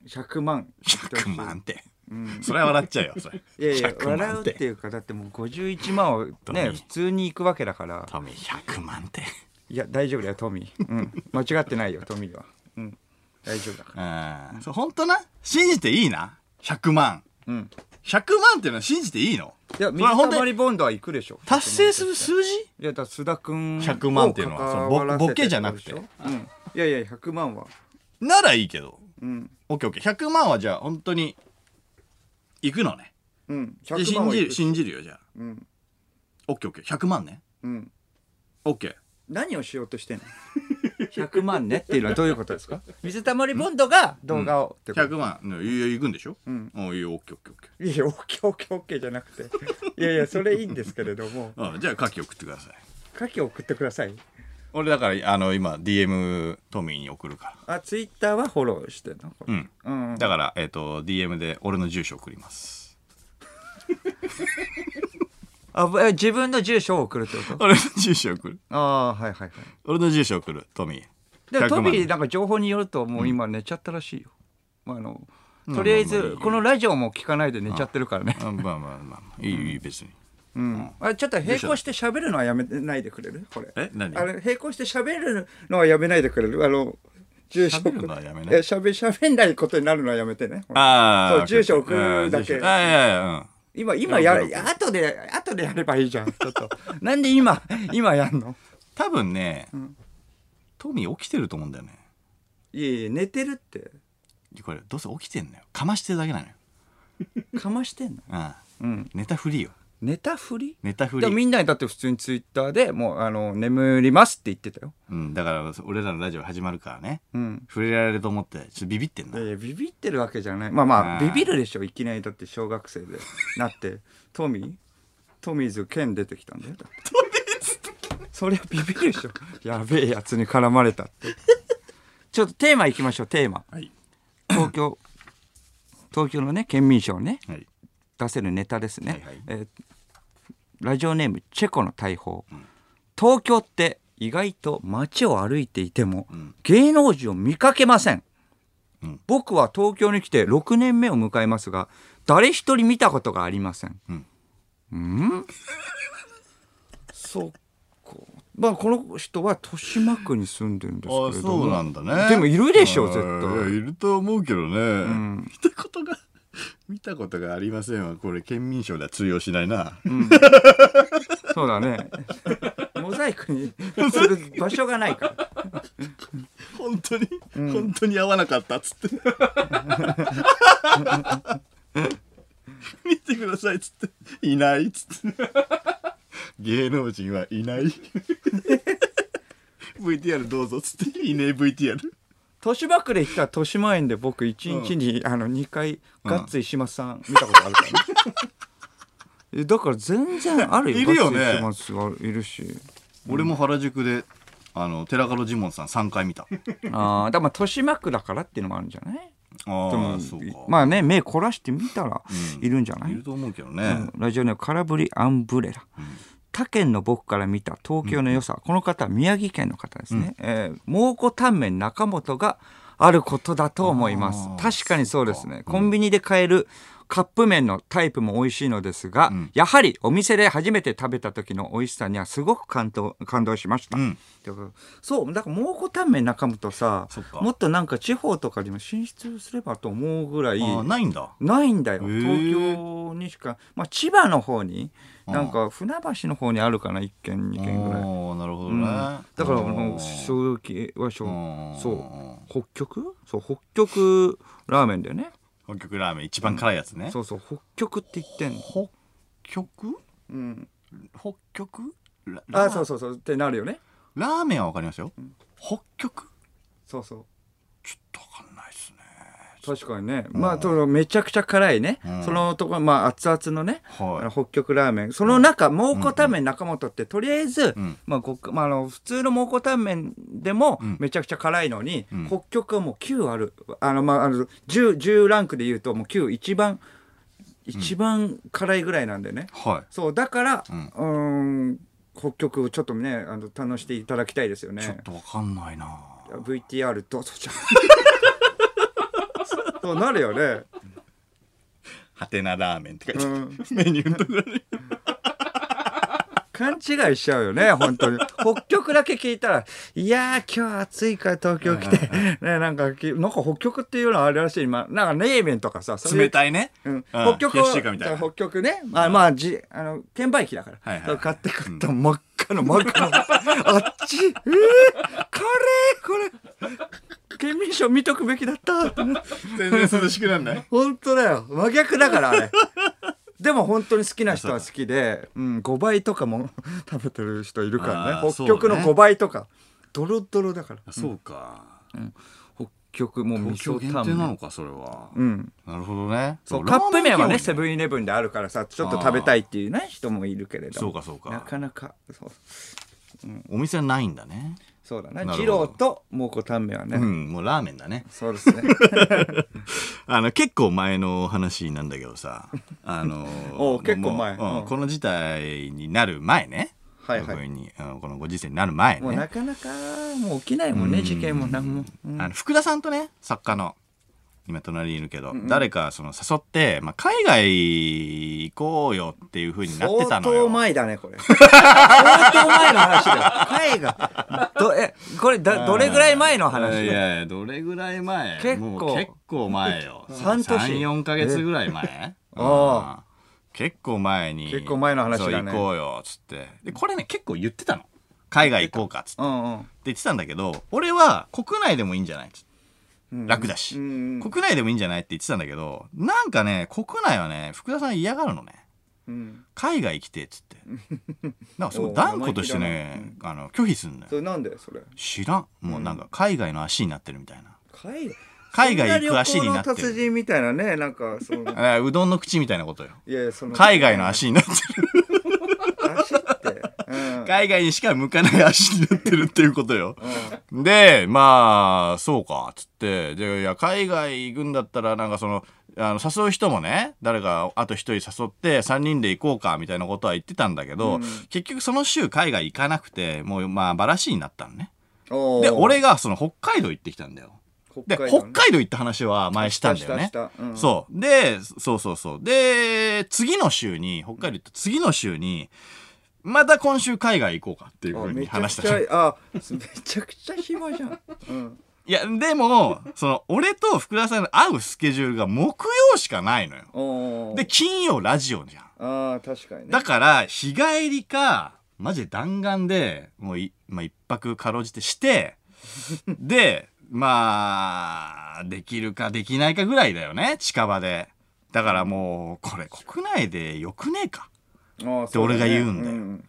100万
<laughs> 100万って。
うん
それは笑っちゃうよ、それ。
い
<laughs>
やいや
100
笑
万
うっていうかだってもう51万をね
ミー
普通に行くわけだから
トミー100万って。
いや大丈夫だよトミー、うん、間違ってないよトミーは、うん、大丈夫だから
うん。そう、ほんとな。信じていいな。100万。
うん
100万っていうのは信じていいの
いや、水
まあほんで
溜りボンドは行くでしょ。
達成する数字
いや、だから須田くん。
100万っていうのはそのボボケじゃなくて
うん。いやいや、100万は。
ならいいけど。
うん。
オッケーオッケー。100万はじゃあ本当に、行くのね。
うん。
じゃあ
100万
信
は
じ
行
る、
く
信じるよ、じゃあ。
うん。
オッケーオッケー。100万ね。
うん。
オッケー。
何をしようとしてんの ?100 万ねっていうのはどういうことですか水溜りボンドが動画をってこと。
100万。ねいや、行くんでしょ
うん。
うん、いいよ、オッケーオッケーオッケ
いやいや、オッケーオッケーオッケーじゃなくて。いやいや、それいいんですけれども、
ー。うん、じゃあ、牡蠣送ってください。
牡蠣を送ってください。
俺だから、あの、今、DM トミーに送るか
あ、ツイッターはフォローしてんの
ら。うん。
うん。
だから、えっ、と、DM で俺の住所送ります。
あぶえ自分の住所を送るってこと
俺の住所送る。
ああ、はいはいはい。
俺の住所送る、トミー。
でも
100
ト
万
ビーなんか情報によるともう今寝ちゃったらしいよ、まあ、あのとりあえ
まあまあまあいい
ず
よ
このラジオも聞かないで寝ちゃってるからね、
あまあまあまあまあ、いいよいいよ、別に。
うん、あちょっと並行して喋るのはやめないでくれるこれ
え何
あれ並行して喋るのはやめないでくれるあの住所
喋るのはやめない
え喋喋んないことになるのはやめてねほら
ああ。
そう住所送るだけ
あー住所あ、いやいや、うん。
今今や
いや
る後で後でやればいいじゃんちょっとなんで今今やんの
多分ね、トミー起きてると思うんだよね。
いやいや寝てるって
これ、どうせ起きてんのよ。かましてるだけなのよ。
かましてんの
う
うん
ん。ネタフリーよ。
寝たふり
ネタフリ
でも
ー。
みんなにだって普通にツイッターでもうあの眠りますって言ってたよ。
うん、だから、俺らのラジオ始まるからね。
うん。
触れられると思って、ちょっとビビってん
い
な
や。いやビビってるわけじゃない。まあまあ
あー
ビビるでしょいきなりだって小学生でな <laughs> ってトミートミーズ剣出てきたんだよ。だってそりゃビビるでしょ。やべえやつに絡まれたって。ちょっとテーマいきましょうテーマ。
はい。
東京東京のね県民賞ね
はい。
出せるネタですね。
はいはい
えーラジオネームチェコの大砲、東京って意外と街を歩いていても、
ん
芸能人を見かけません、
うん
僕は東京に来て6年目を迎えますが誰一人見たことがありません
うん
うんそっかまあこの人は豊島区に住んでるんですけ
あ
れども
そうなんだね
でもいるでしょ絶
あーい
対
やいると思うけどね、
ん
見たことが見たことがありませんわこれ県民賞では通用しないな、
そうだ
<laughs>
ねモザイクにする場所がないから
本当に、本当に合わなかったっつって見てくださいっつっていないっつって芸能人はい <laughs> ない VTR どうぞっつっていねえ VTR
豊島区で行ったら豊島園で僕一日に、あの2回ガッツ石松さん見たことあ
<laughs>
るからね、えだから全然あるよ
いるよね
ガッツ石松はいるし
俺も原宿であの寺門ジモンさん3回見た
ああだからまあ豊島区だからっていうのもあるんじゃない
あ
でも
あそうか
まあね目凝らしてみたらいるんじゃない、
いると思うけどね、
うんラジオネーム空振りアンブレラ、他県の僕から見た東京の良さ、この方は宮城県の方ですね、えー蒙古タンメン中本があることだと思います
あー
確かにそうです
そ
ね
っか
コンビニで買えるカップ麺のタイプも美味しいのですが、
ん
やはりお店で初めて食べた時の美味しさにはすごく感動感動しました、
うん
ってことそうだから蒙古タンメン中本さ
そっか
もっとなんか地方とかにも進出すればと思うぐらい
あーないんだ
ないんだよ
へー
東京にしか、まあ、千葉の方になんか船橋の方にあるかな1軒2軒ぐらい、
おーなるほど
うん
ね、
だからも
も
う衝撃はしょ
うん
そう北極そう北極ラーメンだよね
北極ラーメン一番辛いやつね、
そうそう北極って言ってんの、
北極
うん、
北極ラ
あそうそうそうってなるよね
ラーメンはわかりますよ、北極
そうそう
ちょっとわかんないですね
確かにね、まあそのめちゃくちゃ辛いね、
うん
そのとこまあ熱々のね、
はい
あの北極ラーメンその中蒙古タンメン中本ってとりあえず、
うん
まあ、ごくまあ、あの普通の蒙古タンメンでも
うん
めちゃくちゃ辛いのに、
うん
北極はもう9あるあの、まあ、あの 10, 10ランクで言うともう9一番一番辛いぐらいなんでね、
はい
そうだからう
うん
ーん北極をちょっとねあの楽しんでいただきたいですよね。
ちょっとわかんないな
VTR どうぞじゃあ <laughs> そうなるよね、
はてなラーメンって書いて
う
ある、
ん、
メニューのところに
勘違いしちゃう
<laughs>
よね、本当に。北極だけ聞いたら、いやー、今日暑いから東京来て、ね、なんかき、なんか北極っていうのはあれらしい、今、なんか冷麺とかさ、そういう
冷たいね。
うん、
うん
北極
冷や
を
し中華みたいな
北極ね、まあまあじあの券売機だから、
はいはいはい
買ってくった真っ赤の真っ
<laughs>
赤のあっちえー、カレーこれ県民賞見とくべきだった
<laughs> 全然涼しくなん <laughs> ない。
本当だよ真逆だから
<laughs>
あれでも本当に好きな人は好きで、うん、5倍とかも <laughs> 食べてる人いるから
あ
ね
ー
北極の
そうね
5倍とか、ドロドロだから
そうか。
北極もう味
東京
噌
限
タ
定
ンメ
な
ン
のか、それは。
うん
なるほどね。
そう
ラ
カ
ーメ
ップ
ン
麺は
興
ね
味
セブンイレブンであるからさちょっと食べたいっていうね人もいるけれど
そうか、そう
な
か。
かなかそう
お店ないんだね。
そうだ
な
な
るほど
二郎と蒙古タンメンはね、
うん、もうラーメンだね。
そうですね
あの結構前の話なんだけど
<laughs>
さあの
おう結構前
もううん
うん
この事態になる前ね
はいはい
こういうふうに、うんこのご時世になる前
もうな
ね
かなかもう起きないもんね事件も何も、うん
あの福田さんとね作家の今隣にいるけど、誰かその誘って、まあ、海外行こうよっていうふうになってた
相
の
当
よ
前だねこ
<laughs>
れ相当前の話だよ海外どえこれだ <laughs> どれぐらい前の
い
話
やいやどれぐらい前
結構
もう結構前よ
半年
34か月ぐらい前
あ
うん結構前に
結構前の話だね
そう行こうよっつってでこれね結構言ってたの海外行こうかっつって
うんうん
言ってたんだけど俺は国内でもいいんじゃないっつって
うん
楽だし、
うん
国内でもいいんじゃないって言ってたんだけどなんかね国内はね福田さん嫌がるのね
うん
海外行きてっつっ
<laughs>
てなんかすごい
お
断固として
生意
ねあの拒否すんのよ
それなんでそれ
知らんもうなんか海外の足になってるみたいな
海外
海外行く足になって
そん旅行の達
る。
人みたいなねなんかその
えーうどんの口みたいなことよ。
いやいやその
海外の足にな
<laughs>
ってる。
足って、
<laughs>
うん、
海外にしか向かない足になってるっていうことよ。で、まあ、そうか、つって。で、いや、海外行くんだったら、なんかその、あの、誘う人もね、誰かあと一人誘って、三人で行こうか、みたいなことは言ってたんだけど、
うん
結局その週海外行かなくて、もう、まあ、バラシになったのね。
おー
で、俺がその北海道行ってきたんだよ。で、北
道ね
海道行った話は前したんだよね。
したしたうん
そう。で、そうそうそう。で、次の週に、北海道行った次の週に、また今週海外行こうかっていうふうに話したじゃん。い
あめちゃくちゃあめちゃくちゃ暇じゃん、うん、
や、でも、その、俺と福田さんの会うスケジュールが木曜しかないのよ。
おー
で、金曜ラジオじゃん。
あー確かにね
だから、日帰りか、マジで弾丸で、もうい、まあ、一泊かろうじて
<laughs>
して、で、まあ、できるかできないかぐらいだよね、近場で。だからもう、これ国内でよくねえか。
ああ
て俺が言うんだよ
ん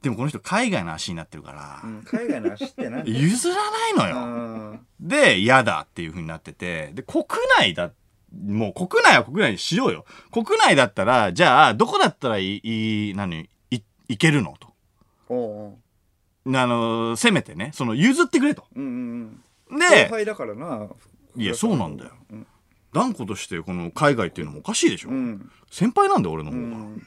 でもこの人海外の足になってるから、
うん海外の足ってない
譲らないのよ。で、嫌だっていう風になってて、で、国内だ、もう国内は国内にしようよ。国内だったら、じゃあ、どこだったらいい、いい何、い、いけるのと。
おお
あの、せめてね、その、譲ってくれと。
ううんうんうん後
で、
輩だからない
や、そうなんだよ。断固として、この海外っていうのもおかしいでしょ。
うん
先輩なんだよ、俺の
う
方が。
ん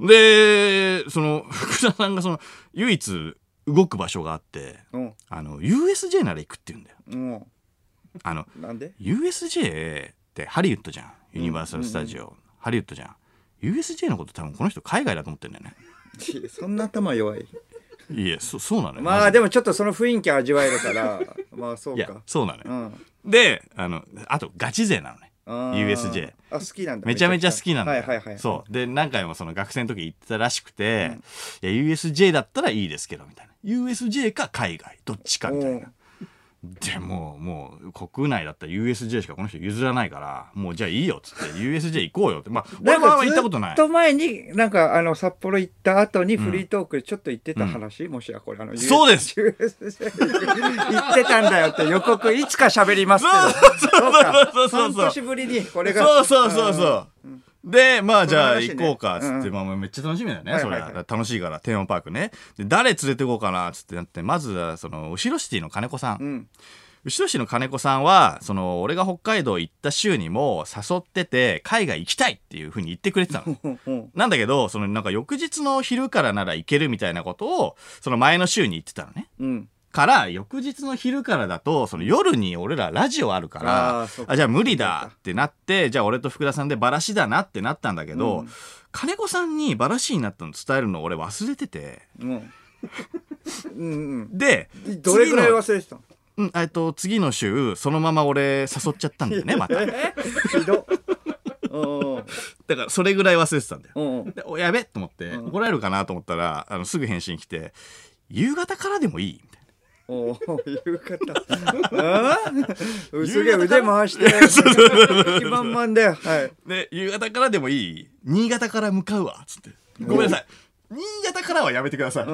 で、その、 <laughs> 福田さんがその、唯一動く場所があって、
うん
あの、USJ なら行くって言うんだよ。
うん
あの、
なんで
USJ ってハリウッドじゃんユニバーサル・スタジオ、ハリウッドじゃん USJ のこと多分この人海外だと思ってんだよね
いやそんな頭弱い
い
<laughs>
やそそうなのよ
まあ
マジ
でもちょっとその雰囲気味わえるから
<laughs>
まあそう
いや
か
そうなの
う
よ、
ん
であのあとガチ勢なのね
あー
USJ
あ好きなんだ
めちゃめちゃ好きなんだ
は
よ
いはいはい
そうで何回もその学生の時行ってたらしくて、いや USJ だったらいいですけどみたいな USJ か海外どっちかみたいなでもうもう国内だったら USJ しかこの人譲らないからもうじゃあいいよっつって USJ 行こうよってまあ俺もあんま行ったことな
ず
い
っと前に、なんか、あの、札幌行った後にフリートークでちょっと言ってた話、もしやこれ、あの、
そうです
<laughs> USJ 言ってたんだよって予告、いつか喋ります
<laughs>
けど。そう
<laughs>
か
そうそうそうそう
半年ぶりに、これが。
そうそうそうそう。で、まあじゃあ行こうか、つ
その
っ
話ね
て、
うん
まあまあめっちゃ楽しみだよね、
はい
そ
はい
れ
はい
は楽しいから、テーマパークね。で、誰連れて行こうかな、つってなって、まずは、その、後ろシティの金子さん。
うん。
後ろ市の金子さんは、その、俺が北海道行った週にも誘ってて、海外行きたいっていうふうに言ってくれてた
<laughs>
の。
うんうん。
なんだけど、その、なんか翌日の昼からなら行けるみたいなことを、その前の週に言ってたのね。
うん。
から翌日の昼からだとその夜に俺らラジオあるから
あ
<laughs> あ
ーそっか
じゃあ無理だってなってじゃあ俺と福田さんでバラシだなってなったんだけど、
うん
金子さんにバラシになったの伝えるの俺忘れてて
もう。うん
で
うん。どれぐらい忘
<laughs>
れてたの
次の,、うんえっと、次の週そのまま俺誘っちゃったんだよ
<laughs>
ねまただ
えひど。うん
からそれぐらい忘れてたんだよ
うん。うん
でおやべと思って、
うん
怒られるかなと思ったらあのすぐ返信来て「夕方からでもいい?」みたいな
おお、夕
<laughs>
方。ああすげえ腕回
<laughs>
して。一番満だよ。はい。
で「夕方からでもいい新潟から向かうわ」っつって「ごめんなさい新潟からはやめてください」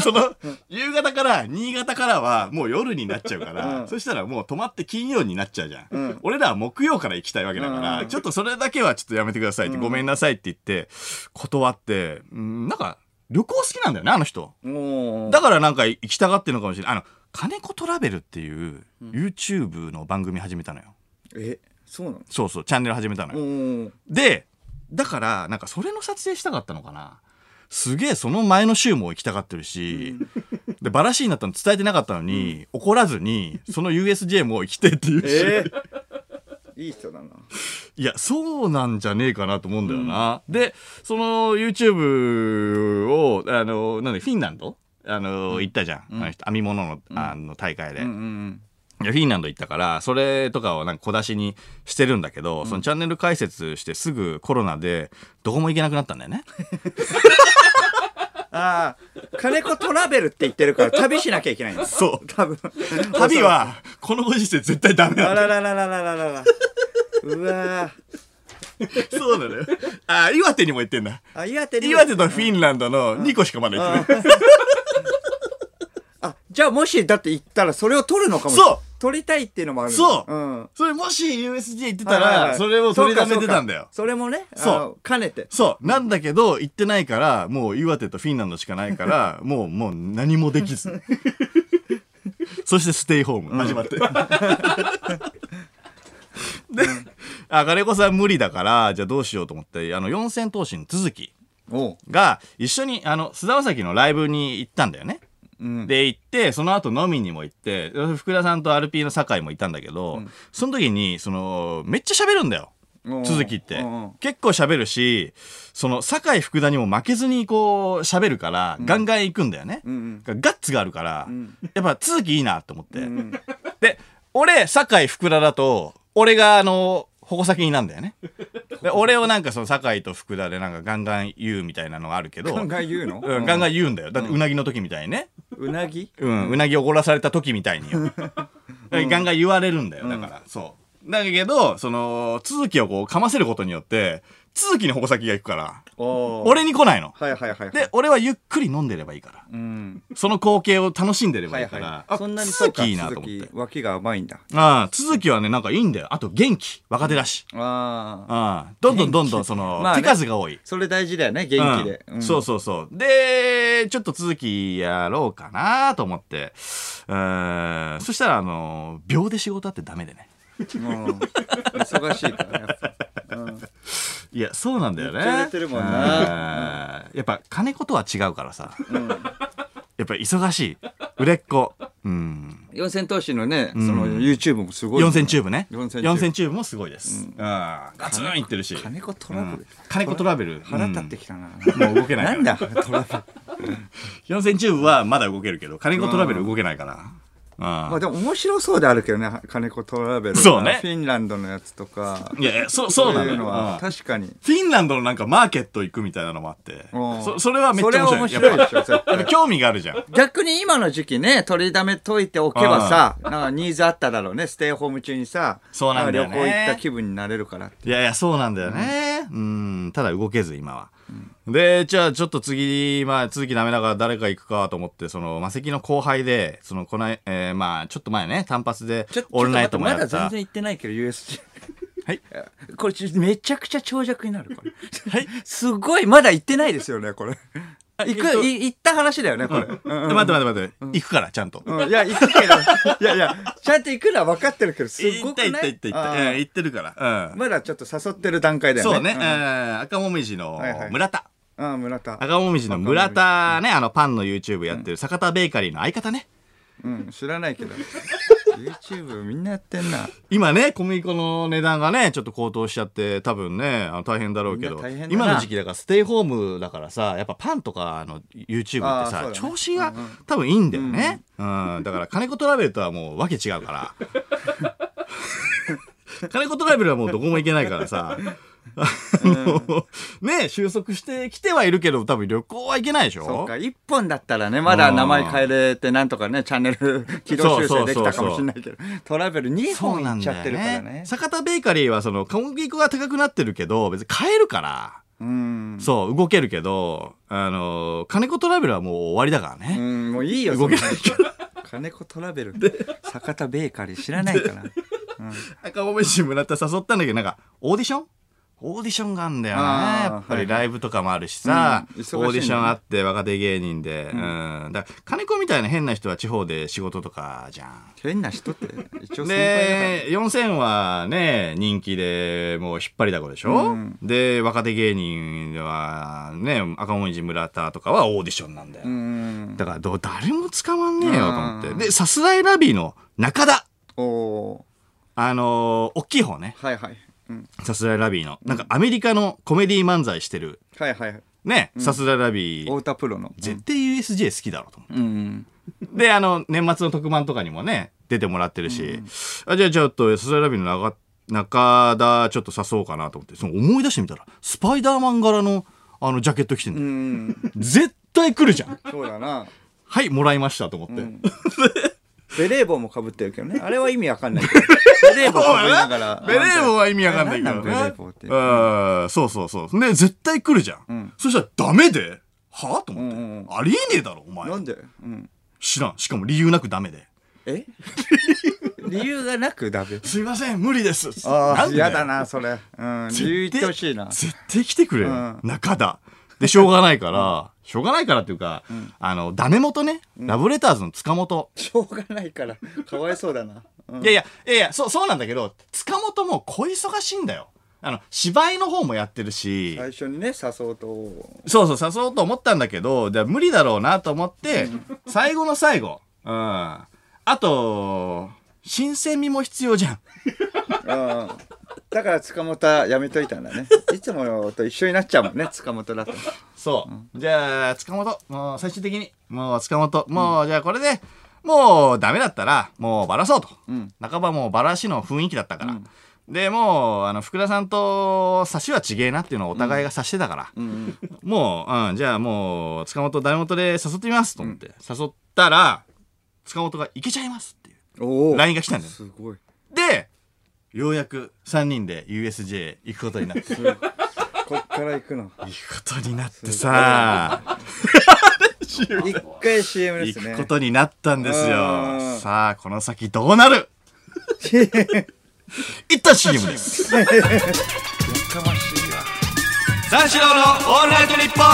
<laughs> その、夕方から新潟からはもう夜になっちゃうから、
うん
そしたらもう泊まって金曜になっちゃうじゃん、
うん
俺らは木曜から行きたいわけだから、
うん
ちょっとそれだけはちょっとやめてくださいって、
うん
ごめんなさいって言って断ってうんなんか旅行好きなんだよねあの人
もう。
だからなんか行きたがってるのかもしれない。あの、金子トラベルっていう YouTube の番組始めたのよ。
え、そうなの
そうそう、チャンネル始めたのよ。
うん。
で、だから、なんかそれの撮影したかったのかな。すげえその前の週も行きたがってるし、で、バラシになったの伝えてなかったのに、怒らずに、その USJ も行きてっていうし、
ええ。いい人だな。
いや、そうなんじゃねえかなと思うんだよな。で、その YouTube を、あの、なんで、フィンランドあの、行ったじゃん。あの人編み物の、あの、大会で。
うんうん
いやフィンランド行ったからそれとかをなんか小出しにしてるんだけど、そのチャンネル解説してすぐコロナでどこも行けなくなったんだよね
ああ、金子トラベルって言ってるから旅しなきゃいけないんです。
そう
多分。
旅はこのご時世絶対ダメ
あ
なんだ
らららららららら。うわ
そうなのよ <laughs> あー岩手にも行ってんだ
あ。あ、岩手に。
岩手とフィンランドの2個しかまだ行ってない
あ、じゃあもし、だって行ったらそれを取るのかもしれない。
そう
撮りたいっていうのもある
そう
うん。
それもし USJ 行ってた
はいはいは
ら
い
それを取りだめてたんだよ
そうかそうかそれもね、
そう
う。兼ねて。
そうなんだけど行ってないからもう岩手とフィンランドしかないから
<laughs>
もうもう何もできずそしてステイホーム始まって、で、あ金子さん無理だからじゃあどうしようと思ってあの四千頭身の都築
おう。
が一緒にあの須田将暉のライブに行ったんだよね
うん。
で行ってその後飲みにも行って福田さんと RP の酒井もいたんだけど、その時にそのめっちゃ喋るんだよ
うん
続きって
うん
結構喋るしその酒井福田にも負けずにこう喋るからガンガン行くんだよね、
うん
ガッツがあるから、
ん
やっぱ続きいいなと思って、
うん。
で俺酒井福田だと俺があの矛先になんだよねで俺をなんかその酒井と福田でなんかガンガン言うみたいなのがあるけど
ガンガン言うの
うん、ガンガン言うんだよだってうなぎの時みたいにね、
うなぎ
うん、うなぎおごらされた時みた
<laughs>
いによ。ガンガン言われるんだよ。だから、そう。だけど、その、続きをこう、かませることによって、続きに矛先が行くから、
おう
俺に来ないの。
はいはいはい。
で、、俺はゆっくり飲んでればいいから。
うん。
その光景を楽しんでれば
はいい
いから、
は
あ
い。そんなにそう
続
か
きいいなと思って
続。き脇が甘いんだ。
ああ、続きはね、なんかいいんだよ。あと元気。若手だし。
ああ。
ああ、どんどんどんどん、その、
まあね
手数が多い。
それ大事だよね、元気で。
うんそうそうそうでちょっと続きやろうかなと思ってうーんそしたらあの秒で仕事あってダメでね
うん。うん忙しいから、やっぱ。
いやそうなんだよね
めっちゃ売れてるもんな
うんやっぱ金子とは違うからさ
うん。
やっぱ忙しい売れっ子うん
四千頭身の
ん
ね、その YouTube もすごい、
四千チューブね
四千チューブ
四千チューブもすごいです、うん、ガツンいってるし
金子トラブル、
うん金子トラベル
腹立ってきたな、
もう動けないから
なんだトラブル
四千チューブはまだ動けるけど金子トラベル動けないからうん
まあでも面白そうであるけどね金子トラベルとか
そうね
フィンランドのやつとか
いやいやそそうなんだ
い
よ
うの
う
は
ん
確かに
フィンランドのなんかマーケット行くみたいなのもあって
うん
そそれはめっ
そ
ち
れ
ゃ
は
面
面
白い
白いでしょ絶
やっぱ
対
興味があるじゃん
逆に今の時期ね取りだめといておけばさなんかニーズあっただろうねステイホーム中にさ
そうなんだよね
か旅行行った気分になれるから
いやいやそうなんだよねうんただ動けず今は、でじゃあちょっと次まあ続きダメだから誰か行くかと思ってそのマセキの後輩でそのこない、えーまあちょっと前ね単発で
ちょ
オールナイト
ち
も
ょっと待
や
ってまだ
った
全然行ってないけど USJ
はい
これちょめちゃくちゃ長尺になるこれ、すごいまだ行ってないですよねこれ行
えっと
くい行った話だよねこれ、うん
待って待って待って、行くからちゃんと、
うんいや行くけど <laughs> いやいやちゃんと行くのは分かってるけどす
行
ご
っ
く
た
ない
行った行った行った、
あー
うん行ってるから、うん
まだちょっと誘ってる段階だよね
そうね、えー赤もみじの
はいはい
村田、
うんああ村田
赤もみじの村田ね、あのパンの YouTube やってる坂田ベーカリーの相方ね。
うん、知らないけど。YouTube みんなやってんな。
今ね、小麦粉の値段がね、ちょっと高騰しちゃって、多分ね、あの大変だろうけ
み
ど
んな大変、だな
今の時期だからステイホームだからさ、やっぱパンとかあの YouTube って
あー
さ、
そうだね
調子が多分いいんだよね。うん、だから金子トラベルとはもうわけ違う
<laughs>
から。金子トラベルはもうどこも行けないからさ、あの <laughs> ね、収束してきてはいるけど、多分旅行は行けないでしょ
そうか、一本だったらね、まだ名前変えれて、なんとかね、チャンネル <laughs> 軌道修正できたかもしれないけど、トラベル2
そう
本
ないん
っちゃっ
だ
て
よ
るから
ね
ね。。
坂田ベーカリーはその小麦粉が高くなってるけど、別に買えるから。
うん。
そう、動けるけど、あの、金子トラベルはもう終わりだから
う
ね。
ん、もういいよ、
動け
そん
ない
金子トラベル、坂田ベーカリー知らないか
<laughs>
な。
赤もめし村田誘ったんだけど、なんか、オーディションオーディションがあんだよね。
あー
やっぱ
は
り
いはい
ライブとかもあるしさ、
うん忙しいんだね
オーディションあって若手芸人で、うん。だから、金子みたいな変な人は地方で仕事とかじゃん。
変な人って、一応先輩だか
で、4000はね、人気でもう引っ張りだこでしょ、
うん
で、若手芸人はね、赤もみじ村田とかはオーディションなんだよ。
ら。うん。
だからどう誰も捕まんねえよと思って。
うん
で、さすらいラビーの中田。
おお
あのー大きい方ね。
ーはいはい。うん。
さすらいラビーの。なんかアメリカのコメディ漫才してる。
はいはい。
ね、さすらいラビー。
太田プロの。
絶対 USJ 好きだろうと思って。
うん。
で、あの、年末の特番とかにもね、出てもらってるし。あじゃあちょっと、さすらいラビーの中中田ちょっと誘おうかなと思って、その思い出してみたら、スパイダーマン柄の、あの、ジャケット着てん
う
の、
ん。
絶対来るじゃん。
そうだ <laughs> な。
はい、もらいましたと思って。
んベレー帽もかぶってるけど <laughs> ね。あれは意味わかんない <laughs> けど。ベレー帽かぶりながら。
ベレー帽は意味わかんないけどね。
なんなんベレー帽って
うん、そうそうそう。ね、絶対来るじゃん。
ん
そしたらダメではと思って、
うんうん
ありえねえだろ、お前
な。んでうん。
知らん。しかも理由なくダメで。
え <laughs> 理由がなくダメ。
すいません、無理です。
ああ、
なんで
嫌だ。な、それ。うん。理由言ってほしいな。
絶対来てくれよ、
うん
中田。で、しょうがない
<laughs>
から、しょうがないからっていうか、あの、ダメ元ね。ラブレターズの塚本。
しょうがないから、かわいそうだな。うん
いやいや、いやいや、そう、そうなんだけど、塚本も小忙しいんだよ。あの、芝居の方もやってるし。
<laughs> 最初にね、誘うと。
そうそう、誘おうと思ったんだけど、じゃあ無理だろうなと思って、最後の最後。うん。あと、新鮮味も必要じゃん。
うんだから塚本はやめといたんだね。いつもと一緒になっちゃうもんね、塚本だと。
そう。じゃあ、塚本、もう最終的に、もう塚本、もうじゃあこれで、もうダメだったら、もうバラそうと。
うん。
半ばもうバラしの雰囲気だったから。
うん
で、もう、あの、福田さんと差しは違えなっていうのをお互いが差してたから。
うん
もう、うん、じゃあもう、塚本、ダメ元で誘ってみますと思って、誘ったら、塚本がいけちゃいますっていう。
うん。おお。
LINE が来たんだよ
すごい。
で、ようやく3人で USJ 行くことになって。行く
こっから行くの。
ことになってさ、
一回 CM で
行
すね。
くことになったんですよ
うん。
さあ、この先どうな
<laughs>
る一旦 CM です。
かましいわ。
三四郎のオールナイトニッポン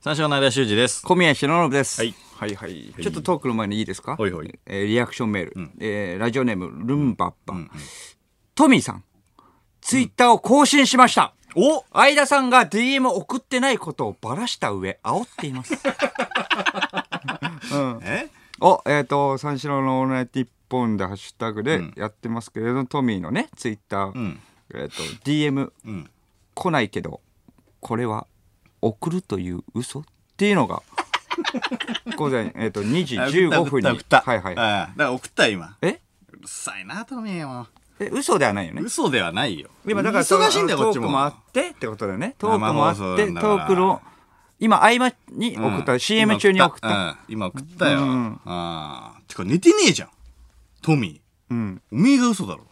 三四郎の間修二です。
小宮弘信です。
はい。
はいはい。ちょっとトークの前にいいですか
ほいほい。
えーリアクションメール。えーラジオネーム、ルンバッパ。
ん
トミーさん、ツイッターを更新しました。
お
相田さんが DM 送ってないことをばらした上、煽ってい
<laughs>
ます。うん。
え
を、えー、と三四郎の「オールナイトニッポン」でハッシュタグで
ん
やってますけれど、トミーのねツイッター、
ん
えー、と DM
うん。
来ないけどこれは送るという嘘っていうの <laughs> が午前、えー、と2時15分に
送った
はいはい、
ああだから送った今。
え
うるさいな、トミーも。
え嘘ではないよね
嘘ではないよ。
今だからその
忙しいんだよ、こっち
トー
も。
クもあってってことだよねトークもあって
生放送なんだから
トークの今合間に
うん
送った、CM 中に送った、
今送った,、うん、今送ったよ、
うん
ああてか寝てねえじゃんトミー
うん、
おめえが嘘だろ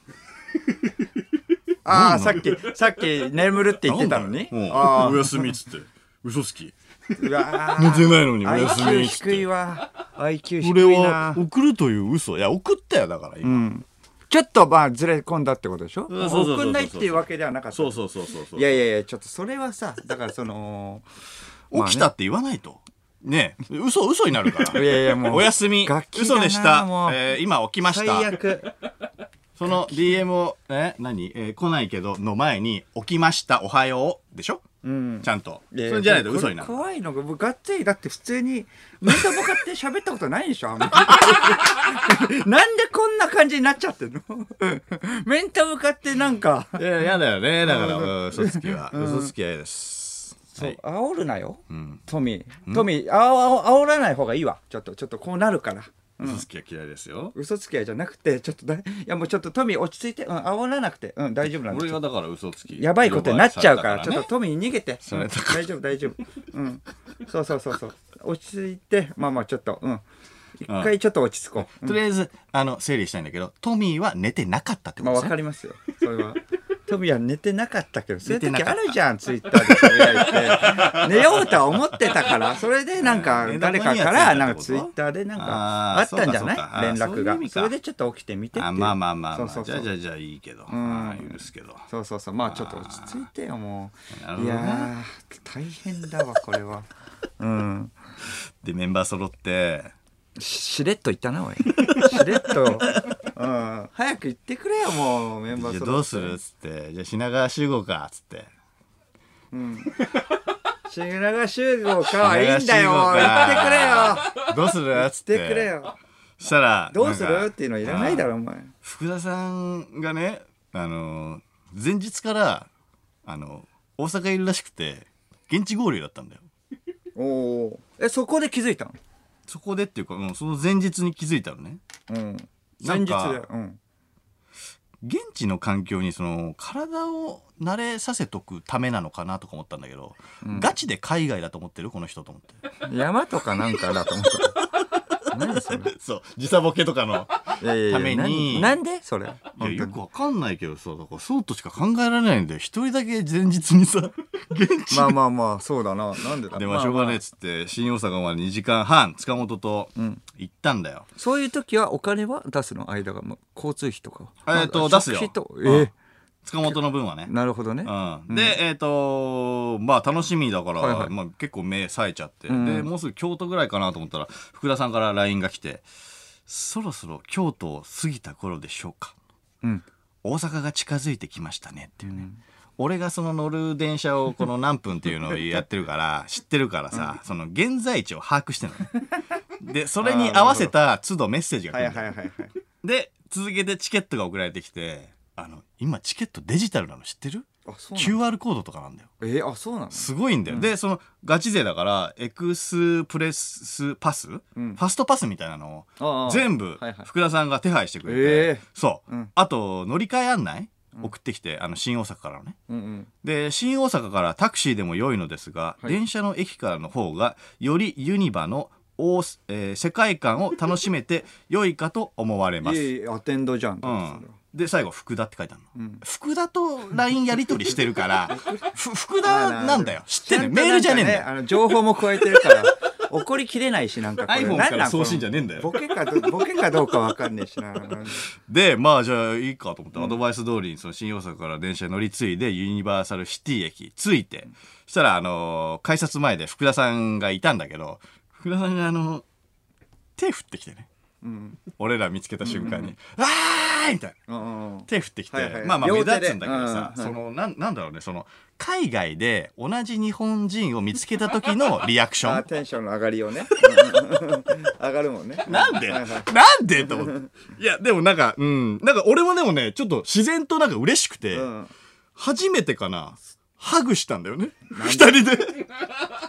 ああさっきさっき眠るって言ってたのに
うん
あ
おやすみっつって嘘つき
ーうわー
寝てないのにおやすみ
IQ
っつっ
低い
て
わ IQ
俺
低い
は
な
送るという嘘いや送ったよだから今、
うんちょっとまあずれ込んだってことでしょ
うんそうそうそうそう
送んないっていうわけではなかった
そうそうそうそうそう
いやいやいやちょっとそれはさだからその
起きたって言わないとねえ嘘嘘になるから <laughs>
いやいやもう
おやすみ
ガキだな
嘘でした
もう、
えー今起きました
最悪
その DM を、え、何えー来ないけど、の前に、起きました、おはよう、でしょ
うん
ちゃんと。そ
いや
れじゃないと嘘にな
こ
る
れ。怖いのが、もうがっつり、だって普通に、面と向かって喋ったことないでしょあんま
<laughs>
なんでこんな感じになっちゃってんの <laughs> 面と向かってなんか、
いや、やだよね。だから、うん嘘つきは。嘘つきは嫌です。
そ
は
う
い。
煽るなよ。
うん。
トミー。トミー、あおあお煽らない方がいいわ。ちょっと、ちょっとこうなるから。
嘘つきは嫌いですよ。
嘘つき合いじゃなくて、ちょっとだい、いやもうちょっとトミー落ち着いて、うん、煽らなくて、うん、大丈夫なん
俺
で
がだから嘘つき。
やばいことになっちゃうから、ちょっと
ね
トミー逃げて。
それだ
うん大丈夫、大丈夫。うん。そうそうそうそう。落ち着いて、まあまあちょっと、うん。一回ちょっと落ち着こう。
とりあえず、あの、整理したいんだけど、トミーは寝てなかったってこ
まあ
と
わ
です
か
ね。
りますよ。それは。 <laughs> トミーは寝てなかったけど、そういう
寝て
時
なか
あ
った
るじゃん、ツイッターでつぶや
<laughs>
いて。寝ようとは思ってたから、それでなんか
うん寝、
誰
床
か
には
から、
ついたってこと
なんかツイッターでなんか、
あー
あったんじゃない
そうかそうかあー
連
そうい
絡
う意
が
味。か
それでちょっと起きてみてってい
あ
う。
まあまあまあま
そう
あ。
そう
じ
そ
ゃあ
う
じゃ。あじゃあいいけど。
ん
あー許すけど。
そうそうそう。まあちょっと落ち着いてよ、も
なるほ
う。い
どね
やー、大変だわ、こ
<laughs>
れは。うん。
で、メンバー揃って、
ししれっと言ったなおいしれっと、うん、早く言ってくれよもうメンバー
じゃあ
揃
どう
って
するっつって、じゃあ品川集合か、つって。
品川集合かはいいんだよ言って
くれよどうするっつっ
くれ
て
よ言ってくれよ
したら
どうする
なん
っ
か
ていうのいらないだろお前
福田さんがねあの前日からあの大阪いるらしくて現地合流だったんだよ
おおえそこで気づいたの
そこでっていうか、うん、その前日に気づいたのね
うん
な
前
ん
日で
か
うん
現地の環境にその体を慣れさせとくためなのかなとか思ったんだけど、ガチで海外だと思ってるこの人と思っ
山とかなんかだと思った何それ
て <laughs> そう時差ボケとかの
いやいやい
た
や
めに
なんなんでそれ
いやよ
本
くわかんないけどさだからそうとしか考えられないんだよ一人だけ前日に <laughs> さ現
当にまあまあまあそうだななんでだ
でまあしょうがねえっつって新大阪まで2時間半塚本と
ん
行ったんだよ、
そういう時はお金は出すの間がもう交通費とかは
えっと
まあ
出すよ
食費と
うん
え
塚本の分はね
なるほどね
うん、で、えっ、とまあ楽しみだから、
はいはい
まあ、結構目冴えちゃって、
ん
でもうすぐ京都ぐらいかなと思ったら福田さんから LINE が来て「そろそろ京都を過ぎた頃でしょうか
うん
大阪が近づいてきましたね」っていうね、俺がその乗る電車をこの何分っていうのをやってるから
<laughs>
知ってるからさ、その現在地を把握してるのね
<laughs>
でそれに合わせた都度メッセージが来
は
る
い
んだ
は
よ
いはいはい。
で続けてチケットが送られてきてあの今チケットデジタルなの知ってる
あ、そうなの。
QR コードとかなんだよ
えー、あ、そうなの。
すごいんだよ、でそのガチ勢だからエクスプレスパス、ファストパスみたいなの
あ
を
あ
全部
はいはい
福田さんが手配してくれて、
ええ
そう、
うん
あと乗り換え案内送ってきて、あの新大阪からのね
うんうん。
で新大阪からタクシーでも良いのですが、
はい
電車の駅からの方がよりユニバの大す、えー世界観を楽しめて良いかと思われま
い
す
えいえ、アテンドじゃん。
う
それ
ん
は、
で最後福田って書いてあるの、
ん
福田と LINE やり取りしてるから
<laughs>
ふ福田なんだよ知ってんの
ちゃんと
メールじゃねえんだ
なんか
よ
あの情報も加えてるから。 <laughs> 怒りきれないし、なんかこれ。
iPhone
なん
から送信じゃねえんだ
なん
よ
このボケかど、ボケかどうかわかんねえしな。
でまあじゃあいいかと思って、アドバイス通りにその新大阪から電車に乗り継いでユニバーサルシティ駅着いて、そしたらあのー改札前で福田さんがいたんだけど福田さんがあの手振ってきてね
うん。
俺ら見つけた瞬間に「わーい!」みたいな。
うんうん。
手振ってきて、
はいはい
まあまあ目
両手で
立つんだけどさ、
うんうん
そのなんなんだろうねその海外で同じ日本人を見つけた時
<laughs>
のリアクショ
あ、
ン
テンションの上がり
<laughs>
をね。上がるもんね。
なんで
は
ない
はい
んでと思っていやでもなんかうんなんか俺もでもねちょっと自然となんか嬉しくて、
うん。
初めてかなハグしたんだよね二人で
<laughs>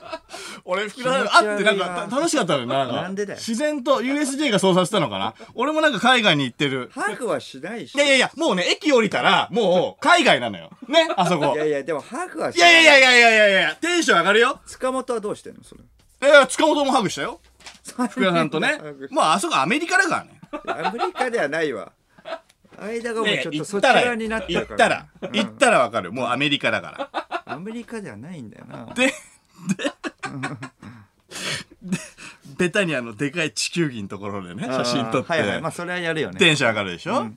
俺福田さん会ってなん
気持ち悪い
か
な
た楽しかったのよなんか
なんでだよ
自然と USJ がそうさせたのかな俺もなんか海外に行ってる
ハグはしないし。
いやいやいやもうね駅降りたらもう海外なのよねあそこ
いやいや、でもハグはし
いやいや
や。
いやいやいやいやいやテンション上がるよ。
塚本はどうしてんのそれ。
いやいや、塚本もハグしたよ。福田さんとね
<laughs> ハグ。
まあ、あそこアメリカだからね。
アメリカではないわ。間がもう
ね
ちょっ
行
とそ
っ
ち
たら
ら
よ、
になって
行
る
っ
か
たら
ら。、
行ったらわかる。もうアメリカだから。
アメリカではないんだよな。
で、で、でベタにあの、でかい地球儀のところでね、 <laughs> 写真撮って、
はいはい。まあそれはやるよね。
テンション上がるでしょ、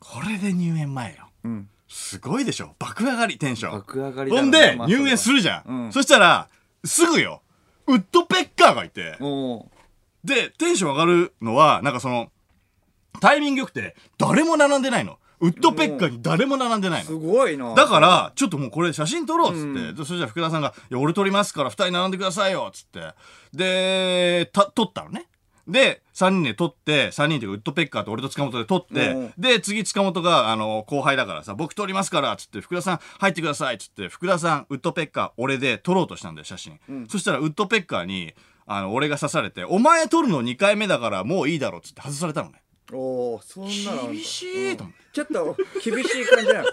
これで入園前よ。
うん。
すごいでしょ爆上がり、テンション。
爆上がりだ
ほ
ろうんな
で
ま、あそれは
入園するじゃん。
うん
そしたら、すぐよ、ウッドペッカーがいて、
おう
で、テンション上がるのは、なんかその、タイミング良くて、誰も並んでないの。ウッドペッカーに誰も並んでない
す
の。
ごいな。
だから、ちょっともうこれ写真撮ろうっつって、
うん
でそしたら福田さんが、いや、俺撮りますから二人並んでくださいよっつって。で、た、撮ったのね。で、3人で撮って、3人というか、ウッドペッカーと俺と塚本で撮って、
うん
で、次塚本が、あの、後輩だからさ、僕撮りますから、つって、福田さん入ってください、つって、福田さん、ウッドペッカー、俺で撮ろうとしたんだよ、写真。
うん
そしたら、ウッドペッカーに、あの、俺が刺されて、お前撮るの2回目だから、もういいだろ、つって外されたのね。
おお、そんなのあんだ
厳しいと思っ
うんちょっと厳しい感じな
ウッ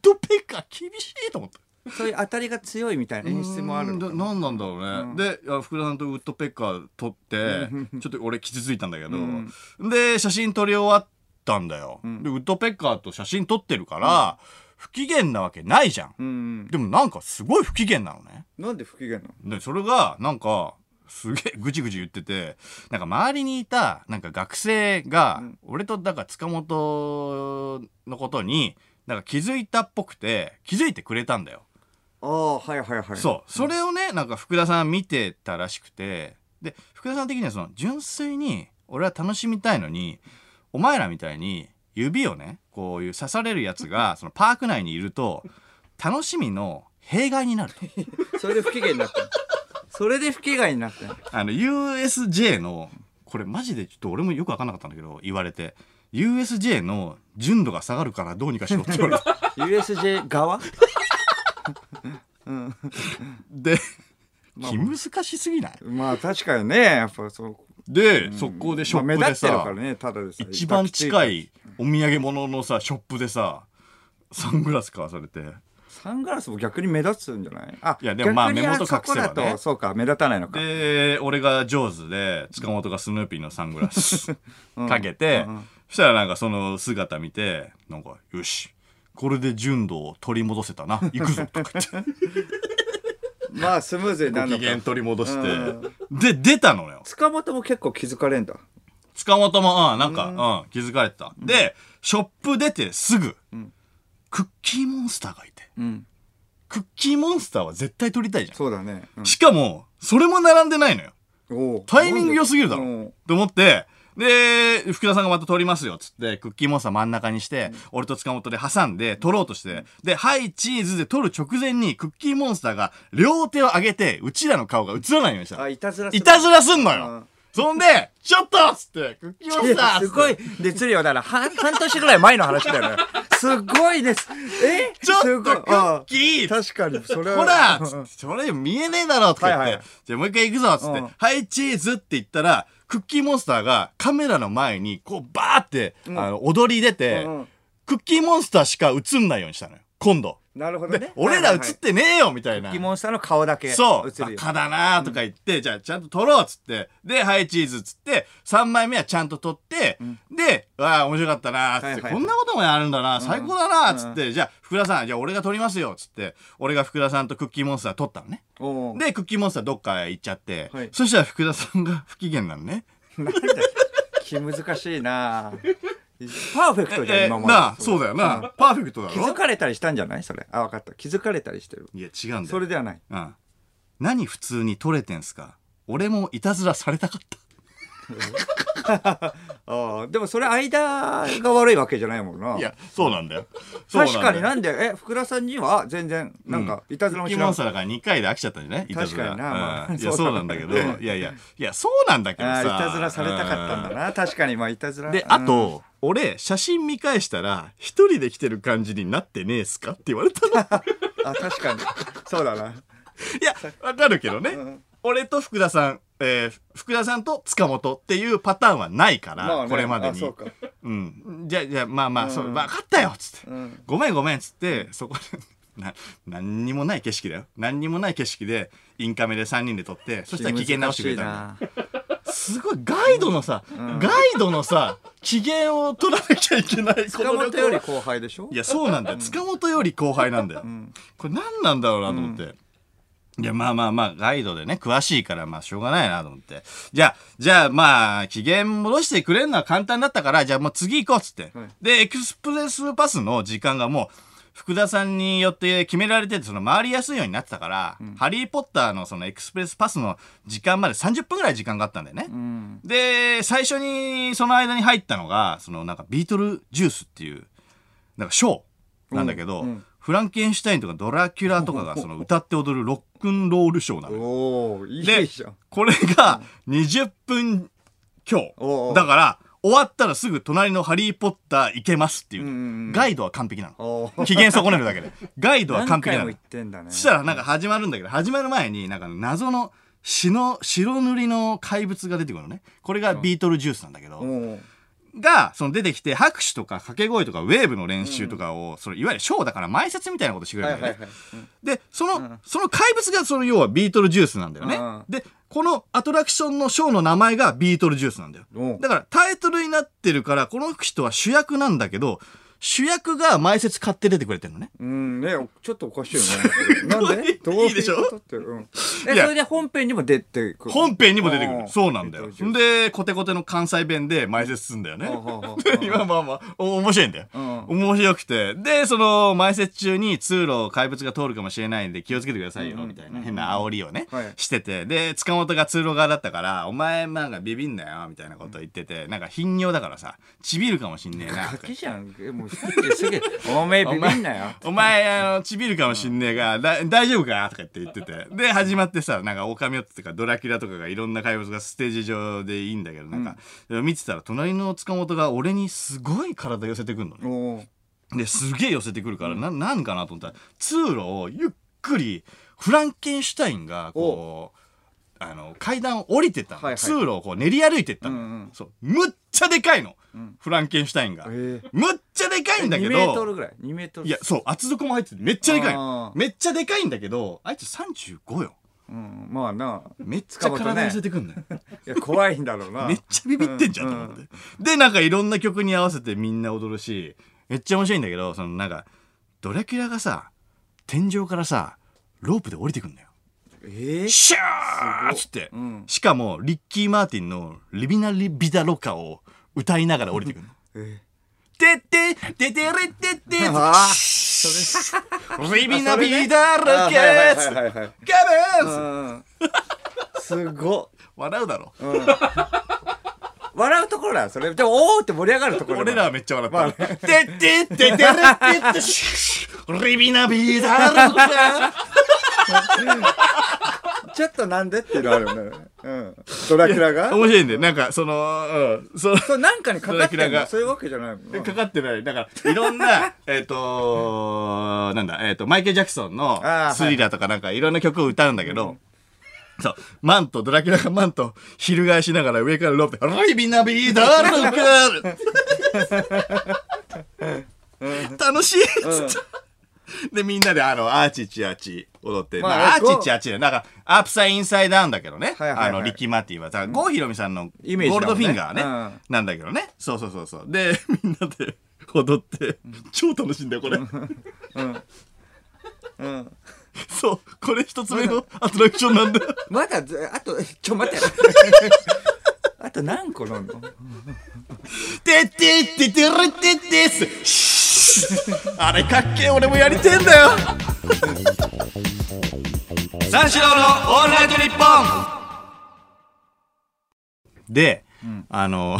ドペッカー厳しいと思った。
の。そういう当たりが強いみたいな演出もあるのか
な
な。
何なんだろうね、
うん
であ福田さんとウッドペッカー撮って <laughs> ちょっと俺傷ついたんだけど、で写真撮り終わったんだよ、
ん
でウッドペッカーと写真撮ってるから、不機嫌なわけないじゃん
うん。
でもなんかすごい不機嫌なのね
なんで不機嫌なの
でそれがなんかすげえぐちぐち言っててなんか周りにいたなんか学生が、
うん
俺とだから塚本のことになんか気づいたっぽくて気づいてくれたんだよ
ああ、はいはいはい。
そうそれをねなんか福田さん見てたらしくてで福田さん的にはその純粋に俺は楽しみたいのにお前らみたいに指をねこういう刺されるやつ
<laughs>
がそのパーク内にいると楽しみの弊害になる
<laughs>
と
それで不機嫌になったの。それで不機嫌になったの。
あの USJ のこれマジでちょっと俺もよく分かんなかったんだけど言われて USJ の純度が下がるからどうにかしろって言
<laughs>
われて <laughs>
USJ 側
で
まあ
気難しすぎない
まあ確かにね、やっぱそう。
で速攻でショ
まあ目
ップ
立
で
って
さ、
るからね、ただでさえ
一番近。いお土産物のさショップでさサングラス買わされて
サングラスも逆に目立つんじゃないあ、
いやでもまあ
逆に
目元隠せばね
そこだとそうか、目立たないのか。
で俺が上手で塚本がスヌーピーのサングラス
<laughs> うん
かけて、
うんうん
そしたらなんかその姿見てなんかよしこれで純度を取り戻せたな行くぞとか言って
まあスムーズに <laughs> な
ご
るの
機
か。
嫌取り戻して、
う
で出たのよ
塚本も結構気づかれんだ。
塚本もうんなんか、うん、気づかれてた、でショップ出てすぐ、
うん
クッキーモンスターがいて
うん。
クッキーモンスターは絶対取りたいじゃん
そうだね。うん
しかも、それも並んでないのよ。
おう
タイミング良すぎるだろ
うん
と思って、で、福田さんがまた撮りますよ、つって、クッキーモンスター真ん中にして、俺と塚本で挟んで、撮ろうとして、で、はい、チーズで撮る直前に、クッキーモンスターが両手を上げて、うちらの顔が映らないようにした
あ、
の。
いたずらする
いたずらすんの
う
よ
ん
そんで、ちょっとっつって、クッキーモン
い
スターっ
や
つ
す
って
ごい熱量だな半半年ぐらい前の話だよねすごいですえ
ちょっと
すごい
ク
あ
ッキー
確かにそれは
<laughs> ほらつってそれ見えねえだろとか言って、
はいはい
じゃあもう一回行くぞっつって、
うん
はいチーズって言ったら、クッキーモンスターがカメラの前にこうバーって、
ん
あの踊り出て、
うんうん
クッキーモンスターしか映んないようにしたのよ、今度。
なるほど
で、
ね
俺ら映
は
っ
いはい
てねえよみたいな。
はい疑問したの顔だけ
そう、
映る
バ
よ
カだなとか言って、じゃあちゃんと撮ろうっつって、で、はいチーズっつって、3枚目はちゃんと撮って、で、わあ、面白かったなーっつって、
はいはい
こんなこともやるんだな、最高だなっつって、じゃあ福田さん、じゃあ俺が撮りますよっつって、俺が福田さんとクッキーモンスター撮ったのね。
おう
で、クッキーモンスターどっか行っちゃって、
はい
そしたら福田さんが <laughs> 不機嫌なのね。
気難しいなパーフェクトじゃん
え
今まで
なあ、そうだよな、パーフェクトだ
気づ
ろ
かれたりしたんじゃないそれあ分かった気づかれたりしてる
いや、違うんだ
そ
よ。
れではない
うん。何普通に撮れてんすか俺もいたずらされたかった。
ああでもそれ間が悪いわけじゃないもんない
や、そうなんだよ。そう
<laughs> 確かに
な
なん
だよ
んでえ福田さんには全然なんかいたずら
クッ
も
キ
し
ーモ
なか
ン
っ
スターだから2回で飽きちゃったんじゃねいたずら。
確かになまあ
うんいや、
<laughs> そ
そうう
な
なんん
だ
だ
け
け
ど
ど、いやいや、いや、そうなんだけどさ。
あーいたずらされたかったんだな確かにまあいたずら
で、
うん
あと、俺、写真見返したら、一人で来てる感じになってねえっすかって言われた
<laughs>
の。
あ確かにそうだない
や、わかるけどね。
うん
俺と福田さん、えー福田さんと塚本っていうパターンはないから、
まあね
これまでに。
あそうか
うん。じゃ、じゃ、まあまあ、
うん
そう、分かったよっつって、
うん
ごめんごめんっつって、そこで、な、何にもない景色だよ。何にもない景色で、インカメで3人で撮って、そしたら機嫌直してくれたんだよ
難しいな
すごい、ガイドのさ、ガイドのさ、機嫌を取らなきゃいけない、こ
塚
の
本
旅行
より後輩でしょ
いや、そうなんだよ。塚本より後輩なんだよ。これ何なんだろうなと思って。いや、まあまあまあ、ガイドでね、詳しいから、まあ、しょうがないなと思って。じゃあ、じゃあ、まあ、機嫌戻してくれるのは簡単だったから、じゃあもう次行こうっつって。
はい
で、エクスプレスパスの時間がもう、福田さんによって決められててその回りやすいようになってたから、ハリー・ポッターのそのエクスプレスパスの時間まで30分ぐらい時間があったんだよね。
うん。
で、最初にその間に入ったのが、そのなんかビートルジュースっていう、なんかショーなんだけど、
うんうん
フランケンシュタインとかドラキュラとかがその歌って踊るロックンロールショーなのよ。
おおいい
で
じゃん。
これが20分強
おうお。う
だから、終わったらすぐ隣のハリーポッター行けますっていう。
うんうんうん
ガイドは完璧なの。
おお。
機嫌損ねるだけで。ガイドは完璧な
何回も
の
言っ。てんだね。
そしたらなんか始まるんだけど、始まる前になんか謎の白白塗りの怪物が出てくるのね。これがビートルジュースなんだけど、
おお。
が、その出てきて拍手とか掛け声とかウェーブの練習とかを、そのいわゆるショーだから前説みたいなことしてくれ
は
る
い
ん
は
だ
い
よ
は
ね
い。。
で、その、その怪物がその要はビートルジュースなんだよね。
うん
で、このアトラクションのショーの名前がビートルジュースなんだよ。
うん
だからタイトルになってるから、この人は主役なんだけど、主役が前説買って出てくれてるのね。
うんね、ちょっとおかしいよね。なんでどう
いいでしょ
うことってうん。え、
いや
それで本編にも出てくる。
本編にも出てく
あー
る。そうなんだよ。で、コテコテの関西弁で前説すんだよね
あ。ああ
で <laughs> 今まあまあ、お面白いんだよ。
あうん
面白くて。で、その、前説中に通路を怪物が通るかもしれないんで気をつけてくださいよ、みたいな変な煽りをね
はい、
してて。で、塚本が通路側だったから、お前なんかビビんなよ、みたいなこと言ってて、なんか頻尿だからさ、ちびるかもしんねえな。
ガキじゃん。えもう30過ぎ。おめえビビんなよ。
お前、あの、ちびるかもしんねえが、だ大丈夫かとか言って言ってて。で、始まってさ、なんか、オカミオットとかドラキュラとかがいろんな怪物がステージ上でいいんだけど、なんか、見てたら、隣の塚本が俺にすごい体寄せてくんのね。
おお。
ですげえ寄せてくるから、ななんかなと思ったら通路をゆっくりフランケンシュタインがこうあの階段を降りてったの、
はいはい
通路をこう練り歩いてったの、
うんうん
そうむっちゃでかいの、
ん
フランケンシュタインが、
え
むっちゃでかいんだけ
2メートル
ど
ぐらい。2メートル。
い
<laughs>
やそう厚底も入っててめっちゃでかい
あ
の
ー
めっちゃでかいんだけどあいつ35よ
うん、まあな。
めっちゃ体寄せてくん
<laughs>
のよ、
いや、怖いんだろうな。
めっちゃビビってんじゃんと思って。で、なんかいろんな曲に合わせてみんな踊るし、めっちゃ面白いんだけど、そのなんか、ドラキュラがさ、天井からさ、ロープで降りてくんだよ。
ええ。
シャーっつって
ごいうん。
しかも、リッキー・マーティンのリビナリビダロカを歌いながら降りてくるの。
え
てって、ててれってって、
あー
シャ
<laughs>
ーリビナビダロカーっつっ
はい
て
はいはいはい。
ガブーンっつって
うん。すごっ。
笑うだろ。
うん。笑うところだ、それ。でも、おーって盛り上がるところ。
俺らはめっちゃ
まあ
笑
ね
った。てってっててれってってシュッシュリビナビーダー
ちょっとなんでっていうのあるよね。うん。ドラキュラが
面白いんだよ。なんか、その、うん、その、
そう、なんかにかかっ
ドラキ
てる
ュラ
の
が
そういうわけじゃないもんな。
かかってない。だから、いろん
<laughs>
な、えっと、なんだ、えっと、マイケル・ジャクソンの
あー
スリラーとかなんかいろんな曲を歌うんだけど、そう、マント、ドラキュラがマント、翻しながら上からロープで、リビナビーダールクール楽しいっつってで、みんなで、あの、アーチチアチ踊って、
ま
ま
あ
あ、ア
こう
ーチチアチで、なんか、アップサインインサイダウンだけどね、
はいはいはい
あの、リッキー・マーティは、さ郷ひろみさんの
イメージ
ゴ
だも
ー
んね
ルドフィンガーね、
うん
なんだけどね。そうそうそうそう。で、 <laughs> みんなで踊って、超楽しいんだよ、これ。
うん。
そう、これ一つ目のアトラクションなんだ。
まだず、あと、ちょ、
<laughs>
待って。あと何個なんの
てってっててるってってす。シーあれかっけえ、俺もやりてえんだよ。三四郎のオールナイトニッポンで、あの、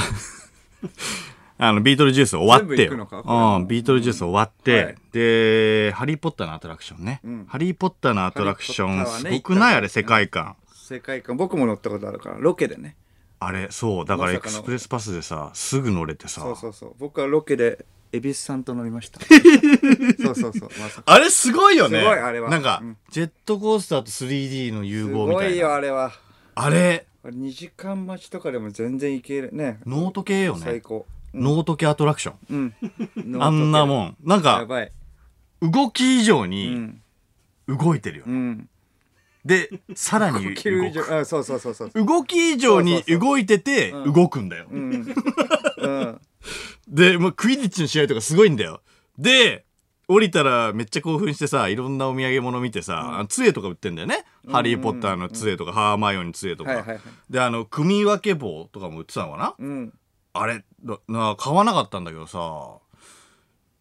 あの、ビートルジュース終わって
全部行
よ。
くのかこれは
うん、ビートルジュース終わって、
はい
で、ハリーポッターのアトラクションね。
ん
ハリーポッターのアトラクショ
ハリー
ン、
ポッターは
す
ね
ごくないあ
行
れ、
っ
世界観。
世界観、僕も乗ったことあるから、ロケでね。
あれ、そう、だからエ
まさか
クス
の
プレスパスでさ、すぐ乗れてさ。
そうそうそう。僕はロケで、恵比寿さんと乗り
<laughs>
ました。そうそうそう。まさか。
あれすごいよね。
すごいあれは
なんか、
うん
ジェットコースターと 3D の融
す
合み
ご
たい
いよ、
な。
あれは。
あれ、
あれ2時間待ちとかでも全然行ける。ね。
ノート系よ
最
ね。
高。
ノート系アトラクション。
うん。
<laughs> あんな
ん。
もん。なん
や
か、
ばい。
動き以上
う
に
ん。
動いてるよね。
うん。
で、さら
<laughs>
に
急
動
以上
く。
うん、そうそうそうそう。
動き以上に動いてて、
そうそうそううん
動くんだよ。
うん。うん。
で、もうクイディッチの試合とかすごいんだよ。で、降りたらめっちゃ興奮してさ、いろんなお土産物見てさ、あの杖とか売ってんだよね。ハリー・ポッターの杖とか、ハーマイオニー杖と
はいはいは
か。
い。
で、あの、組み分け棒とかも売ってたのかな
うん。
あれ、な、な買わなかったんだけどさ、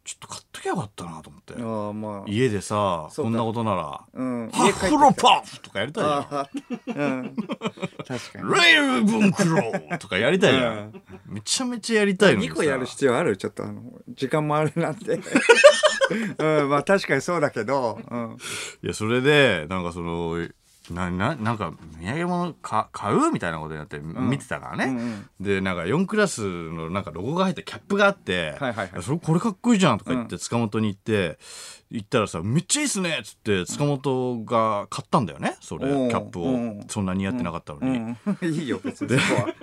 ちょっと買っときゃよかったなと思って
ああまあ
家でさ
そう
こ
か
んなことなら
うん
「ハッフロパフ!」とかやりたいじゃん
あーうん確かに
レイブンクローとかやりたいじゃん。めちゃめちゃやりたいのに
2
さ。
個やる必要あるちょっとあの時間もあれな
<laughs>
んでうんまあ確かにそうだけど、うん、
いや、それで、なんかその、な、な、なんか、土産物か買うみたいなことになって見てたからね。
うんうん
で、なんか4クラスのなんかロゴが入ったキャップがあって、
はいはいはい
それこれかっこいいじゃんとか言って、塚本に行って、行ったらさ、めっちゃいいっすねっつって、塚本が買ったんだよね、それ、
おう
キャップ
う
を
ん。
そんなに似合ってなかったのに。
うん、 <laughs> いいよ
<laughs>
別にそこは、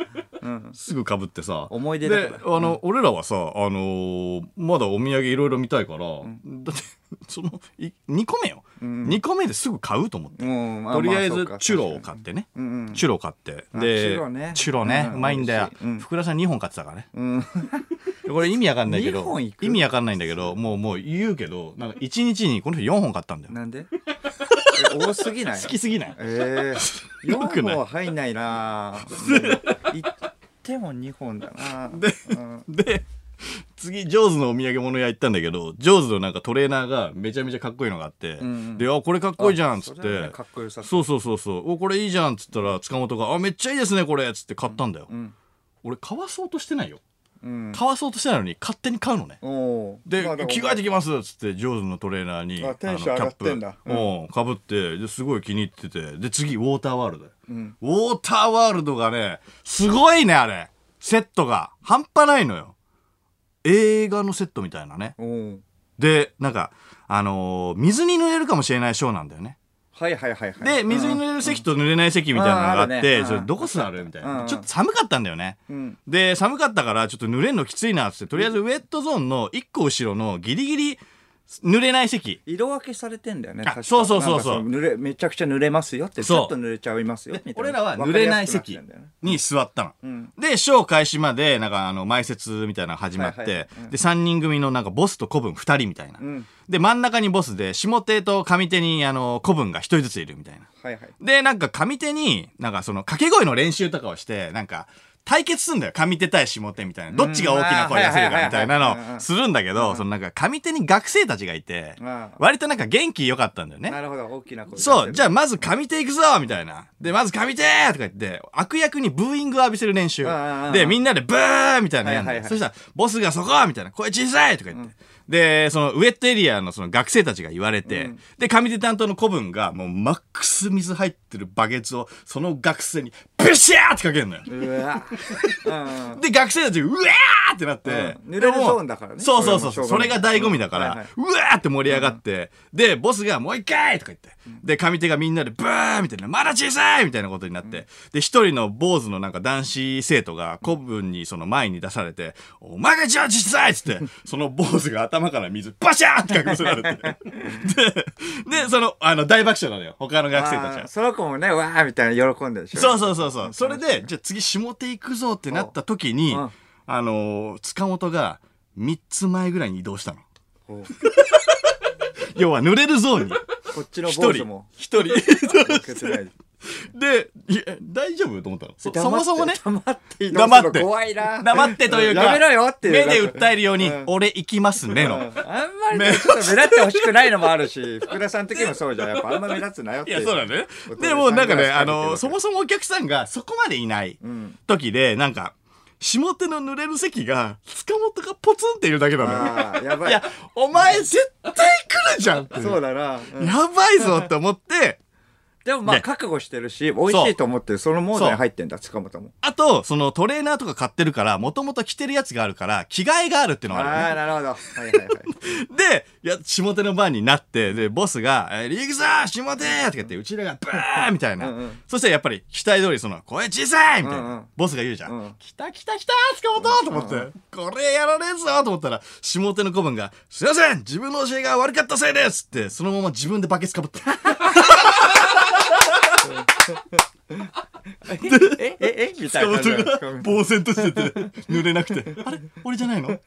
うん、
すぐかぶってさ
思い出だから
であの、俺らはさ、あのーまだお土産いろいろ見たいから、だってそのい2個目よ、
ん
2個目ですぐ買うと思って、
うん
とりあえずチュロを買ってね、
うんうん
チュロ買って
あ
で
チュロね
チュロね
うん
うまいんだよ、
美味しいうん
福田さん2本買ってたからね
うん
これ意味わかんないけ
二
ど
本いく
意味わかんないんだけどもうもう言うけどなんか1日にこの人4本買ったんだよ
なんでえ多すぎない
好きすぎない
ええー、
よく
4
ない
本は入んないなうん行っても2本だなで、うん、
で次ジョーズのお土産物屋行ったんだけどジョーズのなんかトレーナーがめちゃめちゃかっこいいのがあって「
ん
であこれかっこいいじゃん」っつっ
あそれ
て、
はねかっこよさ
そううそうそうそうおこれいいじゃんっつったら塚本が「あめっちゃいいですねこれ」っつって買ったんだよ、
ん
俺買わそうとしてないよ
うん
買わそうとしてないのに勝手に買うのね
おー
で、
まあも
着替えてきますっつってジョーズのトレーナーに
あテンション
あの
上がってんだ
キャップうんかぶってですごい気に入っててで次ウォーターワールドよ、
ん
ウォーターワールドがねすごいねあれセットが半端ないのよ映画のセットみたいなね
おー
でなんかあのー水に濡れるかもしれないショーなんだよね
はいはいはいはい
で、水に濡れる席と濡れない席みたいなのがあって、
うんあるねうん
それどこ座るみたいな、
うん
ちょっと寒かったんだよね。
うん
で、寒かったから、ちょっと濡れるのきついなっつって、とりあえずウェットゾーンの1個後ろのギリギリ濡れない席。
色分けされてんだよね
あ
確か
そうそうそうそう
なんかの濡れめちゃくちゃ濡れますよってち
そう
ょっと濡れちゃいますよみたいな
俺らは濡れない席
わかりやすくなってんだよね
に座ったの。
うん
で、ショー開始まで、なんかあの、前説みたいなの始まって、
はいはいうん
で、3人組のなんかボスと子分2人みたいな。
うん
で、真ん中にボスで、下手と上手にあの、子分が1人ずついるみたいな。
はいはい
で、なんか上手に、なんかその掛け声の練習とかをして、なんか対決するんだよ。上手対下手みたいな。どっちが大きな声出せる
うんあ
か
ー
みたいな
はいはいはいはいうんう
のを
ん
するんだけど、そのなんか上手に学生たちがいて
うん、
割となんか元気良かったんだよね
な。るほど大きな声
そう、じ
ゃ
ゃあまず上手行くぞみたいな。で、まず上手とか言って、悪役にブーイングを浴びせる練習
んうんう。ん
で、みんなでブーみたいなのやんだよ
はいはいはい
そしたら、ボスがそこみたいな、声小さいとか言って。で、そのウェットエリアのその学生たちが言われて、で、上手担当の子分がもうマックス水入ってるバケツをその学生にビシャーってかけるのよ。
うわうん
で、 <laughs> 学生たち、うわーってなって、
うん濡れるゾーンだからね
でもそうそうそう
そ
そ
れ
う、
はも
それ
うしょうがない
が醍醐味だから、
はいはいう
わーって盛り上がって、で、ボスがもう一回とか言って、で、上手がみんなでブーみたいな、まだ小さいみたいなことになって、で、一人の坊主のなんか男子生徒が古文にその前に出されて、お前がじゃあ小さいっつって、その坊主が頭から水バシャーってかきむせられ
<laughs>
て、で、で、その、あの、大爆笑なのよ、他の学生たち
あー
は。
その子もねわーみたいな喜んでるでしょ
そうそうそうそう。それで、じゃあ次下手行くぞってなった時に
うんうん、
あのー塚本が3つ前ぐらいに移動したの。
こう
要は濡れるゾーンに。
こっちの
一
坊主
人
も。
一人。 <laughs>
負けてない
で、いや、大丈夫と思ったの。そ
黙って
そもそもね、
黙って移動
黙
する
っ
の
て。
怖いな
黙ってというか、
やめろよっていう
目で訴えるように
うん、
俺行きますね
うんあ
の
ん。まりねちょっと目立ってほしくないのもあるし福田さん的にもそうじゃんやっぱあんま目立つなよっ
い
て
や、そうだね
お。父
で
さん
も、なんかね、
が
あ
疲れてる
の、
わけ
そもそもお客さんがそこまでいない
うん
時で、なんか、下手の濡れる席が、塚本がポツンっているだけなのよ。
あーやば
い
い
や、お前絶対来るじゃんって。
そうだな、うん
やばいぞって思って、
でもまあ
ね
覚悟してるし美味しいと思ってそのモードに入ってんだ塚本も
あと、そのトレーナーとか買ってるから、もともと着てるやつがあるから、着替えがあるっていうの
あ
があるよ
あー
ね。
なるほどはいはいはい
で、いや、下手の番になって、で、ボスが、えー、リーグさー下手とか言って、うちらが、ブーみたいな。
うんうん
そしたらやっぱり、期待通り、その、声小さいみたいな、
うんうん
ボスが言うじゃん。
うん
来た来た来た塚本と思って、これやられんぞと思ったら、下手の子分が、すいません自分の教えが悪かったせいですって、そのまま自分でバケツかぶって。
えええみたい
塚
な
本が呆然としてて濡れなくてあれ俺じゃないのあれ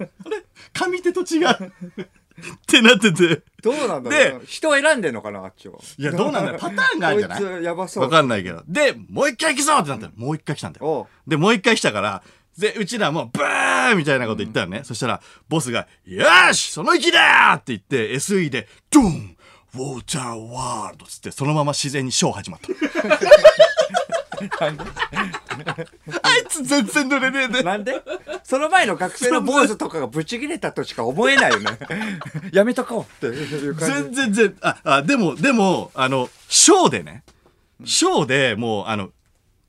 上手と違うってなってて
どうなんだろう
で
人選んでんのかなあっちはい
やどうなんだろうパターンがある
こ
ん
い
じゃない
つやばそう
わかんないけどでもう一回行くぞってなったらもう一回来たんだよ
おう
でもう一回来たからで、うちらもブーみたいなこと言ったのね。そしたら、ボスが、よしその意気だって言って、SE で、ドンウォーターワールドつって、そのまま自然にショー始まった。 <laughs> あいつ全然乗れねえで。
なんでその前の学生の坊主とかがブチ切れたとしか思えないよね。 <laughs> やめとこうっていう感じ。
全然全ああでもでもあのショーでねショーでもうあの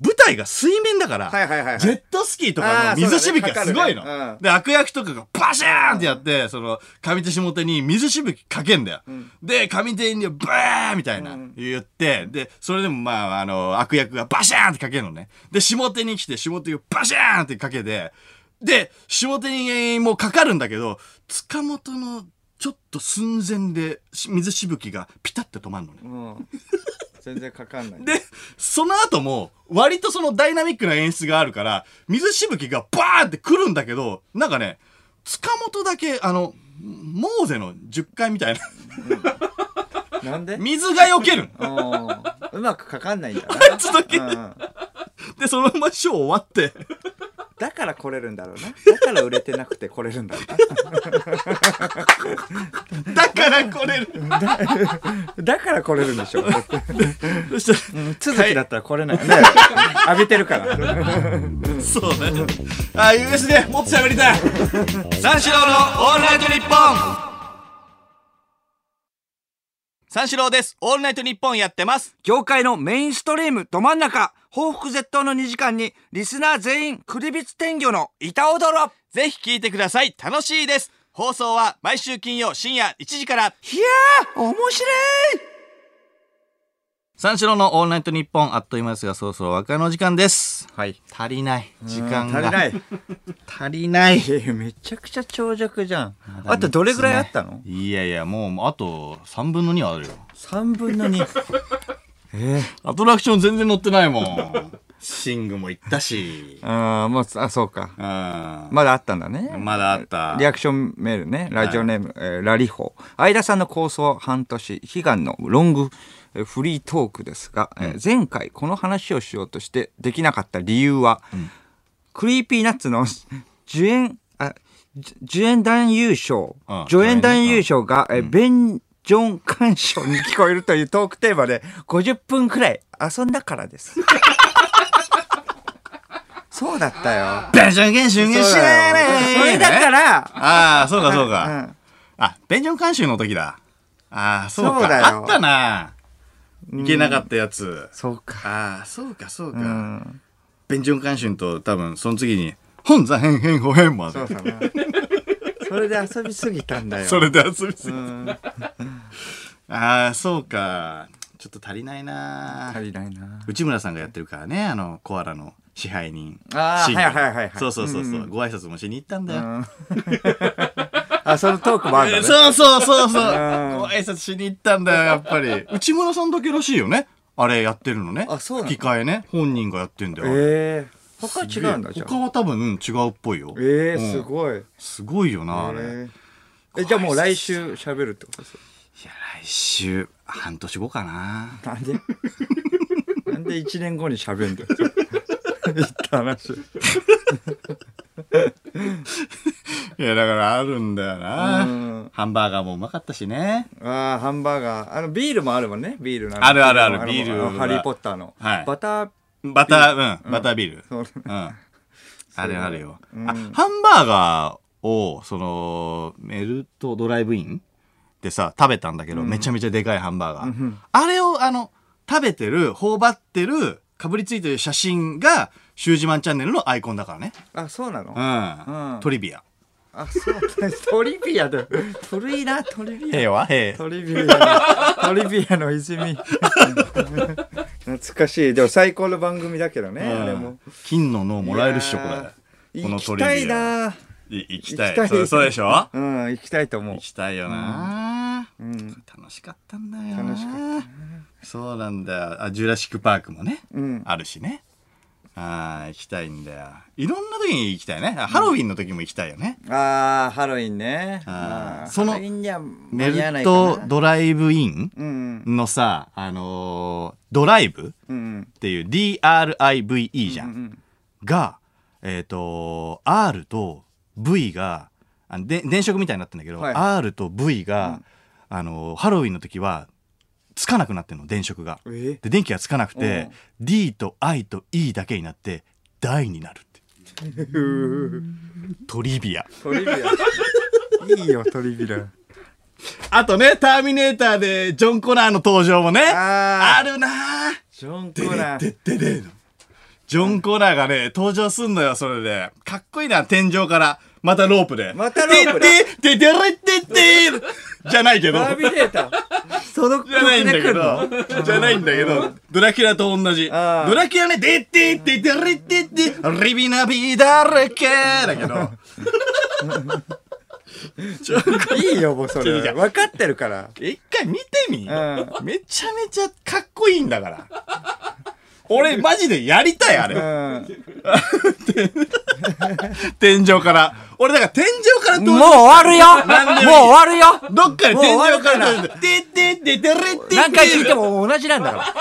舞台が水面だから、
はいはいはいはい
ジェットスキーとか
あ
の
ーそうだね
水しぶきがすごいの、
かかるねうん
で悪役とかがバシャーンってやって、その上手下手に水しぶきかけんだよ、で上手にバーンみたいな言って、でそれでもまああの悪役がバシャーンってかけるのねで下手に来て下手がバシャーンってかけてで下手にもうかかるんだけど塚本のちょっと寸前でし水しぶきがピタッて止まるのね
うん全然かかんない。
で、その後も、割とそのダイナミックな演出があるから、水しぶきがバーンって来るんだけど、なんかね、塚本だけ、あの、モーゼの10回みたいな、 <laughs>
なんで
水が避けるの
うんうまくかかんないんだな。
あいつだけ
うん
で、そのままショー終わって、
だから来れるんだろうな。だから売れてなくて来れるんだろ
だから来れる。
うな。だ <laughs> だから来れるんでしょ。
そしたら、
続きだったら来れ <laughs> ない。ね、浴びてるから。
そうね。あ、USD、もっと喋りたい。三四郎のオールナイトニッポン三四郎です。オールナイトニッポンやってます。
業界のメインストリームど真ん中、報復絶倒の2時間に、リスナー全員、クリビツ天魚の板踊ろ。
ぜひ聞いてください。楽しいです。放送は毎週金曜深夜1時から。
いやー、面白い
三四郎のオールナイトニッポンあっという間ですが、そろそろ別れの時間です。
はい。
足りない。時間が。
足りない。
足りない。
いやいやめちゃくちゃ長尺じゃん。あとどれぐらいあったの
いやいや、もうあと3分の2あるよ。
?3 分の2。え
アトラクション全然乗ってないもん。シングも行ったし
え。ああ、もう、あ、そうか。
うん。ま
まだあったんだね。
だあった
リアクションメールね。ラジオネーム、えーラリホ。相田さんの構想半年、悲願のロングえーフリートークですが、えー前回この話をしようとしてできなかった理由は、クリーピーナッツの <laughs> 助演、あ、じ助演男優賞
うん、
助演男優賞が、えーベン・ジョン鑑賞に聞こえるというトークテーマで50分くらい遊んだから <laughs> です。そうだったよ。
ベンジョン監修。
そうだよそれだからら、
ああ、そうかそう
う
か。
ん
あ、ベンジョン監修の時だ。ああ、そう
そ
か。
うだよ
あったな。いけなかったやつ。
そうか。
ああ、そうか、そうか。
うん。
ベンジョン監修と多分、その次に、本座変変ほ変まで
そ。うだな。それで遊びすぎたんだよ。
それで遊びすぎ
う。ん。
ああ、そうか。ちょっと足りないな
足。りないな。
内村さんがやってるからね、あの、コアラの支配人。
あー
シング
はいはいはいはい
そうそうそうそう。ご挨拶もしに行ったんだよ。
あ、そのトークもあるんだね。
そうそうそうそう。ご挨拶しに行ったんだよ、やっぱ
<laughs>
り。内村さんだけらしいよね。あれやってるのね。
あそうなの
吹き替えね。本人がやってんだよ。
ええ。他は違うんだじゃ
他
ん。
は多分違うっぽいよ。
ええ、
うん
すごい。
すごいよな、あれ。
ええ。じゃあもう来週喋るってことですよ
いや、来週、半年後かな。
なんで <laughs> なんで一年後に喋んだよ。 <laughs> 言った話。
いや、だからあるんだよ
う。
なんハンバーガーもうまかったしね。
ああ、ハンバーガー。あの、ビールもあるもんね。ビールな
あるあるある
の
ビールは
あのハリーポッターの。
はい
バター、
バター、うん、バター <laughs> ビール。
そう
うん。あれあるよ。
うん
あ、ハンバーガーを、その、メルトドライブインでさ、食べたんだけど、めちゃめちゃでかいハンバーガー。あれを、あの、食べてる、頬張ってる、かぶりついてる写真が、シュージマンチャンネルのアイコンだからね。
あ、そうなの
うん。
うん
トリビア。
あ、そうだね。
<laughs>
トリビアだ。トリな、トリビ
ええ
ア。
わ、ええ。
トリビアの、トリビアの泉。懐かしい。でも最高の番組だけどね、あれ
う
も
ん。金の脳もらえるっしょ、こ
いや
れ。こ
行
の
き
トリビア。
たいな。
い行きたい。
行きたい
そうそうでしょ
うん、行きたいと思う
行。きたいよな、
うん。
楽しかったんだよな
楽しかった
そうなんだよあジュラシック・パークもね、
うん。
あるしねああ行きたいんだよいろんな時に行きたいねあハロウィンの時も行きたいよね、
ああ、ハロウィンね。
あー
ま
その
ハロウィンには間
メ
に合わな
ル
いか
ト
な
ドライブイン
うん。
のさあのードライブ
うん。
っていう DRIVE じゃん、
うん。
がえっ、と R と V があので電飾みたいになってんだけど、
はい
R と V が、あのハロウィンの時はつかなくなってんの電飾が。
え
で電気がつかなくて、D と I と E だけになって大になるってトリビア。<laughs>
トリビア。いいよ、トリビア。
あとね「ターミネーター」でジョン・コナーの登場もねあ
あー、
るなー
ジョンコ
でね
ナー。
でででのジョン・コナーがね登場すんのよそれでかっこいいな天井からまたロープで
またロープだ
ででででれってってじゃないけど
バービーデータ。 <laughs> その曲
じゃないんだ
で来
け
るの
ど、じゃないんだけど、ドラキュラと同じ。ド
あー
ラキュラね、でってってでれってって、リビナビだらけだけ
<laughs>
ど、
いいよ、もうそれ
違う違。う
分かってるから。
一回見てみ
う
めちゃめちゃかっこいいんだから。俺、マジでやりたい、あれ。
うん。
天井から。俺、だから天井から
もう
登場。
終わるよ
なんでもいい
もう終わるよ
どっかで天井から
もう終わ
登場。でってってでれってって。
何回聞いても同じなんだから。
こ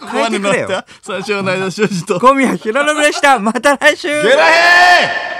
こ
変
ま
え
で
て
乗
くれ
っ
よ。
た。三章内田修二と。
小宮浩信でした。また来週
ゲラヘー